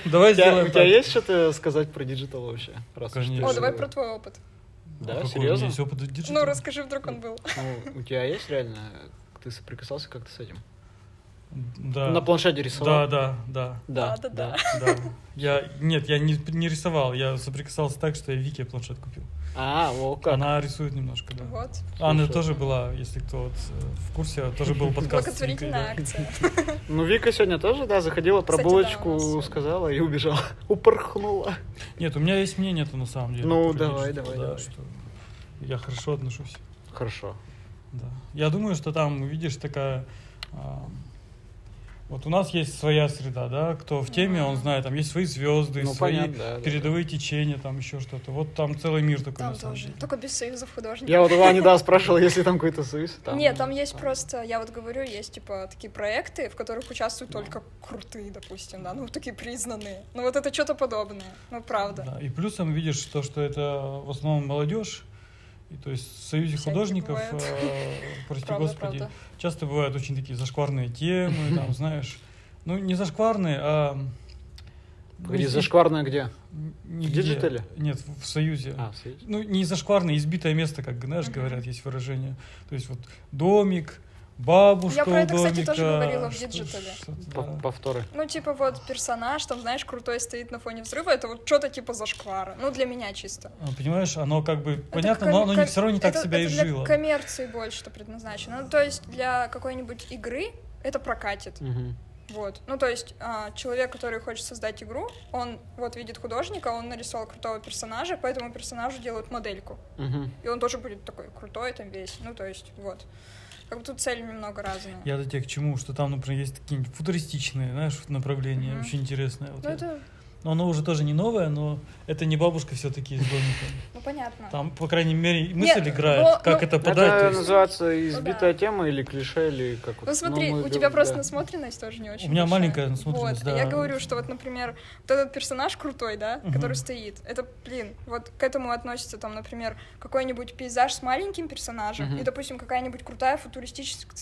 Speaker 7: Давай
Speaker 4: У тебя,
Speaker 7: А сделаем
Speaker 4: у тебя
Speaker 7: так.
Speaker 4: есть что-то сказать про диджитал вообще? Раз уж ты
Speaker 7: Конечно.
Speaker 3: О, давай
Speaker 4: же-
Speaker 3: про твой опыт.
Speaker 4: Да,
Speaker 7: Какой у меня
Speaker 4: серьезно?
Speaker 7: есть опыт диджитала?
Speaker 3: Ну, расскажи, вдруг он был.
Speaker 4: Ну, у тебя есть реально? Ты соприкасался как-то с этим?
Speaker 7: Да.
Speaker 4: На планшете рисовал?
Speaker 7: Да, да, да.
Speaker 4: Да,
Speaker 3: Да, да, да.
Speaker 7: Да. Я, нет, я не, не рисовал, я соприкасался так, что я Вике планшет купил.
Speaker 4: А, о, как.
Speaker 7: Она рисует немножко, да.
Speaker 3: Вот.
Speaker 7: Анна
Speaker 4: Слушай.
Speaker 7: тоже была, если кто вот, э, в курсе, тоже был подкаст. с Викой,
Speaker 3: Благотворительная
Speaker 7: да. [laughs]
Speaker 3: акция.
Speaker 4: Ну, Вика сегодня тоже, да, заходила, про
Speaker 3: Кстати, да,
Speaker 4: булочку
Speaker 3: у нас сегодня.
Speaker 4: сказала и убежала. [laughs] Упорхнула.
Speaker 7: Нет, у меня есть мнение то на самом деле.
Speaker 4: Ну,
Speaker 7: про
Speaker 4: давай,
Speaker 7: диджитал,
Speaker 4: давай,
Speaker 7: да,
Speaker 4: давай.
Speaker 7: что я хорошо отношусь.
Speaker 4: Хорошо.
Speaker 7: Да. Я думаю, что там, видишь, такая... а, вот у нас есть своя среда, да, кто в теме, он знает, там есть свои звезды,
Speaker 4: Ну,
Speaker 7: свои
Speaker 4: понятно, да, да,
Speaker 7: передовые течения, там еще что-то. Вот там целый мир такой,
Speaker 3: Там
Speaker 7: на самом
Speaker 3: тоже.
Speaker 7: деле.
Speaker 3: Только без союзов художников.
Speaker 4: Я вот у Ани, да, спрашивал, если там какой-то союз.
Speaker 3: Нет, там есть просто, я вот говорю, есть типа такие проекты, в которых участвуют только крутые, допустим, да, ну такие признанные. Ну вот это что-то подобное, ну правда.
Speaker 7: Да, И плюсом видишь то, что это в основном молодежь, и то есть в Союзе
Speaker 3: Всякие
Speaker 7: художников,
Speaker 3: бывают.
Speaker 7: э, прости
Speaker 3: Правда,
Speaker 7: господи,
Speaker 3: правда.
Speaker 7: часто бывают очень такие зашкварные темы, там, знаешь, ну не зашкварные, а... ну,
Speaker 4: Погоди,
Speaker 7: здесь
Speaker 4: зашкварная где?
Speaker 7: нигде.
Speaker 4: диджитале?
Speaker 7: Нет, в в Союзе.
Speaker 4: А, в союзе.
Speaker 7: Ну, не зашкварное, избитое место, как, знаешь,
Speaker 3: Мгм.
Speaker 7: говорят, есть выражение. То есть вот домик, бабушка
Speaker 3: Я про
Speaker 7: у
Speaker 3: это, кстати, тоже
Speaker 7: домика,
Speaker 3: говорила в
Speaker 7: что-
Speaker 3: диджитале.
Speaker 7: что-то,
Speaker 4: По-
Speaker 7: да.
Speaker 4: Повторы.
Speaker 3: Ну типа вот персонаж, там, знаешь, крутой стоит на фоне взрыва, это вот что-то типа зашквара. Ну для меня чисто.
Speaker 7: А, Понимаешь, оно как бы
Speaker 3: Это
Speaker 7: понятно,
Speaker 3: ком-
Speaker 7: но оно не,
Speaker 3: ком-
Speaker 7: все равно не так
Speaker 3: это-
Speaker 7: себя
Speaker 3: это
Speaker 7: и
Speaker 3: для
Speaker 7: жило.
Speaker 3: коммерции больше что предназначено. Ну то есть для какой-нибудь игры это прокатит.
Speaker 4: Мгм.
Speaker 3: Вот. Ну, то есть а, человек, который хочет создать игру, он вот видит художника, он нарисовал крутого персонажа, по этому персонажу делают модельку.
Speaker 4: Мгм.
Speaker 3: И он тоже будет такой крутой там весь. Ну, то есть, вот. Как бы тут цели немного разные.
Speaker 7: Я до тебя к чему, что там, например, есть какие-нибудь футуристичные, знаешь, вот направления,
Speaker 3: Мгм.
Speaker 7: очень интересное. вот
Speaker 3: Ну,
Speaker 7: это.
Speaker 3: это,
Speaker 7: Но оно уже тоже не новое, но это не бабушка все-таки из домика.
Speaker 3: ну, понятно.
Speaker 7: Там, по крайней мере, мысль
Speaker 3: Нет,
Speaker 7: играет,
Speaker 3: но- ну,
Speaker 7: как
Speaker 3: но-
Speaker 7: это подать. то
Speaker 4: Это
Speaker 7: есть.
Speaker 4: называется
Speaker 3: Ну да.
Speaker 4: избитая тема или клише, или как вот.
Speaker 3: Ну, смотри,
Speaker 4: Ну, мы
Speaker 3: у тебя
Speaker 4: говорим,
Speaker 3: просто
Speaker 4: да.
Speaker 3: насмотренность тоже не очень
Speaker 7: меня
Speaker 3: большая.
Speaker 7: маленькая насмотренность,
Speaker 3: вот.
Speaker 7: да.
Speaker 3: Я говорю, что вот, например, вот этот персонаж крутой, да,
Speaker 7: Мгм.
Speaker 3: который стоит, это, блин, вот к этому относится, там, например, какой-нибудь пейзаж с маленьким персонажем
Speaker 4: Мгм.
Speaker 3: и, допустим, какая-нибудь крутая футуристическая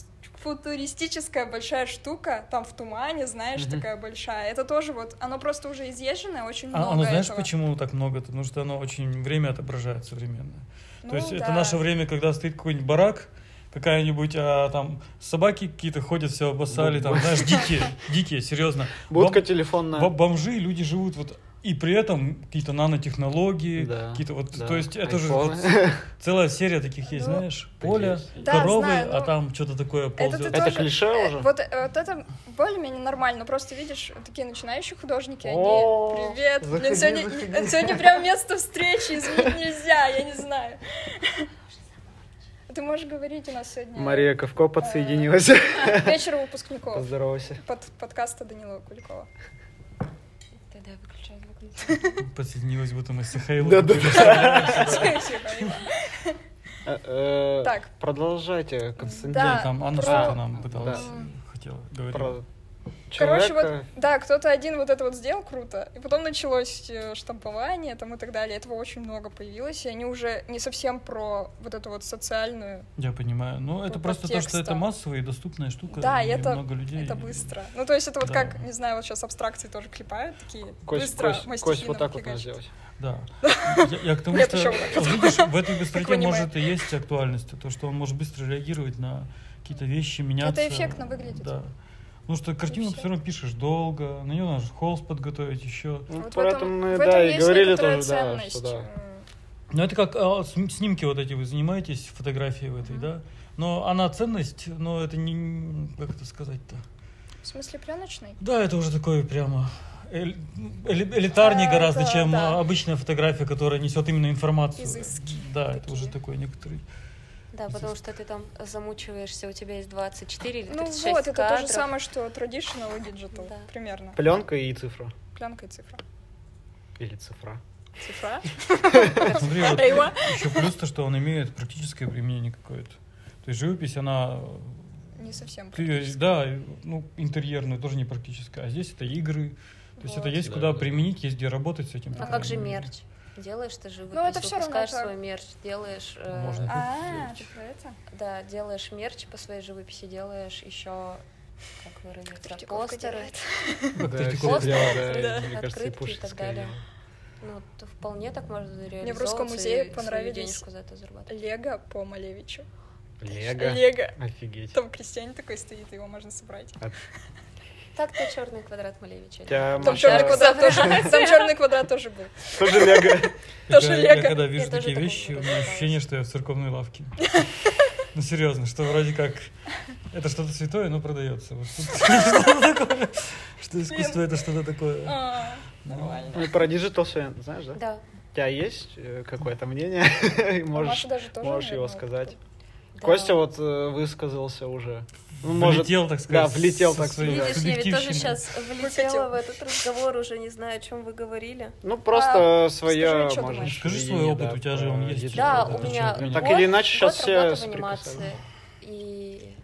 Speaker 3: футуристическая большая штука, там в тумане, знаешь,
Speaker 4: Мгм.
Speaker 3: такая большая. Это тоже вот, оно просто уже изъезженное, очень много
Speaker 7: А оно знаешь,
Speaker 3: этого.
Speaker 7: почему так много? Потому что оно очень время отображает современное.
Speaker 3: Ну,
Speaker 7: То есть это
Speaker 3: да.
Speaker 7: наше время, когда стоит какой-нибудь барак, какая-нибудь, а, там, собаки какие-то ходят, все
Speaker 4: Ну,
Speaker 7: обоссали, там, знаешь, дикие, дикие, серьезно.
Speaker 4: Будка
Speaker 7: Бом-
Speaker 4: телефонная.
Speaker 7: бом- Бомжи, люди живут вот и при этом какие-то нанотехнологии,
Speaker 4: Да,
Speaker 7: какие-то вот,
Speaker 4: да,
Speaker 7: то есть это же
Speaker 4: айфоны.
Speaker 7: вот целая серия таких есть,
Speaker 3: Ну,
Speaker 7: знаешь,
Speaker 4: Так
Speaker 7: поле,
Speaker 4: есть.
Speaker 3: Да,
Speaker 7: коровы,
Speaker 3: знаю,
Speaker 7: а
Speaker 3: ну,
Speaker 7: там что-то такое
Speaker 3: ты
Speaker 7: ползет.
Speaker 3: тоже-
Speaker 4: Это клише
Speaker 3: Э,
Speaker 4: уже?
Speaker 3: Вот, э, вот это более-менее нормально. Просто видишь, такие начинающие художники, они...
Speaker 4: О,
Speaker 3: Привет!
Speaker 4: заходи,
Speaker 3: Блин, сегодня,
Speaker 4: заходи.
Speaker 3: сегодня прям место встречи, изменить нельзя, я не знаю. Ты можешь говорить у нас сегодня...
Speaker 4: Мария Ковко подсоединилась.
Speaker 3: а, Вечер выпускников
Speaker 4: Поздоровайся.
Speaker 3: под подкаста Данила
Speaker 4: [laughs]
Speaker 3: Куликова.
Speaker 5: Тогда выключай звук.
Speaker 7: Э, Подсоединилась будто мы с Мастер Хейлом.
Speaker 4: Да-да.
Speaker 3: Тихо, Ива.
Speaker 4: Так.
Speaker 3: Типа, Так.
Speaker 4: Э, Продолжайте, Константин.
Speaker 3: Да,
Speaker 7: там Анна
Speaker 3: про-
Speaker 7: что-то нам пыталась,
Speaker 3: Да.
Speaker 7: э, хотела, говорила.
Speaker 4: Про
Speaker 3: Короче,
Speaker 4: человека.
Speaker 3: вот, да, кто-то один вот это вот сделал круто, и потом началось э, штампование там и так далее, этого очень много появилось, и они уже не совсем про вот эту вот социальную,
Speaker 7: Я понимаю. Ну, это
Speaker 3: По- по
Speaker 7: просто то, что это
Speaker 3: текстам.
Speaker 7: массовая и доступная штука.
Speaker 3: Да,
Speaker 7: и
Speaker 3: и это-
Speaker 7: много людей.
Speaker 3: это быстро. Ну, то есть это вот
Speaker 7: Да.
Speaker 3: как, не знаю, вот сейчас абстракции тоже клепают, такие
Speaker 4: Кость,
Speaker 3: быстро
Speaker 4: кость,
Speaker 3: мы
Speaker 4: кость
Speaker 3: стихи
Speaker 4: вот так вот надо
Speaker 3: нафигачим.
Speaker 4: сделать.
Speaker 3: [laughs]
Speaker 7: Да. Я, я к тому,
Speaker 3: Нет,
Speaker 7: что
Speaker 3: ещё
Speaker 7: ну,
Speaker 3: вот так. [laughs]
Speaker 7: видишь, в этой
Speaker 3: Как
Speaker 7: быстроте
Speaker 3: понимаю.
Speaker 7: может и есть актуальность, то, что он может быстро реагировать на какие-то вещи, меняться.
Speaker 3: Это эффектно выглядит.
Speaker 7: Да. Ну что картину
Speaker 3: всё.
Speaker 7: все равно пишешь долго, на нее надо же холст подготовить еще.
Speaker 4: Ну,
Speaker 3: Вот в
Speaker 4: про это
Speaker 3: этом-
Speaker 4: мы,
Speaker 3: в
Speaker 4: да,
Speaker 3: этом
Speaker 4: и
Speaker 3: есть
Speaker 4: говорили
Speaker 3: некоторая
Speaker 4: тоже, да, что
Speaker 3: ценность,
Speaker 4: да.
Speaker 3: э,
Speaker 7: Ну это как а, см- снимки вот эти вы занимаетесь, фотографии в этой,
Speaker 3: Мгм.
Speaker 7: да? Но она ценность, но это не как это сказать-то.
Speaker 3: В смысле пленочный?
Speaker 7: Да, это уже такое прямо эль- эли- элитарнее
Speaker 3: А,
Speaker 7: гораздо,
Speaker 3: да,
Speaker 7: чем
Speaker 3: да.
Speaker 7: а, обычная фотография, которая несет именно информацию.
Speaker 3: Изыски
Speaker 7: Да, это
Speaker 3: такие.
Speaker 7: уже такой
Speaker 3: [laughs]
Speaker 7: некоторый.
Speaker 5: Да, потому что ты там замучиваешься, у тебя есть 24 или
Speaker 3: Ну
Speaker 5: 36
Speaker 3: вот, это то же
Speaker 5: кадров.
Speaker 3: самое, что traditional и digital,
Speaker 5: Да.
Speaker 3: примерно.
Speaker 4: Пленка и цифра.
Speaker 3: Пленка и цифра.
Speaker 4: Или цифра.
Speaker 3: [laughs] Цифра?
Speaker 7: Смотри, вот
Speaker 3: Эйва.
Speaker 7: еще плюс то, что он имеет практическое применение какое-то. То есть живопись, она э,
Speaker 3: Не совсем.
Speaker 7: ты её- да, ну, интерьерная, тоже не практическая. А здесь это игры. То есть это
Speaker 3: Вот.
Speaker 7: есть
Speaker 2: Да,
Speaker 7: куда
Speaker 2: да.
Speaker 7: применить, есть где работать с этим. по
Speaker 5: А как
Speaker 7: крайней
Speaker 5: же
Speaker 7: мере.
Speaker 5: мерч? Делаешь ты живопись,
Speaker 3: Ну, это всё равно
Speaker 5: выпускаешь
Speaker 3: так.
Speaker 5: свой мерч, делаешь... э,
Speaker 7: Можно.
Speaker 3: А, ты про это?
Speaker 5: Да, делаешь мерч по своей живописи, делаешь еще, как выразиться,
Speaker 3: Третьяковка
Speaker 5: постеры.
Speaker 3: делает.
Speaker 7: Как
Speaker 4: Да,
Speaker 7: ты
Speaker 4: всё
Speaker 7: такой-
Speaker 5: Просто-
Speaker 4: дело, да,
Speaker 3: Да.
Speaker 4: и, Мне кажется, и
Speaker 5: Открытки и так
Speaker 4: Пушкинская
Speaker 5: далее.
Speaker 4: дело.
Speaker 5: Ну, то вполне так можно реализовываться.
Speaker 3: в Русском музее
Speaker 5: и свою
Speaker 3: понравились-
Speaker 5: денежку за это зарабатывать.
Speaker 3: Лего по Малевичу.
Speaker 4: Лего.
Speaker 3: Лего.
Speaker 4: Офигеть.
Speaker 3: Там крестьянин такой стоит, его можно собрать.
Speaker 5: Так-то черный квадрат Малевича.
Speaker 4: Тебя,
Speaker 3: Там
Speaker 4: Маша,
Speaker 3: черный квадрат тоже. Там черный квадрат тоже был.
Speaker 4: Тоже Лего.
Speaker 3: Тоже
Speaker 7: я, я
Speaker 3: Лего.
Speaker 7: когда вижу
Speaker 5: Я тоже
Speaker 7: такие
Speaker 5: такого
Speaker 7: вещи, у меня
Speaker 5: добивалась.
Speaker 7: ощущение, что я в церковной
Speaker 5: [laughs]
Speaker 7: лавке. Ну серьезно, что вроде как это что-то святое, но продается. Вот
Speaker 5: [laughs]
Speaker 7: тут что-то такое, Что искусство это что-то такое.
Speaker 3: А,
Speaker 7: Ну,
Speaker 3: Нормально.
Speaker 4: Ну, и про диджитал все, знаешь, да?
Speaker 5: Да,
Speaker 4: У тебя есть э, какое-то мнение? [laughs] И Можешь
Speaker 3: А Маша даже тоже,
Speaker 4: можешь его
Speaker 3: наверное, вот
Speaker 4: сказать.
Speaker 3: тут.
Speaker 5: да.
Speaker 4: Костя вот э, высказался уже. Ну, может,
Speaker 7: Влетел, так сказать.
Speaker 4: влетел,
Speaker 7: со
Speaker 4: так сказать.
Speaker 7: своей
Speaker 5: Видишь, я ведь тоже
Speaker 7: субъективщиной.
Speaker 5: сейчас
Speaker 3: Выкатил.
Speaker 5: влетела в этот разговор, уже не знаю, о чем вы говорили.
Speaker 4: ну просто
Speaker 3: скажи,
Speaker 4: свое,
Speaker 3: чё
Speaker 4: может,
Speaker 3: думаешь?
Speaker 7: Скажи свой
Speaker 4: видение,
Speaker 7: опыт,
Speaker 4: да,
Speaker 7: у тебя же он
Speaker 4: про
Speaker 7: есть.
Speaker 4: диджитал,
Speaker 5: Да,
Speaker 7: да,
Speaker 5: у
Speaker 7: да,
Speaker 5: меня
Speaker 7: да. Ну,
Speaker 5: год,
Speaker 4: так или иначе, э, сейчас
Speaker 5: год
Speaker 4: все
Speaker 5: работы в
Speaker 4: соприкасаются.
Speaker 5: анимации, и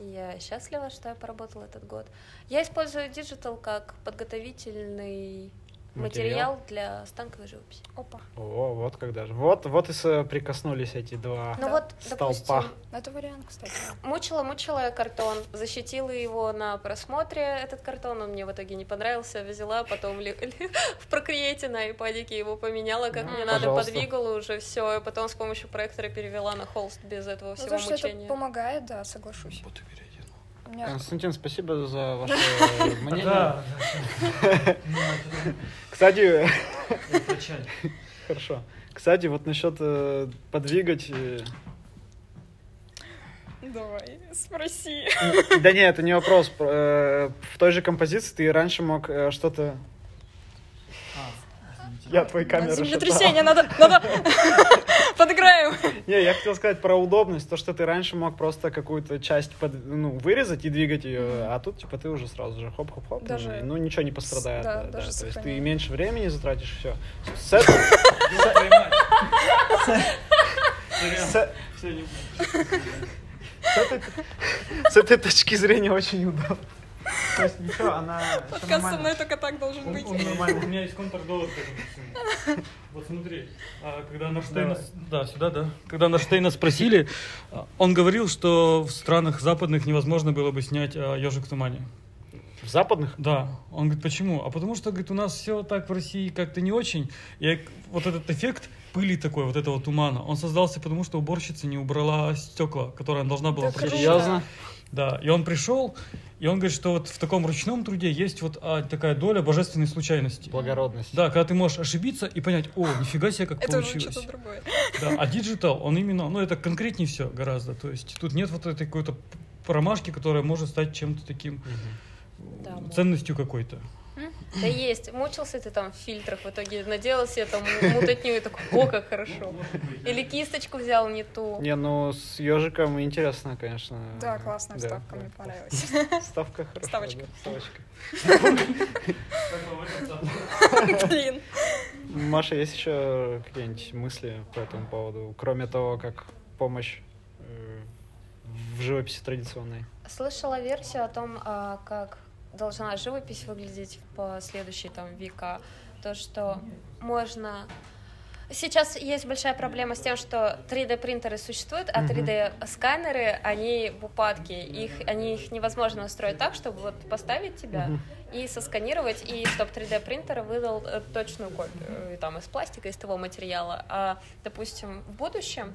Speaker 5: я счастлива, что я поработала этот год. Я использую диджитал как подготовительный
Speaker 4: Материал.
Speaker 5: материал для станковой живописи.
Speaker 3: Опа.
Speaker 4: О, вот когда же. Вот, вот и соприкоснулись эти два.
Speaker 5: Ну вот,
Speaker 4: Столпа.
Speaker 5: допустим,
Speaker 3: Ну, Это вариант, кстати.
Speaker 5: мучила-мучила я картон, защитила его на просмотре, этот картон, он мне в итоге не понравился, взяла, потом ли- ли- [laughs] в прокриете на айпадике его поменяла, как
Speaker 4: Ну,
Speaker 5: мне надо,
Speaker 4: пожалуйста.
Speaker 5: подвигала уже все, и потом с помощью проектора перевела на холст без
Speaker 6: Ну,
Speaker 5: этого всего
Speaker 3: Потому что это
Speaker 5: мучения.
Speaker 3: помогает, да, соглашусь.
Speaker 7: Вот и переодел.
Speaker 3: У меня
Speaker 4: Э, Константин, спасибо за ваше мнение.
Speaker 7: Да, да. Ну, это-
Speaker 4: [laughs] Кстати, э,
Speaker 7: это чай.
Speaker 4: [laughs] хорошо. Кстати, вот насчет э, подвигать. э,
Speaker 3: Давай, спроси.
Speaker 4: Да не, это не вопрос. Про- э, В той же композиции ты раньше мог э, что-то...
Speaker 7: А,
Speaker 4: Я твой камеру шатал.
Speaker 3: Землетрясение, надо,
Speaker 4: [laughs]
Speaker 3: надо. [laughs] Подыграем.
Speaker 4: Не, я хотел сказать про удобность, то, что ты раньше мог просто какую-то часть под- ну, вырезать и двигать ее, а тут, типа, ты уже сразу же хоп-хоп-хоп,
Speaker 3: Даже-
Speaker 4: и, ну, ничего не пострадает.
Speaker 3: Да,
Speaker 4: да,
Speaker 3: даже
Speaker 4: да. То есть ты
Speaker 3: сохраняет.
Speaker 4: меньше времени затратишь, все. С этого- с- с этой- с этой точки зрения очень удобно. То есть ничего,
Speaker 3: [laughs]
Speaker 4: она... всё
Speaker 3: Подкаст со
Speaker 4: нормально.
Speaker 3: мной только так должен
Speaker 7: Он-
Speaker 3: быть.
Speaker 7: он нормально. У меня есть контрдолг к этому всему. Вот смотри, а, когда Нарштейна...
Speaker 4: Давай.
Speaker 7: Да, сюда, да. Когда Нарштейна спросили, а, он говорил, что в странах западных невозможно было бы снять а, «Ежик в тумане».
Speaker 4: В западных?
Speaker 7: Да. Он говорит, почему? А потому что, говорит, у нас все так в России как-то не очень. И вот этот эффект пыли такой, вот этого тумана, он создался потому, что уборщица не убрала стекла, которые она должна была
Speaker 3: Да круто.
Speaker 7: прочистить.
Speaker 4: Серьезно?
Speaker 7: Да, и он пришел, и он говорит, что вот в таком ручном труде есть вот а, такая доля божественной случайности.
Speaker 4: Благородность.
Speaker 7: Да, когда ты можешь ошибиться и понять, о, нифига себе, как
Speaker 3: Это уже
Speaker 7: получилось.
Speaker 3: что-то другое.
Speaker 7: Да, а диджитал, он именно, ну это конкретнее все гораздо, то есть тут нет вот этой какой-то промашки, которая может стать чем-то таким
Speaker 5: Да,
Speaker 7: м, ценностью какой-то.
Speaker 5: Да есть. Мучился ты там в фильтрах, в итоге надела себе там мутотню и такой, о, как хорошо. Или кисточку взял не ту.
Speaker 4: Не, ну с ежиком интересно, конечно.
Speaker 3: Да, классная
Speaker 4: Да,
Speaker 3: вставка,
Speaker 4: да.
Speaker 3: мне понравилась.
Speaker 4: Ставка хорошая.
Speaker 3: Вставочка.
Speaker 4: да, вставочка.
Speaker 3: [laughs] Блин.
Speaker 4: Маша, есть еще какие-нибудь мысли по этому поводу, кроме того, как помощь э, в живописи традиционной.
Speaker 5: Слышала версию о том, а, как должна живопись выглядеть в последующие там века. То, что можно... Сейчас есть большая проблема с тем, что 3D-принтеры существуют, а
Speaker 4: Мгм.
Speaker 5: 3D-сканеры, они в упадке. Их, они, их невозможно устроить так, чтобы вот поставить тебя
Speaker 4: Мгм.
Speaker 5: и сосканировать, и чтобы 3D-принтер выдал э, точную копию э, там, из пластика, из того материала. А, допустим, в будущем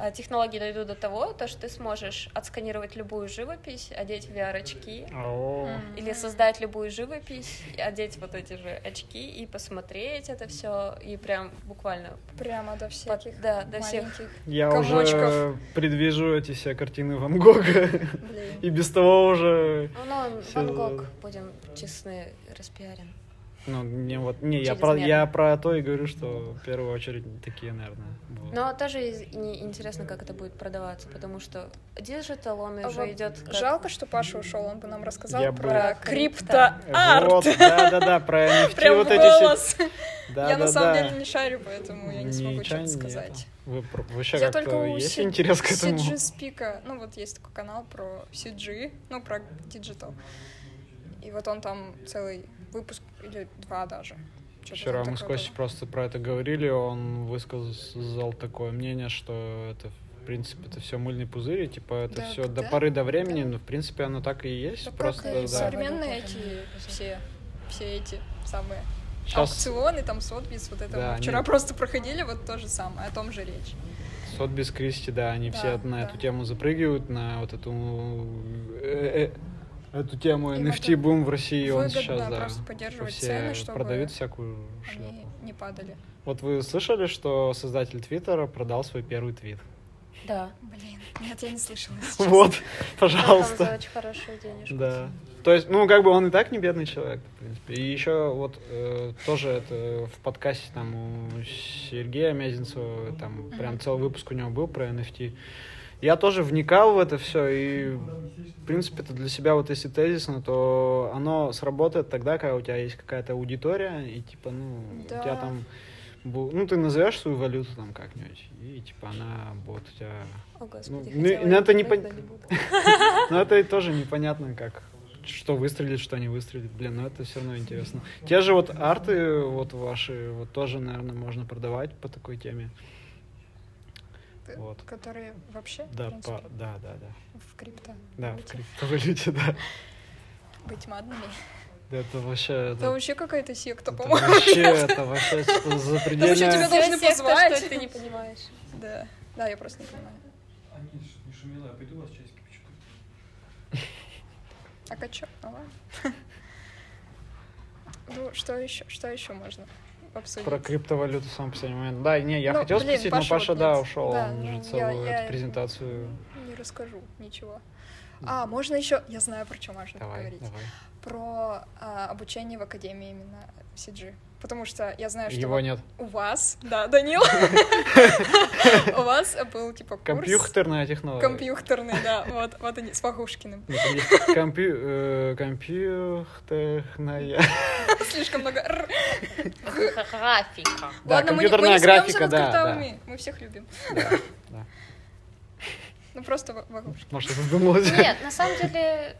Speaker 5: э, технологии дойдут до того, то, что ты сможешь отсканировать любую живопись, одеть VR-очки,
Speaker 3: М.
Speaker 5: или создать любую живопись, и одеть вот эти же очки и посмотреть это все, и прям буквально...
Speaker 3: Прямо до всяких
Speaker 5: да, до всех.
Speaker 3: маленьких,
Speaker 4: Я уже
Speaker 3: Комочков.
Speaker 4: предвижу эти все картины Ван Гога.
Speaker 3: блин.
Speaker 4: И без того уже...
Speaker 5: Ну, но он
Speaker 4: Всё.
Speaker 5: Ван Гог, будем честны, распиарен.
Speaker 4: Ну, не вот... Не, я
Speaker 5: Через
Speaker 4: про,
Speaker 5: меру.
Speaker 4: я про то и говорю, что в первую очередь такие, наверное, будут.
Speaker 3: Ну,
Speaker 5: Но тоже из- не интересно, как это будет продаваться, потому что диджитал, он
Speaker 3: А
Speaker 5: уже
Speaker 3: вот
Speaker 5: идет... как-
Speaker 3: Жалко, что Паша ушел, он бы нам рассказал
Speaker 4: Я бы-
Speaker 3: про
Speaker 5: крипто.
Speaker 4: Вот,
Speaker 3: криптоарт. [laughs]
Speaker 4: да-да-да, про NFT
Speaker 3: Прям
Speaker 4: вот
Speaker 3: в
Speaker 4: эти все.
Speaker 3: голос.
Speaker 4: Да,
Speaker 3: я
Speaker 4: да,
Speaker 3: на самом
Speaker 4: да.
Speaker 3: деле не шарю, поэтому я не смогу
Speaker 4: Ничего
Speaker 3: что-то
Speaker 4: нет.
Speaker 3: сказать.
Speaker 4: Вы про- вообще
Speaker 3: я
Speaker 4: как-то
Speaker 3: только у
Speaker 4: есть
Speaker 3: Си-
Speaker 4: интерес к этому?
Speaker 3: CG Speak, ну вот есть такой канал про CG, ну про digital. И вот он там целый выпуск, или два даже. Чё-то
Speaker 4: Вчера
Speaker 3: там
Speaker 4: мы с
Speaker 3: такое
Speaker 4: Костей просто про это говорили, он высказал такое мнение, что это, в принципе, это все мыльный пузырь, и, типа это
Speaker 3: Так,
Speaker 4: все до
Speaker 3: да,
Speaker 4: поры до времени, но, в принципе, оно так и есть.
Speaker 3: было. Да
Speaker 4: просто,
Speaker 3: как и
Speaker 4: да.
Speaker 3: современные эти все, все эти самые
Speaker 4: Сейчас
Speaker 3: аукционы, там Сотбис, вот это.
Speaker 4: Да,
Speaker 3: Мы вчера
Speaker 4: они-
Speaker 3: просто проходили вот то же самое, о том же речь.
Speaker 4: Сотбис Кристи, да, они
Speaker 3: Да,
Speaker 4: все на
Speaker 3: да.
Speaker 4: эту тему запрыгивают, на вот эту э, э, эту тему
Speaker 3: Им
Speaker 4: NFT
Speaker 3: это
Speaker 4: бум в России, он
Speaker 3: выгодно
Speaker 4: сейчас, да,
Speaker 3: просто поддерживать
Speaker 4: все
Speaker 3: цены, чтобы
Speaker 4: продают всякую
Speaker 3: Они
Speaker 4: шляпу.
Speaker 3: не падали.
Speaker 4: Вот вы слышали, что создатель Твиттера продал свой первый
Speaker 3: [laughs]
Speaker 4: твит?
Speaker 5: Да.
Speaker 3: Блин, нет, я не слышала. если честно.
Speaker 4: Вот,
Speaker 5: Пожалуйста.
Speaker 4: пожалуйста.
Speaker 5: за очень хорошую денежку.
Speaker 4: Да. То есть, ну, как бы он и так не бедный человек, в принципе. И еще вот э, тоже это в подкасте там у Сергея Мезенцева, там прям целый выпуск у него был про NFT. Я тоже вникал в это все, и, в принципе, это для себя вот если тезисно, то оно сработает тогда, когда у тебя есть какая-то аудитория, и типа, ну, у тебя
Speaker 3: Да.
Speaker 4: там... бу- Ну, ты назовешь свою валюту там как-нибудь, и типа она будет у тебя
Speaker 5: О, господи,
Speaker 4: Ну, ну,
Speaker 5: хотела
Speaker 4: ну, это
Speaker 5: я
Speaker 4: не
Speaker 5: говорить,
Speaker 4: пон-
Speaker 5: но
Speaker 4: [laughs]
Speaker 5: не буду.
Speaker 4: ну, это и тоже непонятно, как что выстрелит, что не выстрелит. Блин, ну это все равно интересно. Те же вот арты вот ваши, вот тоже, наверное, можно продавать по такой теме.
Speaker 3: Ты-
Speaker 4: Вот.
Speaker 3: Которые вообще,
Speaker 4: Да,
Speaker 3: в принципе,
Speaker 4: по, да, да, да.
Speaker 3: в крипто.
Speaker 4: Да, в
Speaker 3: будете
Speaker 4: криптовалюте, да.
Speaker 3: Быть мадными.
Speaker 4: Да, Это вообще...
Speaker 3: Это
Speaker 4: Это,
Speaker 3: вообще какая-то секта,
Speaker 4: это
Speaker 3: по-моему. [laughs]
Speaker 4: вообще, это вообще
Speaker 3: Вообще
Speaker 4: что-то
Speaker 3: тебя
Speaker 4: запредельное.
Speaker 5: Всё,
Speaker 3: должны
Speaker 5: секта,
Speaker 3: позвать.
Speaker 5: что ты не понимаешь.
Speaker 3: Да. Да, я просто не понимаю.
Speaker 7: не шумела, я пойду вас часики почитаю.
Speaker 3: А качок? Ну ладно. [laughs] Ну, что еще? Что еще можно обсудить?
Speaker 4: Про криптовалюту сам последний момент. Да, не, я
Speaker 3: Ну,
Speaker 4: хотел
Speaker 3: блин,
Speaker 4: спросить,
Speaker 3: Паша вот
Speaker 4: но Паша, да,
Speaker 3: нет.
Speaker 4: ушел.
Speaker 3: Да,
Speaker 4: Он
Speaker 3: ну,
Speaker 4: же
Speaker 3: я-
Speaker 4: целую
Speaker 3: я-
Speaker 4: эту презентацию.
Speaker 3: Не расскажу ничего. А, можно еще. Я знаю, про что можно
Speaker 4: Давай,
Speaker 3: поговорить.
Speaker 4: давай.
Speaker 3: Про а, обучение в академии именно CG. Потому что я знаю, что
Speaker 4: Его нет.
Speaker 3: у вас, да, Данил, [laughs] у вас был типа курс
Speaker 4: Компьютерная технология.
Speaker 3: компьютерный, да, вот, вот они с Вахушкиным.
Speaker 4: Нет, там есть компью- э, Компьютерная.
Speaker 3: [laughs] Слишком много. «р».
Speaker 5: Графика.
Speaker 4: Да,
Speaker 3: Ладно, мы не- мы не
Speaker 4: компьютерная
Speaker 3: смеемся
Speaker 4: графика,
Speaker 3: над
Speaker 4: да, да.
Speaker 3: картавыми, мы всех любим.
Speaker 4: Да, да.
Speaker 3: [laughs] Ну просто Ва- Вахушкин.
Speaker 4: Может, это задумалось?
Speaker 5: Нет, на самом деле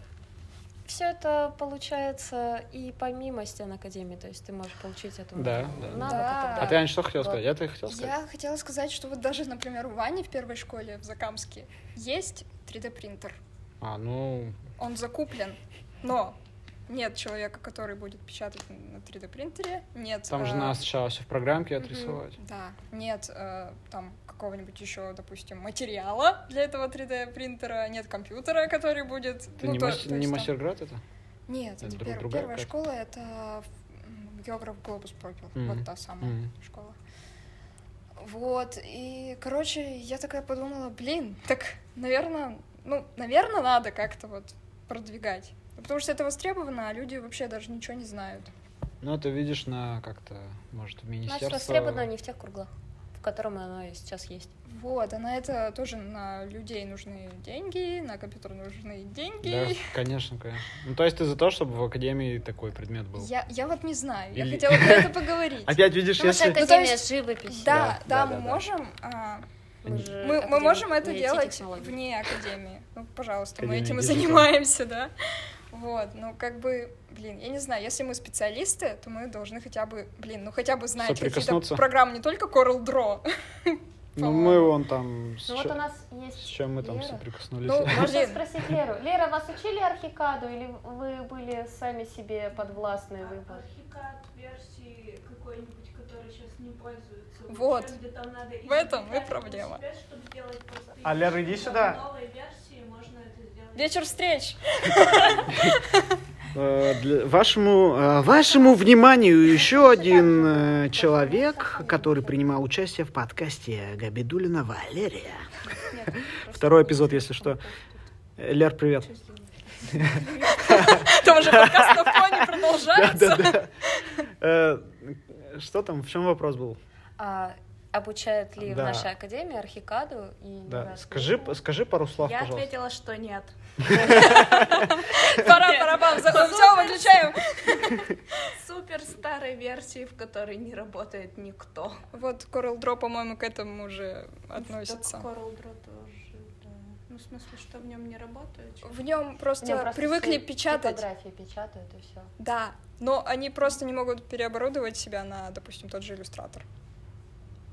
Speaker 5: все это получается и помимо стен академии, то есть ты можешь получить эту
Speaker 4: Да, да.
Speaker 5: навык.
Speaker 3: Да.
Speaker 5: и так
Speaker 4: А ты,
Speaker 5: далее.
Speaker 4: Аня, что хотела
Speaker 5: Вот.
Speaker 4: сказать? Я-то и хотела сказать.
Speaker 3: Я хотела сказать, что вот даже, например, у Вани в первой школе в Закамске есть 3D-принтер.
Speaker 4: А, ну,
Speaker 3: Он закуплен, но нет человека, который будет печатать на 3D-принтере, нет...
Speaker 4: там же
Speaker 3: э,
Speaker 4: надо сначала все в программке
Speaker 5: мгм.
Speaker 4: отрисовать.
Speaker 3: Да, нет э, там какого-нибудь еще, допустим, материала для этого 3D-принтера, нет компьютера, который будет...
Speaker 4: Это
Speaker 3: ну,
Speaker 4: не
Speaker 3: то-
Speaker 4: мас-
Speaker 3: то
Speaker 4: не
Speaker 3: есть там-
Speaker 4: мастерград это?
Speaker 3: Нет,
Speaker 4: Это
Speaker 3: это
Speaker 4: друг-
Speaker 3: пер-
Speaker 4: другая
Speaker 3: первая
Speaker 4: какая-то?
Speaker 3: школа это м, географ глобус пропил.
Speaker 4: Мгм.
Speaker 3: Вот та самая
Speaker 4: Мгм.
Speaker 3: школа. Вот, и, короче, я такая подумала, блин, так, наверное, ну, наверное, надо как-то вот продвигать. Ну, Потому что это востребовано, а люди вообще даже ничего не знают.
Speaker 4: Ну, это видишь на как-то, может, в
Speaker 5: Значит,
Speaker 4: министерство.
Speaker 5: востребовано не в тех кругах, в котором оно и сейчас есть.
Speaker 3: Вот, а на это тоже на людей нужны деньги, на компьютер нужны
Speaker 4: Да,
Speaker 3: деньги.
Speaker 4: конечно, конечно. Ну, то есть ты за то, чтобы в академии такой предмет был?
Speaker 3: Я, я вот не знаю, я
Speaker 4: Или-
Speaker 3: хотела
Speaker 4: [laughs]
Speaker 3: про это поговорить.
Speaker 4: Опять видишь,
Speaker 5: Потому что
Speaker 4: если...
Speaker 3: Ну, то
Speaker 5: академия
Speaker 3: есть-
Speaker 5: живописи.
Speaker 4: Да,
Speaker 3: Да,
Speaker 4: да,
Speaker 3: да,
Speaker 4: да,
Speaker 3: мы
Speaker 4: да.
Speaker 3: можем а,
Speaker 5: Мы, же
Speaker 3: Мы, мы
Speaker 5: академия
Speaker 3: можем это
Speaker 5: IT
Speaker 3: делать
Speaker 5: технологий.
Speaker 3: вне академии. Ну, пожалуйста,
Speaker 4: Академия
Speaker 3: мы этим и
Speaker 4: диджитал.
Speaker 3: занимаемся, да. Вот, ну как бы, блин, я не знаю, если мы специалисты, то мы должны хотя бы, блин, ну хотя бы знать какие-то
Speaker 4: Соприкоснуться.
Speaker 3: программы, не только Coral Draw.
Speaker 4: Ну,
Speaker 3: По-моему.
Speaker 4: мы вон там... С,
Speaker 5: Ну вот
Speaker 4: чё-
Speaker 5: у нас есть...
Speaker 4: с чем мы там
Speaker 5: Лера.
Speaker 4: соприкоснулись?
Speaker 3: Ну,
Speaker 5: Можно
Speaker 3: Блин.
Speaker 5: спросить Леру. Лера, вас учили архикаду или вы были сами себе подвластны? Вы... вот-
Speaker 6: Архикад А версии какой-нибудь, который сейчас не пользуется.
Speaker 3: Вот.
Speaker 6: Где там надо
Speaker 3: В этом и
Speaker 6: изобретать
Speaker 3: проблема.
Speaker 6: велосипед, чтобы сделать простые
Speaker 4: А, Лера, иди
Speaker 6: вещи.
Speaker 4: сюда.
Speaker 6: В новой версии можно это сделать.
Speaker 3: Вечер встреч!
Speaker 4: Э, для- вашему, э, вашему вниманию еще один э, человек, который принимал участие в подкасте Габидулина Валерия.
Speaker 3: Нет, просто
Speaker 4: Второй эпизод, если что. Э, Лер, привет.
Speaker 3: [laughs] Там уже подкаст на фоне продолжается.
Speaker 4: Да-да-да. Э, Что там, в чем вопрос был?
Speaker 5: А обучают ли в
Speaker 4: Да.
Speaker 5: нашей академии архикаду? И
Speaker 4: Да.
Speaker 5: раз-
Speaker 4: Скажи, скажи пару слов,
Speaker 6: Я
Speaker 4: пожалуйста.
Speaker 6: ответила, что нет.
Speaker 3: Пора, пора, бам, все, выключаем.
Speaker 6: Супер старой версии, в которой не работает никто.
Speaker 3: Вот Coral Draw, по-моему, к этому уже относится.
Speaker 6: Так Coral Draw тоже, да. Ну, в смысле, что в нем не работает?
Speaker 3: В нем
Speaker 5: Не,
Speaker 3: просто
Speaker 5: просто
Speaker 3: привыкли
Speaker 5: все
Speaker 3: печатать.
Speaker 5: Типографии печатают и все.
Speaker 3: Да, но они просто не могут переоборудовать себя на, допустим, тот же иллюстратор.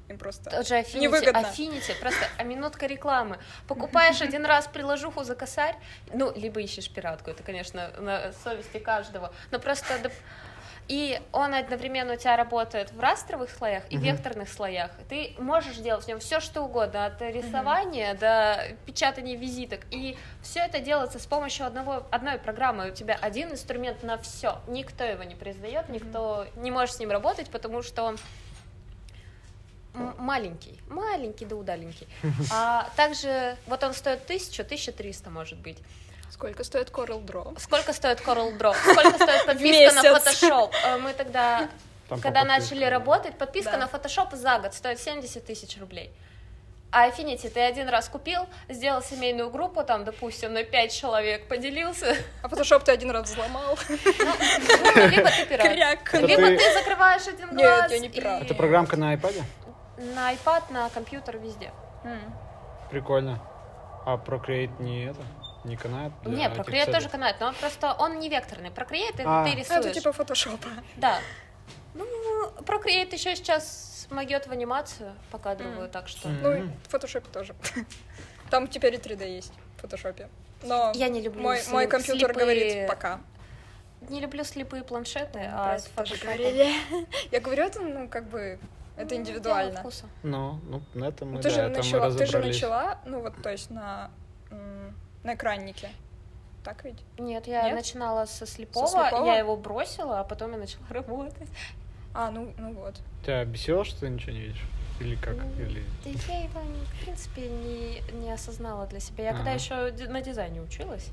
Speaker 3: Им просто...
Speaker 5: Тот же Affinity,
Speaker 3: Невыгодно.
Speaker 5: Affinity, просто а, минутка рекламы. Покупаешь один раз приложуху за косарь, ну, либо ищешь пиратку, это, конечно, на совести каждого, но просто... доп- И он одновременно у тебя работает в растровых слоях и
Speaker 4: Мгм.
Speaker 5: векторных слоях. Ты можешь делать в нем все, что угодно, от рисования до печатания визиток. И все это делается с помощью одного, одной программы. У тебя один инструмент на все. Никто его не признает, никто не может с ним работать, потому что он М- маленький, маленький да удаленький. А также вот он стоит тысячу, тысяча триста может быть.
Speaker 3: Сколько стоит Coral Draw?
Speaker 5: Сколько стоит Coral Draw? Сколько
Speaker 3: [laughs]
Speaker 5: стоит подписка на
Speaker 3: месяц.
Speaker 5: Photoshop? Э, Мы тогда,
Speaker 4: Там
Speaker 5: когда
Speaker 4: попытка.
Speaker 5: начали работать, подписка
Speaker 3: Да.
Speaker 5: на Photoshop за год стоит 70 тысяч рублей. А Affinity ты один раз купил, сделал семейную группу, там, допустим, на 5 человек поделился,
Speaker 3: [laughs] А Photoshop ты один раз взломал.
Speaker 5: Ну, либо ты пират.
Speaker 3: Кряк.
Speaker 4: Это
Speaker 5: Либо
Speaker 4: ты-
Speaker 5: А ты закрываешь один
Speaker 3: Нет,
Speaker 5: глаз.
Speaker 3: я не пират.
Speaker 5: и
Speaker 4: Это программка на iPad?
Speaker 5: На iPad, на компьютер, везде.
Speaker 3: М.
Speaker 4: Прикольно. А Procreate не это? Не канает? для
Speaker 5: Не,
Speaker 4: этих
Speaker 5: Procreate
Speaker 4: целей?
Speaker 5: тоже канает, но он просто он не векторный. Procreate это
Speaker 4: А.
Speaker 5: ты
Speaker 4: А,
Speaker 5: рисуешь.
Speaker 3: А, это типа фотошопа.
Speaker 5: Да. Ну, Procreate еще сейчас могет в анимацию покадровую, так что.
Speaker 4: Мгм.
Speaker 3: Ну, и в фотошопе тоже. [laughs] Там теперь и 3D есть в фотошопе. Но
Speaker 5: Я не люблю
Speaker 3: мой,
Speaker 5: сли-
Speaker 3: мой компьютер
Speaker 5: слепые-
Speaker 3: говорит пока.
Speaker 5: Не люблю слепые планшеты,
Speaker 3: Про
Speaker 5: а
Speaker 3: это
Speaker 5: с [laughs]
Speaker 3: тоже
Speaker 5: фотошопом-
Speaker 3: говорили. Я говорю, это, ну, как бы,
Speaker 5: Ну,
Speaker 3: это
Speaker 5: дело
Speaker 3: индивидуально.
Speaker 5: вкуса.
Speaker 4: Ну, ну, на этом мы,
Speaker 3: Ну, ты,
Speaker 4: да,
Speaker 3: же
Speaker 4: это мы
Speaker 3: начала, ты же
Speaker 4: разобрались.
Speaker 3: начала, ну вот, то есть на, м, на экраннике. Так ведь?
Speaker 5: Нет, я
Speaker 3: Нет?
Speaker 5: начинала со слепого,
Speaker 3: слепого?
Speaker 5: я его бросила, а потом я начала [laughs] работать.
Speaker 3: А, ну, ну вот.
Speaker 4: Тебя бесило, что ты ничего не видишь? Или как?
Speaker 5: Ну,
Speaker 4: Или...
Speaker 5: Да я его, в принципе, не, не осознала для себя. Я когда
Speaker 4: Ага.
Speaker 5: еще ди- на дизайне училась,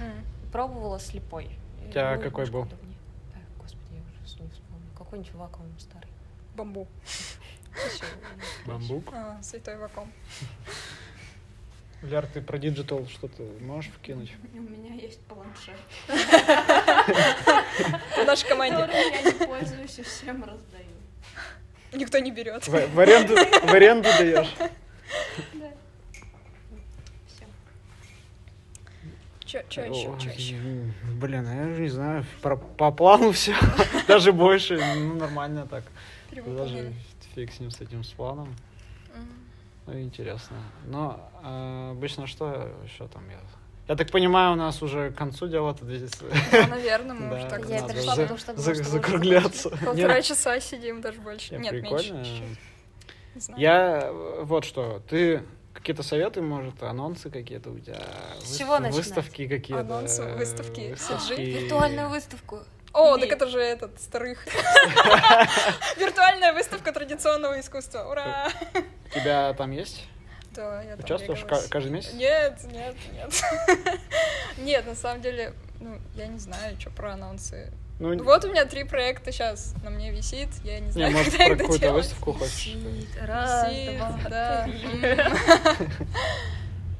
Speaker 3: М.
Speaker 5: пробовала слепой.
Speaker 4: У тебя
Speaker 5: Было
Speaker 4: какой
Speaker 5: немножко
Speaker 4: был?
Speaker 5: удобнее. Ай, Господи, я уже с- не вспомню. Какой-нибудь вакуум старый.
Speaker 3: Бамбу.
Speaker 5: Ещё
Speaker 4: Бамбук?
Speaker 3: А, святой вакуум.
Speaker 4: Лер, ты про диджитал что-то можешь вкинуть?
Speaker 6: У меня есть планшет,
Speaker 3: В нашей команде
Speaker 6: которым я не пользуюсь и всем раздаю.
Speaker 3: никто не берет.
Speaker 4: В, в аренду, в аренду даешь.
Speaker 6: Все.
Speaker 3: Че, че еще,
Speaker 4: Ой,
Speaker 3: че еще?
Speaker 4: Блин, а я даже не знаю, про- по плану [laughs] все, даже больше, ну нормально так. Даже фиг с ним, с этим, с планом. Ну, интересно. Но э, обычно что еще там я... Я так понимаю, у нас уже к концу дело-то здесь.
Speaker 3: Да, Ну, наверное,
Speaker 4: [laughs]
Speaker 3: мы уже
Speaker 4: Да,
Speaker 3: так
Speaker 5: Я
Speaker 4: надо
Speaker 5: перешла,
Speaker 4: за-
Speaker 5: потому что думала,
Speaker 4: за-
Speaker 5: что вы уже
Speaker 3: [laughs]
Speaker 4: закругляться.
Speaker 3: Полтора
Speaker 4: Нет,
Speaker 3: часа сидим, даже больше.
Speaker 4: не,
Speaker 3: Нет, меньше.
Speaker 4: прикольно.
Speaker 3: чуть-чуть. Не знаю.
Speaker 4: Я э, вот что, ты какие-то советы, может, анонсы какие-то у тебя?
Speaker 5: С чего начинать?
Speaker 4: Выставки какие-то?
Speaker 3: Анонсы,
Speaker 4: э,
Speaker 3: выставки,
Speaker 4: выставки.
Speaker 5: Виртуальную выставку.
Speaker 3: О,
Speaker 5: Нет.
Speaker 3: так это же этот,
Speaker 4: [laughs]
Speaker 3: старых. Виртуальная выставка традиционного искусства. Ура!
Speaker 4: У тебя там есть?
Speaker 3: Да, я там
Speaker 4: Э, Участвуешь
Speaker 3: бегалась.
Speaker 4: ка- каждый месяц?
Speaker 3: Нет, нет, нет. [laughs] Нет, на самом деле, ну, я не знаю, что про анонсы.
Speaker 4: Ну,
Speaker 3: Ну, Вот у меня три проекта сейчас на мне висит, я не
Speaker 4: не,
Speaker 3: знаю,
Speaker 4: может,
Speaker 3: когда
Speaker 4: про
Speaker 3: их
Speaker 4: какую-то
Speaker 3: доделать.
Speaker 4: выставку хочешь? что ли?
Speaker 5: Раз,
Speaker 3: Висит,
Speaker 5: два,
Speaker 3: да.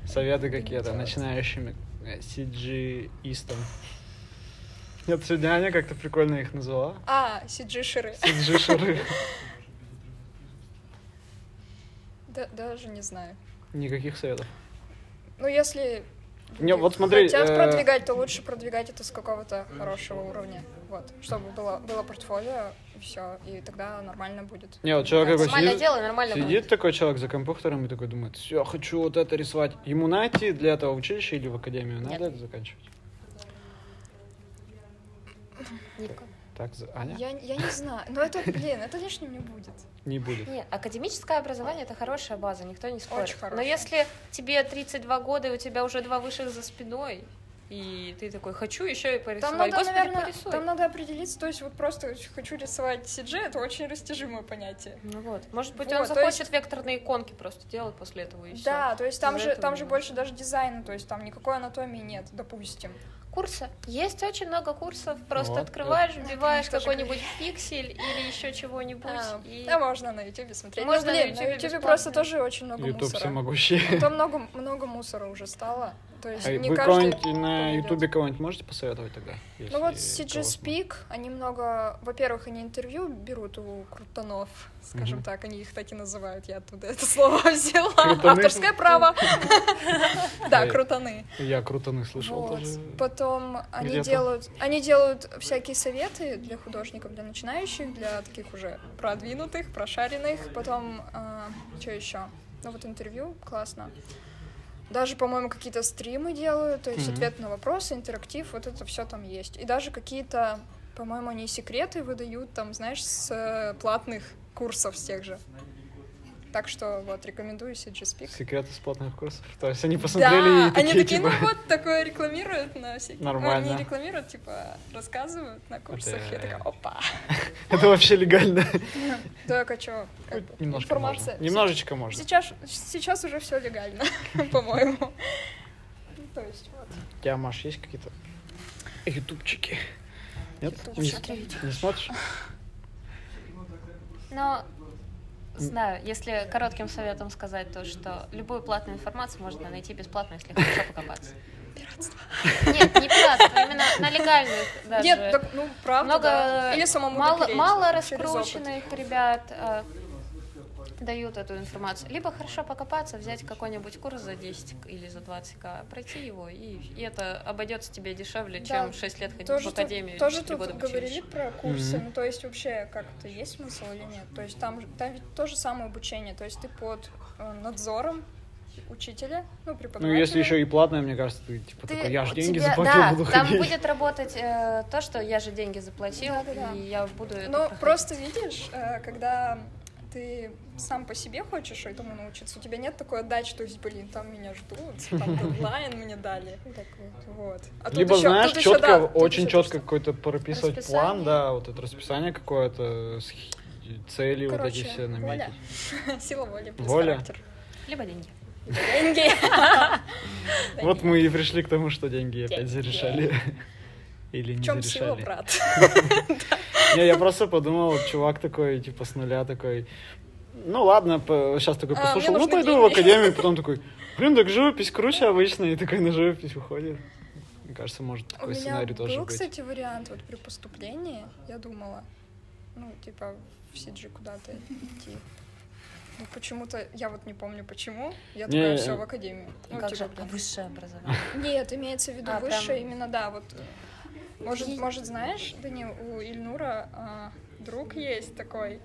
Speaker 4: Советы какие-то
Speaker 3: делать.
Speaker 4: начинающими э, CG-истам. Нет, сегодня Аня как-то прикольно их назвала.
Speaker 3: А, Сиджишеры.
Speaker 4: CG-шары.
Speaker 3: Да- даже не знаю.
Speaker 4: Никаких советов.
Speaker 3: Ну, если
Speaker 4: Не,
Speaker 3: люди
Speaker 4: вот смотри,
Speaker 3: хотят
Speaker 4: э,
Speaker 3: продвигать, то лучше продвигать это с какого-то хорошего уровня. Вот, чтобы было, было портфолио, и все, и тогда нормально будет.
Speaker 4: Не, вот человек такой
Speaker 5: Нормально
Speaker 4: сидит-
Speaker 5: делай, нормально
Speaker 4: Сидит такой человек за компьютером и такой думает, все, хочу вот это рисовать. Ему найти для этого училище или в академию надо
Speaker 5: Нет.
Speaker 4: это заканчивать?
Speaker 5: будет. Ника.
Speaker 4: Так, за- Аня?
Speaker 3: Я, я не знаю, но это, блин, это лишним не
Speaker 5: [laughs]
Speaker 3: будет.
Speaker 4: Не будет.
Speaker 5: Нет, академическое образование это хорошая база, никто не спорит.
Speaker 3: Очень
Speaker 5: Но
Speaker 3: хорошая.
Speaker 5: если тебе 32 года, и у тебя уже два высших за спиной, и ты такой, хочу еще и порисовать.
Speaker 3: Там надо,
Speaker 5: Господи,
Speaker 3: наверное,
Speaker 5: порисуй.
Speaker 3: там надо определиться, то есть вот просто хочу рисовать CG, это очень растяжимое понятие.
Speaker 5: Ну вот, может быть,
Speaker 3: Вот,
Speaker 5: он
Speaker 3: то
Speaker 5: захочет
Speaker 3: есть-
Speaker 5: векторные иконки просто делать после этого и все.
Speaker 3: Да, то есть там
Speaker 5: Из-за
Speaker 3: же,
Speaker 5: этого
Speaker 3: там же
Speaker 5: не
Speaker 3: больше даже дизайна, то есть там никакой анатомии нет, допустим.
Speaker 5: Курсы. Есть очень много курсов. Просто
Speaker 2: Вот,
Speaker 5: открываешь,
Speaker 3: да.
Speaker 5: вбиваешь
Speaker 3: Конечно же,
Speaker 5: какой-нибудь пиксель или еще чего-нибудь.
Speaker 3: А,
Speaker 5: и-
Speaker 3: да, можно на YouTube смотреть. Ну,
Speaker 5: Можно на
Speaker 3: блин, на
Speaker 5: YouTube
Speaker 3: YouTube
Speaker 5: бесплатно.
Speaker 3: просто тоже очень много
Speaker 4: Ютуб
Speaker 3: мусора.
Speaker 4: всемогущий.
Speaker 3: А То много, много мусора уже стало. То есть
Speaker 4: А
Speaker 3: не
Speaker 4: Вы
Speaker 3: каждый
Speaker 4: кого-нибудь на
Speaker 3: пойдёт.
Speaker 4: Ютубе кого-нибудь можете посоветовать тогда?
Speaker 3: Ну вот
Speaker 4: если
Speaker 3: CG
Speaker 4: кого смотреть?
Speaker 3: Speak, они много... Во-первых, они интервью берут у крутанов, скажем
Speaker 4: Мгм.
Speaker 3: так. Они их так и называют, я оттуда это слово [laughs] взяла.
Speaker 4: Крутаны?
Speaker 3: Авторское
Speaker 4: [laughs]
Speaker 3: право. Да,
Speaker 4: Ой.
Speaker 3: крутаны.
Speaker 4: Я крутаны слышал
Speaker 3: Вот.
Speaker 4: тоже.
Speaker 3: Потом они
Speaker 4: Где-то.
Speaker 3: делают, они делают всякие советы для художников, для начинающих, для таких уже продвинутых, прошаренных. Потом, что еще? Ну вот интервью, классно. Даже, по-моему, какие-то стримы делают, то есть
Speaker 4: Мгм.
Speaker 3: ответ на вопросы, интерактив, вот это все там есть. И даже какие-то, по-моему, они секреты выдают там, знаешь, с э, платных курсов с тех же. Так что вот рекомендую CG Speak.
Speaker 4: Секреты бесплатных курсов. То есть они
Speaker 3: Да,
Speaker 4: посмотрели и
Speaker 3: они такие, ну
Speaker 4: типа,
Speaker 3: вот, такое рекламируют на всякие... ну,
Speaker 4: Нормально.
Speaker 3: Они рекламируют, типа, рассказывают на курсах. Я
Speaker 4: Это-
Speaker 3: такая, опа. ну,
Speaker 4: Это вообще легально. [laughs]
Speaker 3: Так, а чё? как бы,
Speaker 4: Ну, Немножко
Speaker 3: информация.
Speaker 4: можно. Немножечко можно.
Speaker 3: Сейчас, сейчас уже все легально, [laughs] по-моему. Ну, То есть, вот.
Speaker 4: У тебя, Маш, есть какие-то ютубчики? Нет? Не с-
Speaker 3: Ютубчики.
Speaker 4: Не смотришь?
Speaker 5: Но знаю, если коротким советом сказать то, что любую платную информацию можно найти бесплатно, если хорошо покопаться. Нет, не пиратство, именно на легальных даже.
Speaker 3: Нет, так, ну, правда,
Speaker 5: Много,
Speaker 3: да. Или самому
Speaker 5: мало,
Speaker 3: допереть
Speaker 5: мало
Speaker 3: через опыт.
Speaker 5: раскрученных ребят э, дают эту информацию. Либо хорошо покопаться, взять какой-нибудь курс за 10 к- или за 20к, пройти его, и, и это обойдется тебе дешевле,
Speaker 3: Да,
Speaker 5: чем 6 лет ходить
Speaker 3: Тоже
Speaker 5: в академию.
Speaker 3: тут,
Speaker 5: или
Speaker 3: тоже
Speaker 5: 4
Speaker 3: тут
Speaker 5: года в
Speaker 3: говорили
Speaker 5: училище.
Speaker 3: про курсы,
Speaker 4: Мгм.
Speaker 3: ну то есть вообще как-то есть смысл или нет? То есть там, же- там ведь то же самое обучение, то есть ты под э, надзором учителя, ну
Speaker 4: Ну,
Speaker 3: преподавателя.
Speaker 4: если еще и платное, мне кажется, ты типа
Speaker 5: Ты-
Speaker 4: такой, я же
Speaker 5: у
Speaker 4: деньги
Speaker 5: тебя-
Speaker 4: заплатил,
Speaker 5: да,
Speaker 4: буду
Speaker 5: там
Speaker 4: ходить.
Speaker 5: будет работать э, то, что я же деньги заплатил,
Speaker 3: Да-да-да.
Speaker 5: и я буду это
Speaker 3: Ну,
Speaker 5: проходить.
Speaker 3: просто видишь, э, когда ты сам по себе хочешь этому научиться, у тебя нет такой отдачи, то есть, блин, там меня ждут,
Speaker 4: [laughs]
Speaker 3: там дедлайн мне дали. Вот. А тут
Speaker 4: Либо,
Speaker 3: ещё-
Speaker 4: знаешь,
Speaker 3: тут ещё,
Speaker 4: четко,
Speaker 3: да, тут
Speaker 4: очень
Speaker 3: ещё то,
Speaker 4: четко
Speaker 3: что-
Speaker 4: какой-то прописывать
Speaker 5: Расписание.
Speaker 4: план, да, вот это расписание какое-то, схи- цели, вот эти
Speaker 3: Короче,
Speaker 4: все наметки.
Speaker 3: воля. [laughs] Сила воли плюс
Speaker 4: Воля.
Speaker 3: характер.
Speaker 5: Либо деньги.
Speaker 4: [laughs]
Speaker 3: Деньги.
Speaker 4: Вот мы и пришли к тому, что деньги опять зарешали. [laughs] Или
Speaker 3: В
Speaker 4: не
Speaker 3: чем сила,
Speaker 4: зарешали.
Speaker 3: брат?
Speaker 4: Не, я просто подумал, вот чувак такой, типа, с нуля такой, ну ладно, сейчас такой
Speaker 3: А,
Speaker 4: послушал,
Speaker 3: мне
Speaker 4: ну
Speaker 3: нужны
Speaker 4: пойду в
Speaker 3: деньги».
Speaker 4: академию,
Speaker 3: [laughs]
Speaker 4: потом такой, блин, так живопись круче обычно, и такой на живопись уходит. Мне кажется, может
Speaker 3: У
Speaker 4: [laughs] такой
Speaker 3: меня
Speaker 4: сценарий тоже
Speaker 3: был,
Speaker 4: быть.
Speaker 3: кстати, вариант вот при поступлении, я думала, ну, типа, в Сиджи куда-то идти. Ну, почему-то, я вот не помню почему, я
Speaker 4: Не,
Speaker 3: такая,
Speaker 4: э,
Speaker 3: все, в академию. Ну,
Speaker 5: как
Speaker 3: типа,
Speaker 5: же
Speaker 3: блин.
Speaker 5: высшее образование?
Speaker 3: Нет, имеется в виду
Speaker 5: А, прям-
Speaker 3: высшее, именно, да, вот. Может, может, знаешь, Данил, у Ильнура а, друг есть такой,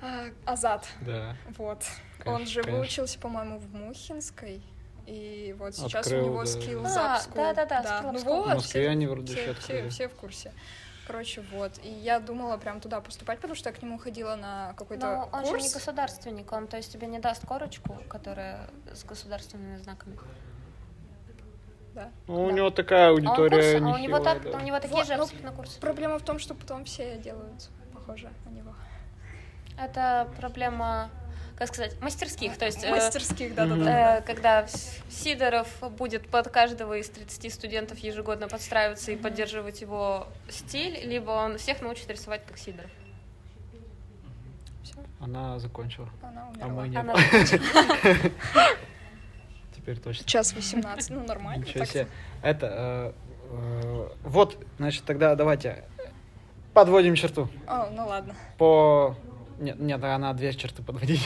Speaker 3: а, Азат,
Speaker 4: Да.
Speaker 3: вот.
Speaker 4: Конечно,
Speaker 3: Он же
Speaker 4: конечно.
Speaker 3: выучился, по-моему, в Мухинской. И вот сейчас
Speaker 4: Открыл,
Speaker 3: у него
Speaker 4: да.
Speaker 3: скилл
Speaker 5: А,
Speaker 3: Запскую.
Speaker 5: да-да-да,
Speaker 3: Ну
Speaker 5: Skills Lab
Speaker 3: вот,
Speaker 4: В Москве
Speaker 3: все-
Speaker 4: они вроде
Speaker 3: все,
Speaker 4: еще
Speaker 3: все-
Speaker 4: открыли.
Speaker 3: все в курсе. Короче, вот. И я думала прям туда поступать, потому что я к нему ходила на какой-то
Speaker 5: Но Ну, он же не
Speaker 3: курс.
Speaker 5: государственник, он, то есть тебе не даст корочку, которая с государственными знаками.
Speaker 4: Ну, у
Speaker 3: Да.
Speaker 4: него такая
Speaker 5: А он курс,
Speaker 4: аудитория
Speaker 5: а у него,
Speaker 4: нехилая,
Speaker 5: так,
Speaker 4: да.
Speaker 5: у него такие
Speaker 3: Вот,
Speaker 5: же
Speaker 3: ну,
Speaker 5: абсолютно курсы.
Speaker 3: Проблема в том, что потом все делают похоже на него.
Speaker 5: Это проблема, как сказать, мастерских. То есть э,
Speaker 3: Мастерских, да-да-да.
Speaker 5: э, когда С- Сидоров будет под каждого из 30 студентов ежегодно подстраиваться и поддерживать его стиль, либо он всех научит рисовать как Сидоров.
Speaker 3: Всё,
Speaker 4: Она закончила.
Speaker 3: она
Speaker 4: А мы
Speaker 3: умерла.
Speaker 4: нет.
Speaker 5: Она
Speaker 4: [laughs] Теперь точно.
Speaker 3: Час 18, ну нормально.
Speaker 4: Ничего
Speaker 3: так.
Speaker 4: себе. Это, э, э, вот, значит, тогда давайте подводим черту
Speaker 3: О, ну А, ладно.
Speaker 4: по Нет, нет, она две черты подводить.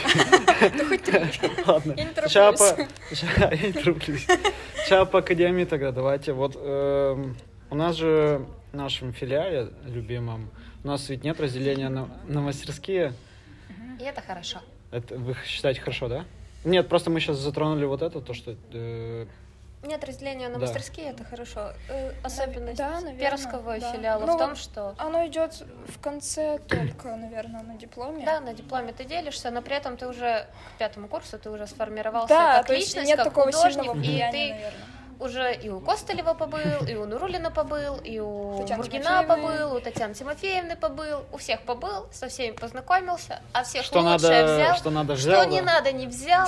Speaker 5: Да хоть три.
Speaker 4: Ладно.
Speaker 5: Я не
Speaker 4: Сейчас по...
Speaker 5: тороплюсь.
Speaker 4: ща- я не тороплюсь. Ща по академии тогда давайте. Вот эм, у нас же в нашем филиале любимом у нас ведь нет разделения на, на мастерские.
Speaker 5: И это хорошо.
Speaker 4: Это вы считаете хорошо, да? Нет, просто мы сейчас затронули вот это, то, что э,
Speaker 5: Нет разделения на
Speaker 4: Да.
Speaker 5: мастерские, это хорошо. Э, Особенность
Speaker 3: да, наверное,
Speaker 5: перского
Speaker 3: да.
Speaker 5: филиала
Speaker 3: Ну,
Speaker 5: в том,
Speaker 3: вот-
Speaker 5: что
Speaker 3: Оно идет в конце только, наверное, на дипломе.
Speaker 5: да, на дипломе ты делишься, но при этом ты уже к пятому курсу ты уже сформировался
Speaker 3: Да,
Speaker 5: как
Speaker 3: то есть
Speaker 5: личность,
Speaker 3: нет
Speaker 5: как
Speaker 3: такого
Speaker 5: художник,
Speaker 3: сильного
Speaker 5: и
Speaker 3: влияния,
Speaker 5: ты
Speaker 3: наверное.
Speaker 5: уже и у Костолева побыл, и у Нурулина побыл, и у
Speaker 3: Татьяны
Speaker 5: Бургина
Speaker 3: Тимофеевны.
Speaker 5: побыл, у Татьяны Тимофеевны побыл, у всех побыл, со всеми познакомился, а всех
Speaker 4: что
Speaker 5: лучшее
Speaker 4: надо,
Speaker 5: взял,
Speaker 4: что надо
Speaker 5: что
Speaker 4: взял.
Speaker 5: не
Speaker 4: да.
Speaker 5: надо не
Speaker 3: [laughs]
Speaker 5: взял,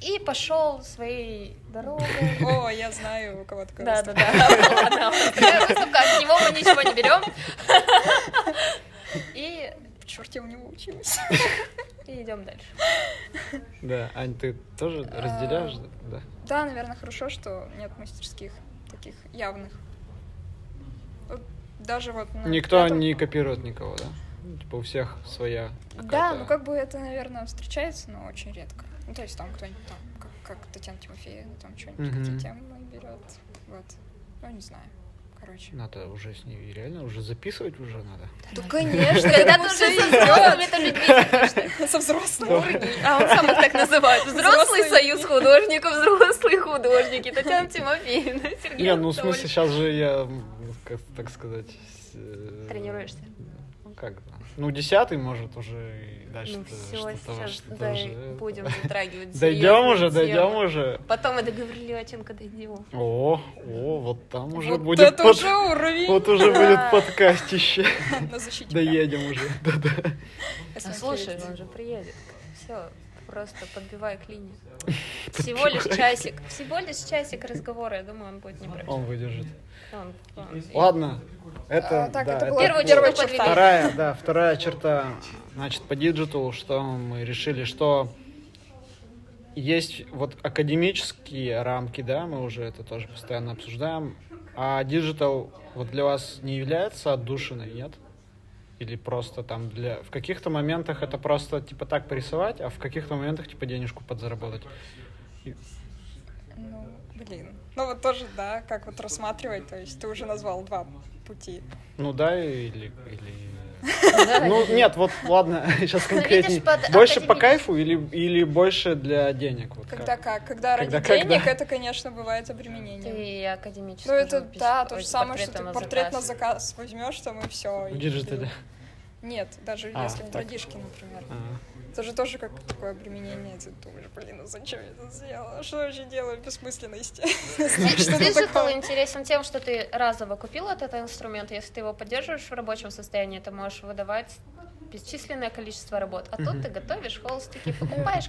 Speaker 5: и пошел своей дорогой.
Speaker 3: О, я знаю, у кого такое
Speaker 5: Да,
Speaker 3: есть.
Speaker 5: да, да. [laughs] Ладно, такая выставка, от него мы ничего не берем. [laughs] И,
Speaker 3: Черт, я у него училась.
Speaker 5: идем дальше.
Speaker 4: Да, Ань, ты тоже разделяешь?
Speaker 3: А,
Speaker 4: Да.
Speaker 3: Да, наверное, хорошо, что нет мастерских таких явных. Вот Даже вот... ну,
Speaker 4: Никто
Speaker 3: это-
Speaker 4: не копирует никого, да? Ну, Типа у всех своя.
Speaker 3: Да,
Speaker 4: какая-то-
Speaker 3: ну как бы это, наверное, встречается, но очень редко. Ну, то есть там кто-нибудь там, как, как Татьяна Тимофеевна, там что-нибудь,
Speaker 4: Мгм.
Speaker 3: какие темы берет. Вот. Ну, не знаю. Короче.
Speaker 4: Надо уже с ней реально уже записывать уже надо.
Speaker 3: Да, конечно,
Speaker 5: Когда ты уже со взрослыми, это медведь,
Speaker 3: со взрослым.
Speaker 5: Бургин.
Speaker 4: [laughs]
Speaker 5: А он сам их так называет. Взрослый
Speaker 3: Взрослый.
Speaker 5: союз художников, взрослые художники. Татьяна Тимофеевна, Сергей
Speaker 4: Не, ну в смысле
Speaker 5: Анатольевич.
Speaker 4: сейчас же я, м, как так сказать... с, э,
Speaker 5: Тренируешься?
Speaker 4: ну, Как да. Ну десятый может уже и дальше
Speaker 5: Ну
Speaker 4: А что-
Speaker 5: все,
Speaker 4: что-то
Speaker 5: сейчас
Speaker 4: что-то
Speaker 5: да,
Speaker 4: уже- [laughs]
Speaker 5: будем затрагивать
Speaker 4: Дойдем
Speaker 5: серьезные
Speaker 4: уже, дойдем
Speaker 5: темы.
Speaker 4: уже.
Speaker 5: Потом мы до Гаврилеваченко дойдем.
Speaker 4: О, о, вот там уже
Speaker 3: Вот
Speaker 4: будет
Speaker 3: это
Speaker 4: под-
Speaker 3: уже уровень
Speaker 4: Вот уже будет подкастище. [laughs]
Speaker 3: на защите.
Speaker 4: Доедем уже. [laughs] Да-да.
Speaker 5: А
Speaker 3: прям.
Speaker 5: слушай,
Speaker 3: Посмотреть.
Speaker 5: он же приедет. Все, просто подбивай
Speaker 4: [laughs]
Speaker 5: к линии. Всего лишь часик. Всего лишь часик разговора. Я думаю, он будет не против.
Speaker 4: Он выдержит.
Speaker 5: Он- он-
Speaker 4: Ладно. Это,
Speaker 3: А, так,
Speaker 4: да,
Speaker 3: это была
Speaker 5: Первую
Speaker 3: первая
Speaker 5: черту
Speaker 3: черта.
Speaker 5: подвели.
Speaker 4: Вторая, да, вторая черта, значит, по диджиталу, что мы решили, что есть вот академические рамки, да, мы уже это тоже постоянно обсуждаем, а диджитал вот для вас не является отдушиной, нет? Или просто там для... В каких-то моментах это просто типа так порисовать, а в каких-то моментах типа денежку подзаработать.
Speaker 3: Ну, блин. Ну вот тоже, да, как вот рассматривать, то есть ты уже назвал два пути.
Speaker 4: Ну да, или... или...
Speaker 5: Да,
Speaker 4: Ну, нет, вот ладно, [laughs] сейчас
Speaker 5: Ну, видишь,
Speaker 4: конкретнее.
Speaker 5: под
Speaker 4: Больше по
Speaker 5: академический.
Speaker 4: кайфу или, или больше для денег? Вот
Speaker 3: Когда как? Когда ради
Speaker 4: Когда как,
Speaker 3: денег
Speaker 4: да.
Speaker 3: это, конечно, бывает
Speaker 4: Ну,
Speaker 3: обременение.
Speaker 5: Ты академический.
Speaker 3: Ну это, да, то же самое, что ты портрет на
Speaker 4: [laughs]
Speaker 3: заказ возьмешь там и все.
Speaker 4: В диджитале.
Speaker 3: Нет, даже
Speaker 4: А,
Speaker 3: если в
Speaker 4: так.
Speaker 3: традишке, например.
Speaker 4: А,
Speaker 3: Это же тоже как такое обременение. Ты думаешь, блин, ну зачем я это сделала? Что я вообще делаю? [laughs] Бессмысленность.
Speaker 5: Диджитал интересен тем, что ты разово купил этот инструмент. Если ты его поддерживаешь в рабочем состоянии, ты можешь выдавать бесчисленное количество работ. А тут ты готовишь холстики, покупаешь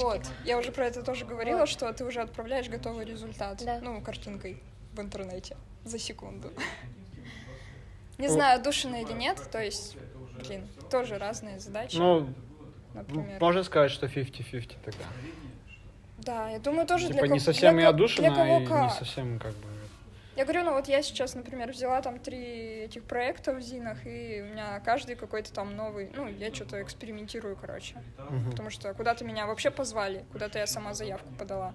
Speaker 3: [laughs] Вот, я уже про это тоже говорила,
Speaker 5: Вот.
Speaker 3: что ты уже отправляешь готовый результат,
Speaker 5: Да.
Speaker 3: ну, картинкой в интернете за
Speaker 4: [laughs]
Speaker 3: секунду. Не знаю, душина или нет, то есть, блин, тоже разные задачи,
Speaker 4: Ну,
Speaker 3: например.
Speaker 4: можно сказать, что 50-50 тогда.
Speaker 3: Да, я думаю, тоже
Speaker 4: Типа
Speaker 3: для
Speaker 4: не
Speaker 3: ко-
Speaker 4: совсем и
Speaker 3: для ко- для
Speaker 4: одушина,
Speaker 3: кого
Speaker 4: и не
Speaker 3: как.
Speaker 4: совсем как бы...
Speaker 3: Я говорю, ну вот я сейчас, например, взяла там три этих проекта в Зинах, и у меня каждый какой-то там новый, ну, я что-то экспериментирую, короче.
Speaker 4: Мгм.
Speaker 3: потому что куда-то меня вообще позвали, куда-то я сама заявку подала.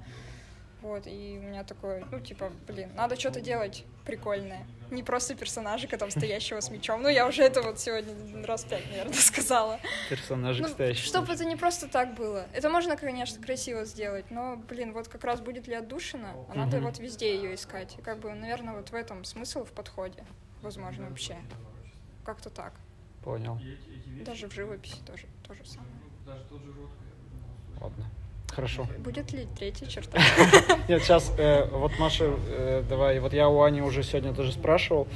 Speaker 3: Вот, и у меня такое, ну, типа, блин, надо что-то делать прикольное. Не просто персонажика там, стоящего с мечом. Ну, я уже это вот сегодня раз пять, наверное, [laughs] сказала.
Speaker 4: Персонажик
Speaker 3: Ну,
Speaker 4: стоящий.
Speaker 3: чтобы это не просто так было. Это можно, конечно, красиво сделать, но, блин, вот как раз будет ли отдушина, а надо
Speaker 4: Мгм.
Speaker 3: вот везде ее искать. И как бы, наверное, вот в этом смысл в подходе, возможно, вообще. Как-то так.
Speaker 4: Понял.
Speaker 3: Даже в живописи тоже то же самое.
Speaker 4: Ладно.
Speaker 3: [laughs]
Speaker 4: Хорошо.
Speaker 3: Будет ли третья черта?
Speaker 4: Нет, сейчас вот Маша, э, давай, вот я у Ани уже сегодня тоже спрашивал.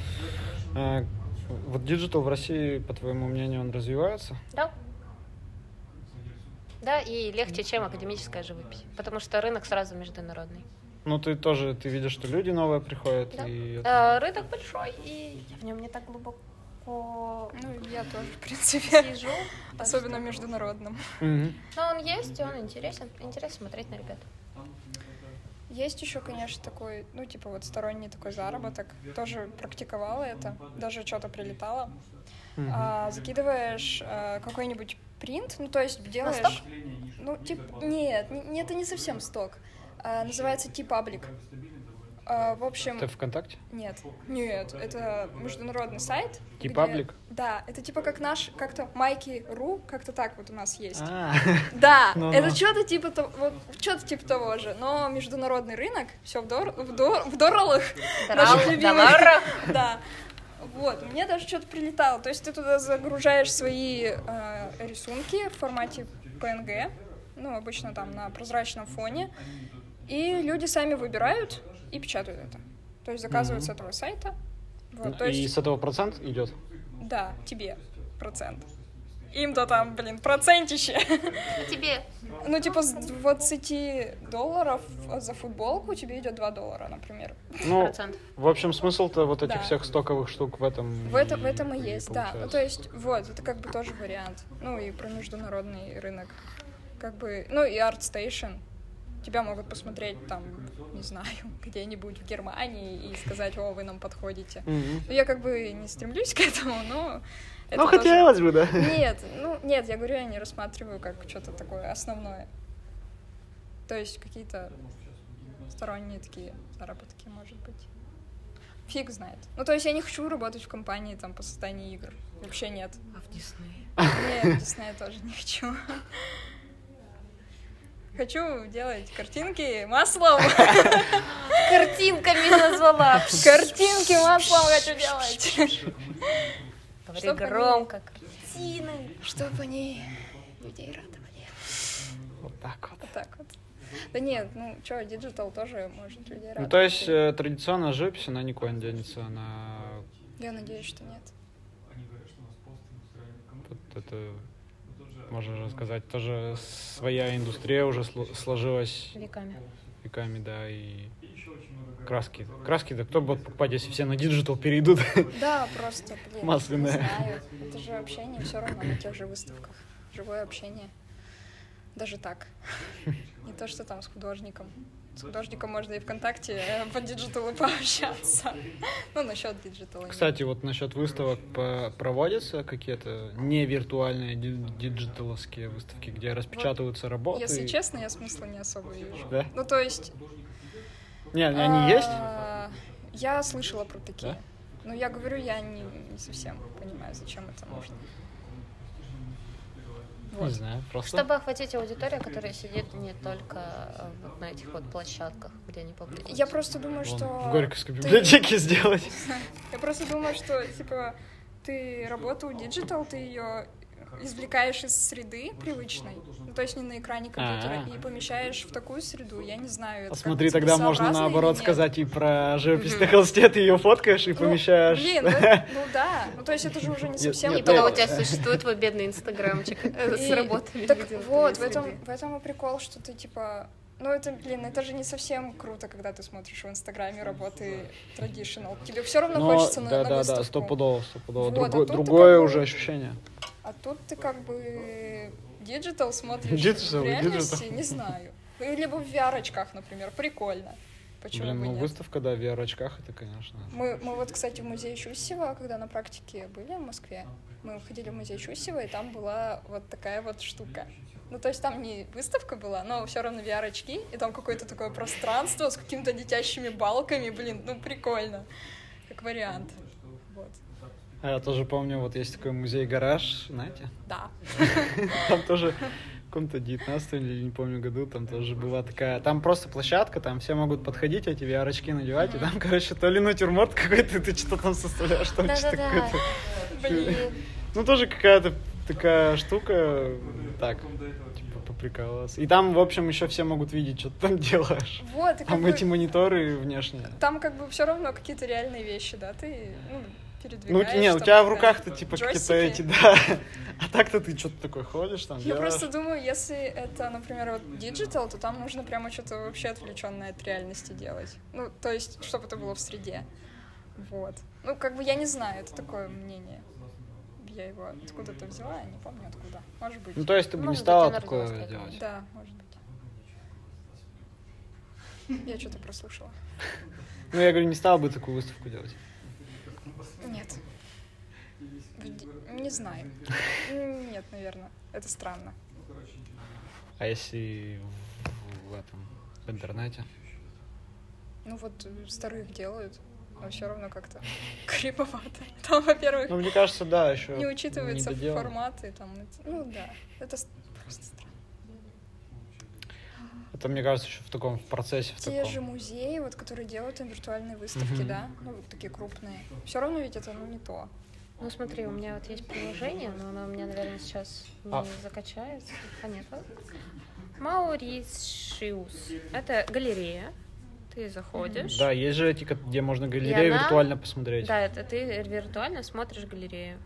Speaker 4: э, вот диджитал в России, по твоему мнению, он развивается?
Speaker 5: Да. Да, и легче, чем академическая живопись. Потому что рынок сразу международный.
Speaker 4: Ну, ты тоже, ты видишь, что люди новые приходят,
Speaker 5: Да.
Speaker 4: и это-
Speaker 5: Э, Рынок большой, и я в нем не так глубоко
Speaker 3: Ну, я тоже, в принципе.
Speaker 5: сижу. так
Speaker 3: Особенно
Speaker 5: что-
Speaker 3: международным.
Speaker 4: Мгм.
Speaker 5: Но он есть, и он интересен. Интересно смотреть на ребят.
Speaker 3: Есть еще, конечно, такой, ну, типа вот сторонний такой заработок. Тоже практиковала это, даже что-то прилетало.
Speaker 4: Мгм.
Speaker 3: а, закидываешь а, какой-нибудь принт, ну то есть делаешь... Ну, типа, нет, н- не- это не совсем сток. А, называется T-Public. А, в общем,
Speaker 4: Это ВКонтакте?
Speaker 3: нет, нет, это международный сайт. где-
Speaker 4: T-Public?
Speaker 3: Да, это типа как наш, как-то Майки.ру, как-то так вот у нас есть.
Speaker 4: А,
Speaker 3: Да,
Speaker 4: Ну-ну.
Speaker 3: это что-то типа, то- вот, что-то типа того же, но международный рынок, все в, дор, в, дор, в долларах, [laughs]
Speaker 5: Драл-
Speaker 3: наших любимых.
Speaker 5: долларах.
Speaker 3: Да. Вот, мне даже что-то прилетало. То есть ты туда загружаешь свои э, рисунки в формате PNG, ну, обычно там на прозрачном фоне, и люди сами выбирают и печатают это. То есть заказывают с
Speaker 4: Мгм. Ну,
Speaker 3: этого сайта. Вот, [laughs] то
Speaker 4: И
Speaker 3: есть,
Speaker 4: с этого процент
Speaker 3: [laughs]
Speaker 4: идет?
Speaker 3: да, тебе процент. Им-то там, блин, процентище.
Speaker 5: Тебе
Speaker 3: Ну, типа, с 20 долларов за футболку тебе идет 2 доллара, например.
Speaker 4: Ну,
Speaker 5: процент.
Speaker 4: в общем, смысл-то вот этих
Speaker 3: Да.
Speaker 4: всех стоковых штук в этом.
Speaker 3: В, это, в этом и
Speaker 4: и
Speaker 3: есть, да. Ну, то
Speaker 4: получается.
Speaker 3: есть, вот, это как бы тоже вариант. Ну, и про международный рынок. Как бы, ну, и ArtStation. Тебя могут посмотреть там, не знаю, [laughs] где-нибудь в Германии и сказать, о, вы нам подходите.
Speaker 4: Мгм.
Speaker 3: Ну, я как бы не стремлюсь к этому, но... это
Speaker 4: Ну,
Speaker 3: тоже-
Speaker 4: хотелось бы, да.
Speaker 3: Нет, ну, нет, я говорю, я не рассматриваю как что-то такое основное. То есть какие-то сторонние такие заработки, может быть. Фиг знает. Ну, то есть я не хочу работать в компании там по созданию игр. Вообще нет.
Speaker 5: А в Дисней?
Speaker 3: Нет, Диснея тоже не хочу. Хочу делать картинки маслом.
Speaker 5: Картинками назвала.
Speaker 3: [laughs] Картинки маслом хочу делать.
Speaker 5: Говори
Speaker 3: Чтоб они-
Speaker 5: громко.
Speaker 3: Чтобы они людей радовали.
Speaker 4: Вот так вот.
Speaker 3: Вот так вот. Да нет, ну что, диджитал тоже может людей радовать.
Speaker 4: Ну, то есть, э, традиционная живопись, она никуда не денется, она
Speaker 3: Я надеюсь, что нет.
Speaker 4: Вот это, можно же сказать, тоже своя индустрия уже сло- сложилась
Speaker 5: Веками.
Speaker 4: веками, да, и краски. Краски, да кто будет покупать, если все на диджитал перейдут?
Speaker 3: Да, просто, блин,
Speaker 4: Масляное.
Speaker 3: не знаю. Это же общение все равно на тех же выставках. Живое общение. Даже так. Не то, что там с художником. С художником можно и ВКонтакте э, по диджиталу [laughs] пообщаться. Ну, насчет диджитала. нет.
Speaker 4: Кстати, вот насчет выставок по- проводятся какие-то не виртуальные ди- диджиталовские выставки, где распечатываются работы?
Speaker 3: Если честно, я смысла не особо вижу.
Speaker 4: Да?
Speaker 3: Ну, то есть...
Speaker 4: Не, они есть?
Speaker 3: а, Я слышала про такие. Но я говорю, я не не совсем понимаю, зачем это нужно.
Speaker 4: Не
Speaker 3: Вот.
Speaker 4: знаю, просто.
Speaker 5: Чтобы охватить аудиторию, которая сидит не только э, вот на этих вот площадках, где они публикуют.
Speaker 3: Я просто думаю,
Speaker 4: Вон,
Speaker 3: что...
Speaker 4: в Горьковской
Speaker 3: ты-
Speaker 4: библиотеке сделать.
Speaker 3: Я просто думаю, что, типа, ты работу диджитал, ты ее извлекаешь из среды привычной, ну, то есть не на экране компьютера,
Speaker 4: А-а.
Speaker 3: и помещаешь в такую среду, я не знаю. это как
Speaker 4: Смотри,
Speaker 3: бы
Speaker 4: А. тогда можно
Speaker 3: целесообразно или
Speaker 4: наоборот
Speaker 3: нет.
Speaker 4: сказать и про живопись на холсте, ты ее фоткаешь и
Speaker 3: Ну,
Speaker 4: помещаешь.
Speaker 3: Блин, ну, это- ну да, ну то есть это же уже не
Speaker 4: Нет,
Speaker 3: совсем...
Speaker 4: нет,
Speaker 5: И
Speaker 4: Нет,
Speaker 5: потом
Speaker 4: нет.
Speaker 5: у тебя существует твой бедный инстаграмчик э, с
Speaker 3: И-
Speaker 5: работами.
Speaker 3: Так
Speaker 5: где ты
Speaker 3: вот, в
Speaker 5: среди.
Speaker 3: этом, в этом и прикол, что ты, типа... Ну, это, блин, это же не совсем круто, когда ты смотришь в Инстаграме работы традиционал. Тебе все равно
Speaker 4: Ну,
Speaker 3: хочется на,
Speaker 4: да,
Speaker 3: на
Speaker 4: да, да,
Speaker 3: выставку.
Speaker 4: стопудово, стопудово.
Speaker 3: Вот, а
Speaker 4: Другое-
Speaker 3: тут ты
Speaker 4: другое
Speaker 3: как бы-
Speaker 4: уже ощущение.
Speaker 3: А тут ты как бы диджитал смотришь
Speaker 4: Digital,
Speaker 3: в реальности, не знаю. Ну, Либо в VR-очках, например, прикольно. Почему
Speaker 4: Блин,
Speaker 3: бы
Speaker 4: ну
Speaker 3: нет?
Speaker 4: выставка, да, в VR-очках, это, конечно.
Speaker 3: Мы, мы вот, кстати, в музее Чусева, когда на практике были в Москве, мы ходили в музей Чусева, и там была вот такая вот штука. Ну, то есть там не выставка была, но все равно VR-очки, и там какое-то такое пространство с какими-то летящими балками, блин, ну, прикольно. Как вариант. Вот.
Speaker 4: А я тоже помню, вот есть такой музей-гараж, знаете? [laughs]
Speaker 3: Да.
Speaker 4: Там тоже в каком-то 19 или не помню году, там тоже была такая... Там просто площадка, там все могут подходить, эти VR-очки надевать, и там, короче, то ли натюрморт какой-то, ты что там составляешь, там что-то
Speaker 5: Да-да-да.
Speaker 4: какое-то...
Speaker 3: Блин.
Speaker 4: Ну, тоже какая-то такая штука, так, типа, поприкалываться. И там, в общем, еще все могут видеть, что ты там делаешь.
Speaker 3: Вот, и как
Speaker 4: Там
Speaker 3: бы-
Speaker 4: эти мониторы внешние.
Speaker 3: Там как бы все равно какие-то реальные вещи, да, ты ну,
Speaker 4: Ну,
Speaker 3: передвигаешь.
Speaker 4: не, у
Speaker 3: там,
Speaker 4: тебя в
Speaker 3: да.
Speaker 4: руках-то типа какие-то эти,
Speaker 3: Джойстики.
Speaker 4: да. А так-то ты что-то такое ходишь там,
Speaker 3: Ну, Я
Speaker 4: делаешь.
Speaker 3: просто думаю, если это, например, вот диджитал, то там нужно прямо что-то вообще отвлеченное от реальности делать. Ну, то есть, чтобы это было в среде. Вот. Ну, как бы я не знаю, это такое мнение. Я его откуда-то взяла, я не помню откуда. Может быть.
Speaker 4: Ну, то есть ты бы не
Speaker 5: Может быть,
Speaker 4: стала
Speaker 5: она
Speaker 4: такое
Speaker 5: родилась такая.
Speaker 4: делать.
Speaker 3: Да, может быть. Я что-то прослушала.
Speaker 4: Ну, я говорю, не стала бы такую выставку делать.
Speaker 3: Нет. В д- Не знаю. Нет, наверное. Это странно.
Speaker 4: А если в, в этом в интернете?
Speaker 3: Ну вот э, старых делают, а все равно как-то [laughs] криповато. Там, во-первых,
Speaker 4: Ну, мне кажется, да, еще
Speaker 3: не учитываются форматы. Там, это- ну да, это с- просто странно.
Speaker 4: Это, мне кажется, еще в таком процессе, в
Speaker 3: Те
Speaker 4: таком.
Speaker 3: же музеи, вот, которые делают там виртуальные выставки,
Speaker 2: Мгм.
Speaker 3: да, ну вот такие крупные. Все равно ведь это ну, не то.
Speaker 5: Ну смотри, у меня вот есть приложение, но оно у меня, наверное, сейчас не
Speaker 4: А.
Speaker 5: закачается. А нет, вот. Маурисиус. Это галерея. Ты заходишь.
Speaker 4: Да, есть же эти, ко- где можно галерею
Speaker 5: она-
Speaker 4: виртуально посмотреть.
Speaker 5: Да, это ты виртуально смотришь галерею.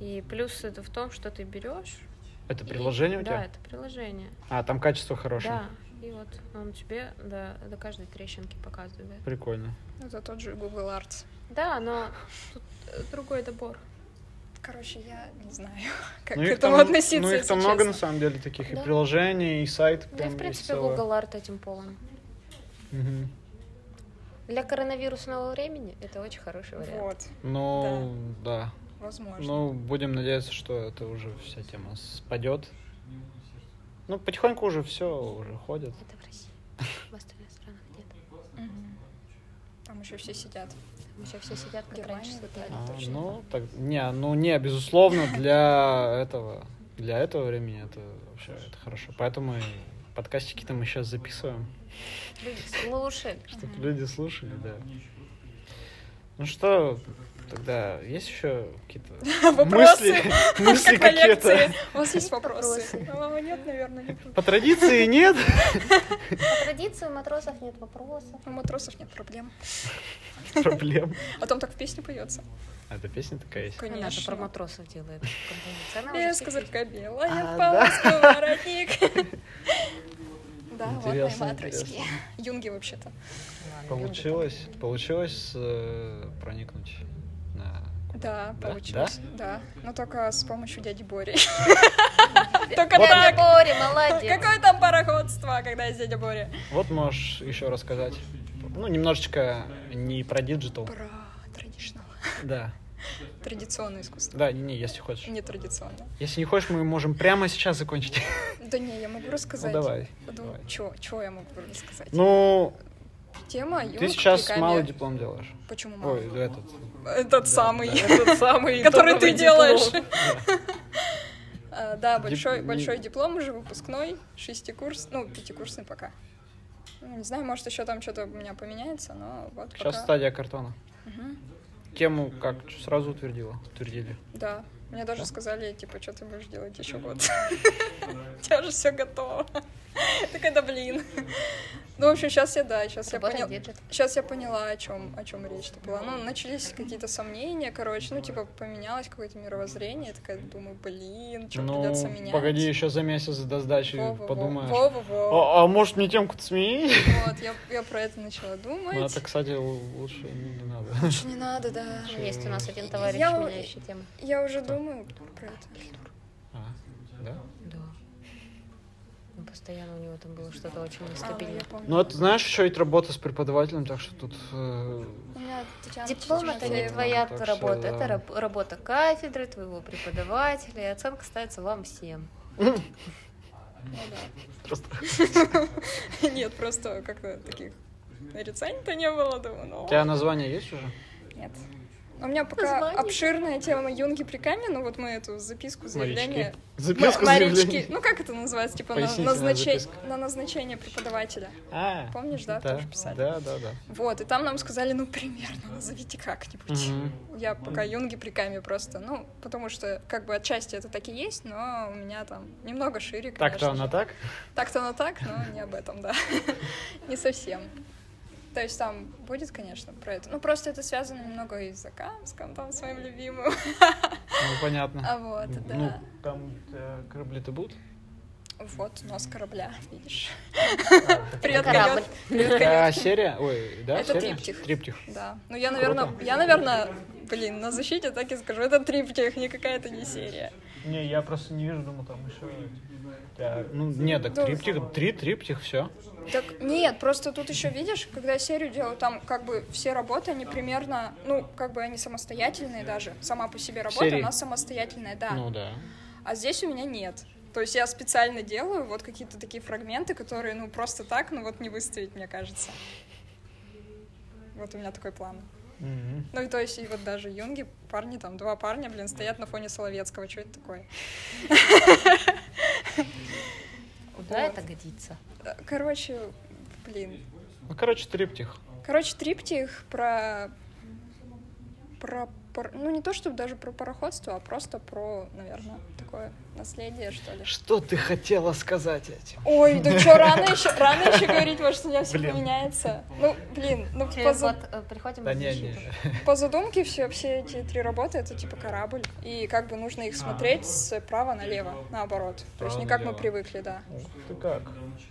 Speaker 5: И плюс это в том, что ты берешь.
Speaker 4: Это
Speaker 5: и-
Speaker 4: приложение у
Speaker 5: Да,
Speaker 4: тебя?
Speaker 5: это приложение.
Speaker 4: А, там качество хорошее.
Speaker 5: Да. И вот он тебе до, до каждой трещинки показывает.
Speaker 4: Прикольно.
Speaker 3: Это тот же Google Arts.
Speaker 5: Да, но тут э, другой добор.
Speaker 3: Короче, я не знаю, [laughs] как
Speaker 4: Ну,
Speaker 3: к
Speaker 4: их
Speaker 3: этому
Speaker 4: там-
Speaker 3: относиться,
Speaker 4: Ну, их
Speaker 3: если
Speaker 4: там много, на
Speaker 3: честно.
Speaker 4: самом деле, таких
Speaker 5: Да.
Speaker 4: и приложений, и сайт.
Speaker 5: Да, и, в принципе, Google Art этим полон. Для коронавирусного времени это очень хороший вариант.
Speaker 3: Вот,
Speaker 4: Ну, да.
Speaker 3: возможно.
Speaker 4: Ну, будем надеяться, что это уже вся тема спадет. Ну, потихоньку уже все уже ходит.
Speaker 5: Это в России. В остальных странах нет.
Speaker 3: Мгм. Там еще все сидят.
Speaker 5: Там еще все сидят, как
Speaker 3: Германия,
Speaker 5: раньше.
Speaker 3: Италия.
Speaker 5: сидели.
Speaker 4: А,
Speaker 3: точно.
Speaker 4: ну, так, не, ну, не, безусловно, для этого, для этого времени это вообще это хорошо. Поэтому и подкастики-то мы сейчас записываем,
Speaker 5: Люди слушают.
Speaker 4: чтобы
Speaker 3: Мгм.
Speaker 4: люди слушали, да. Ну что, тогда есть еще какие-то
Speaker 3: [laughs] Вопросы? [laughs]
Speaker 4: мысли, мысли
Speaker 3: Как на
Speaker 4: какие-то?
Speaker 3: лекции. У вас есть вопросы?
Speaker 5: Вопросы.
Speaker 3: Ну, Нет, наверное, не будет.
Speaker 4: По традиции
Speaker 3: [laughs]
Speaker 4: нет? [laughs]
Speaker 5: По традиции у матросов нет вопросов.
Speaker 3: У матросов нет проблем.
Speaker 4: Проблем.
Speaker 3: А там так в песне поется.
Speaker 4: А эта песня такая есть.
Speaker 5: Она же
Speaker 3: Конечно.
Speaker 5: про
Speaker 3: А,
Speaker 5: матросов делает. композицию. Она уже
Speaker 3: Я
Speaker 5: всех
Speaker 3: сказка белая,
Speaker 4: А,
Speaker 3: полоска воротник. Да, вот мои
Speaker 4: Интересно,
Speaker 3: матросики.
Speaker 4: интересно.
Speaker 3: Юнги вообще-то.
Speaker 5: знает.
Speaker 4: Получилось, получилось э, проникнуть на...
Speaker 3: Да,
Speaker 4: Да?
Speaker 3: получилось. Да. Но только с помощью дяди [laughs] Бори. Только
Speaker 5: Вот
Speaker 3: так.
Speaker 5: Боря, молодец.
Speaker 3: Какое там пароходство, когда есть дядя Боря?
Speaker 4: Вот можешь еще рассказать. Ну, немножечко не про диджитал.
Speaker 3: Про традиционное.
Speaker 4: Да.
Speaker 3: Традиционное искусство.
Speaker 4: Да, не, не, если хочешь.
Speaker 3: Нетрадиционное.
Speaker 4: Если не хочешь, мы можем прямо
Speaker 3: [laughs]
Speaker 4: сейчас закончить.
Speaker 3: Да не, я могу
Speaker 4: Ну,
Speaker 3: рассказать.
Speaker 4: давай.
Speaker 3: Ну,
Speaker 4: давай.
Speaker 3: чё, чё я могу рассказать?
Speaker 4: Ну,
Speaker 3: Тема Юнг
Speaker 4: ты сейчас
Speaker 3: Прикамье.
Speaker 4: малый диплом делаешь.
Speaker 3: Почему
Speaker 4: Ой,
Speaker 3: малый?
Speaker 4: этот.
Speaker 3: Этот самый. [laughs]
Speaker 4: Этот самый.
Speaker 3: Который
Speaker 4: топовый
Speaker 3: ты делаешь.
Speaker 4: диплом.
Speaker 3: [laughs] А, Да,
Speaker 4: Дип-
Speaker 3: большой,
Speaker 4: не-
Speaker 3: большой диплом уже выпускной, шестикурс, ну, пятикурсный пока. Ну, Не знаю, может, еще там что-то у меня поменяется, но вот
Speaker 4: Сейчас
Speaker 3: пока.
Speaker 4: стадия картона.
Speaker 3: Мгм.
Speaker 4: Тему как сразу утвердила. Утвердили.
Speaker 3: Да. Мне даже сказали, типа, что ты будешь делать еще год. [laughs] У тебя же все готово. [laughs] Такая, да блин. [laughs] Ну, в общем, сейчас я, да, сейчас я
Speaker 5: Работает
Speaker 3: поняла.
Speaker 5: диджит.
Speaker 3: Сейчас я поняла, о чем, о чем речь-то была. Ну, начались какие-то сомнения, короче, ну, типа, поменялось какое-то мировоззрение. Я такая думаю, блин, что
Speaker 4: Ну,
Speaker 3: придется менять.
Speaker 4: погоди, еще за месяц до сдачи
Speaker 3: Во-во-во.
Speaker 4: подумаешь.
Speaker 3: Во-во-во.
Speaker 4: А, а может мне темку-то сменить?
Speaker 3: Вот, я, я про это начала думать.
Speaker 4: Ну, это, кстати, л- лучше не не надо.
Speaker 3: Лучше не надо, да.
Speaker 5: Есть у нас один товарищ,
Speaker 3: Я-
Speaker 5: меняющий тему.
Speaker 3: Я уже думаю про это.
Speaker 4: А, да?
Speaker 5: Да. Ну, постоянно у него там было что-то очень
Speaker 3: А, ну,
Speaker 5: нестабильное.
Speaker 3: я помню.
Speaker 4: Ну, это, знаешь, еще и работа с преподавателем, так что тут... э,
Speaker 3: У меня Татьяна
Speaker 5: А Диплом это не
Speaker 3: Чечерина.
Speaker 5: твоя
Speaker 4: так что
Speaker 5: работа,
Speaker 4: да.
Speaker 5: это раб- работа кафедры, твоего преподавателя, и оценка ставится вам всем.
Speaker 3: Ну да.
Speaker 4: Просто...
Speaker 3: [laughs] Нет, просто как-то таких нарицаний-то не было, думаю, ну
Speaker 4: У тебя название есть уже?
Speaker 3: нет. У меня пока
Speaker 5: Название.
Speaker 3: обширная тема Юнги при Каме, ну вот мы эту записку заявления...
Speaker 4: [laughs] Записку
Speaker 3: М- Марички.
Speaker 4: заявления.
Speaker 3: Ну как это называется? Типа на,
Speaker 4: Пояснительная
Speaker 3: назначе-
Speaker 4: записка.
Speaker 3: на назначение преподавателя.
Speaker 4: А,
Speaker 3: Помнишь, да, тоже писали?
Speaker 4: Да, да, да.
Speaker 3: Вот, и там нам сказали, ну примерно, назовите как-нибудь.
Speaker 4: Мгм.
Speaker 3: Я пока юнги при каме просто, ну, потому что, как бы, отчасти это так и есть, но у меня там немного шире, конечно.
Speaker 4: Так-то она
Speaker 3: же.
Speaker 4: так?
Speaker 3: Так-то оно так, но не об этом, да. [laughs] Не совсем. То есть там будет, конечно, про это. Ну, просто это связано немного и с Закамском, там, своим любимым.
Speaker 4: Ну, понятно.
Speaker 3: А вот, да.
Speaker 4: Ну, там э, корабли-то будут?
Speaker 3: Вот нос корабля, видишь?
Speaker 5: Это
Speaker 3: Привет,
Speaker 5: корабль.
Speaker 3: корабль.
Speaker 4: А, серия? Ой, да,
Speaker 3: Это
Speaker 4: серия?
Speaker 3: триптих.
Speaker 4: Триптих.
Speaker 3: Да. Ну я, наверное, я, наверное, блин, на защите так и скажу. Это триптих, никакая это не серия.
Speaker 4: Не, я просто не вижу, думал, там еще... Ну, не, так
Speaker 3: Да.
Speaker 4: триптих, три триптих, все.
Speaker 3: Так нет, просто тут еще видишь, когда серию делают, там как бы все работы, они примерно, ну, как бы они самостоятельные даже. Сама по себе работа,
Speaker 4: серии.
Speaker 3: она самостоятельная, да.
Speaker 4: Ну, да. [laughs]
Speaker 3: А здесь у меня нет. То есть я специально делаю вот какие-то такие фрагменты, которые, ну, просто так, ну, вот не выставить, мне кажется. Вот у меня такой план.
Speaker 4: Мгм.
Speaker 3: Ну, и то есть, и вот даже юнги, парни там, два парня, блин, стоят на фоне Соловецкого. Что это такое?
Speaker 5: Куда это годится?
Speaker 3: Э, Короче, блин.
Speaker 4: Ну, короче, триптих.
Speaker 3: Короче, триптих про... про... пар- Ну, не то чтобы даже про пароходство, а просто про, наверное, такое наследие, что ли.
Speaker 4: Что ты хотела сказать этим?
Speaker 3: Ой, да что, рано еще, рано еще говорить, потому что у меня все
Speaker 4: Блин.
Speaker 3: поменяется. Ну, блин, ну по,
Speaker 5: Через
Speaker 3: за-
Speaker 5: год э, приходим
Speaker 4: Да
Speaker 5: и
Speaker 4: не,
Speaker 5: защитим.
Speaker 4: не.
Speaker 3: по задумке все, все эти три работы это типа корабль. И как бы нужно их смотреть справа налево, наоборот. То есть не как мы
Speaker 4: Справа налево. Ну,
Speaker 3: привыкли, да.
Speaker 4: Ты как?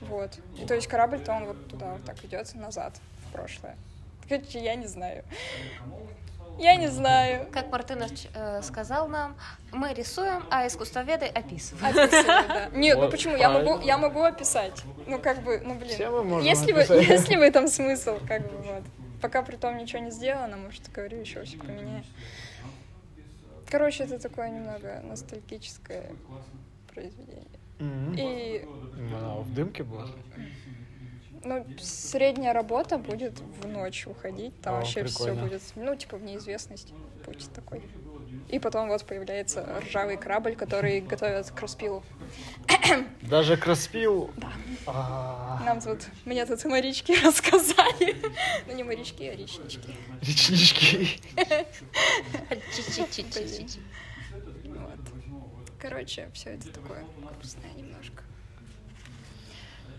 Speaker 3: Вот. И то есть корабль-то он вот туда вот так идет назад, в прошлое. Короче, я не знаю. Я не знаю.
Speaker 4: [laughs]
Speaker 5: Как Мартынович э, сказал нам, мы рисуем, а искусствоведы [laughs] описывают.
Speaker 3: Описываю, да. Нет, ну
Speaker 4: Вот,
Speaker 3: почему? Я могу,
Speaker 4: правильно.
Speaker 3: я могу описать. Ну, как бы, ну, блин.
Speaker 4: Все мы можем
Speaker 3: если, вы,
Speaker 4: описать.
Speaker 3: если в этом смысл, как бы, вот. Пока при том ничего не сделано, может, говорю, еще все поменяю. Короче, это такое немного ностальгическое произведение. И,
Speaker 4: Она в дымке была?
Speaker 3: ну, средняя работа будет в ночь уходить, там
Speaker 4: О,
Speaker 3: вообще все
Speaker 4: прикольно.
Speaker 3: будет, ну, типа, в неизвестность путь такой. И потом вот появляется ржавый корабль, который готовят к распилу.
Speaker 4: Даже А, краспил.
Speaker 3: Нам тут, мне тут морячки [laughs] рассказали. Ну, не морячки, а речнички.
Speaker 4: Личнички.
Speaker 5: Чи-чи-чи-чи-чи.
Speaker 3: Вот. Короче, все это такое грустное немножко.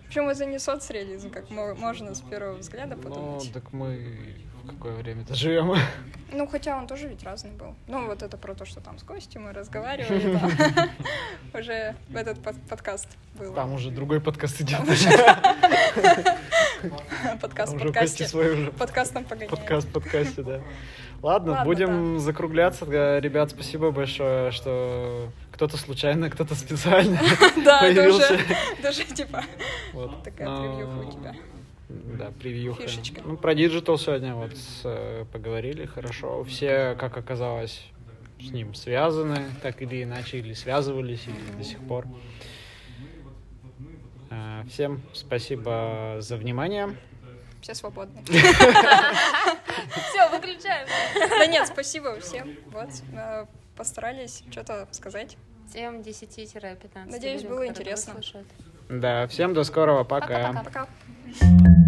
Speaker 3: Причем это не соцреализм, как мо- можно с первого взгляда
Speaker 4: Ну,
Speaker 3: подумать.
Speaker 4: так мы в какое время-то живем?
Speaker 3: Ну, хотя он тоже ведь разный был. Ну, вот это про то, что там с Костей мы
Speaker 4: [laughs]
Speaker 3: разговаривали. да. Уже в этот под- подкаст был.
Speaker 4: Там уже другой подкаст идет.
Speaker 3: Подкаст в
Speaker 4: Уже Кости
Speaker 3: подкасте.
Speaker 4: свой уже.
Speaker 3: Подкастом погоняем.
Speaker 4: Подкаст в подкасте, да. Ладно,
Speaker 3: Ладно,
Speaker 4: будем закругляться. Э, Ребят, спасибо большое, что кто-то случайно, кто-то специально
Speaker 3: [laughs] [laughs] Да, это
Speaker 4: появился. А.
Speaker 3: уже, [laughs] даже типа
Speaker 4: Вот.
Speaker 3: такая
Speaker 4: Но-
Speaker 3: превьюха у тебя.
Speaker 4: Да, превьюха.
Speaker 3: Фишечка.
Speaker 4: Ну, про диджитал сегодня вот с, э, поговорили хорошо. Все, как оказалось, с ним связаны, так или иначе, или связывались, или до сих пор. Э, Всем спасибо за внимание.
Speaker 3: Все
Speaker 4: [laughs]
Speaker 3: свободны.
Speaker 5: Все, выключаем.
Speaker 3: Да нет, спасибо всем. Вот, э, постарались что-то сказать.
Speaker 5: Всем 10-15.
Speaker 3: Надеюсь,
Speaker 5: людям,
Speaker 3: было
Speaker 5: которые
Speaker 3: интересно.
Speaker 5: нас слушают.
Speaker 4: Да, всем до скорого, пока.
Speaker 5: Пока-пока.
Speaker 3: Пока.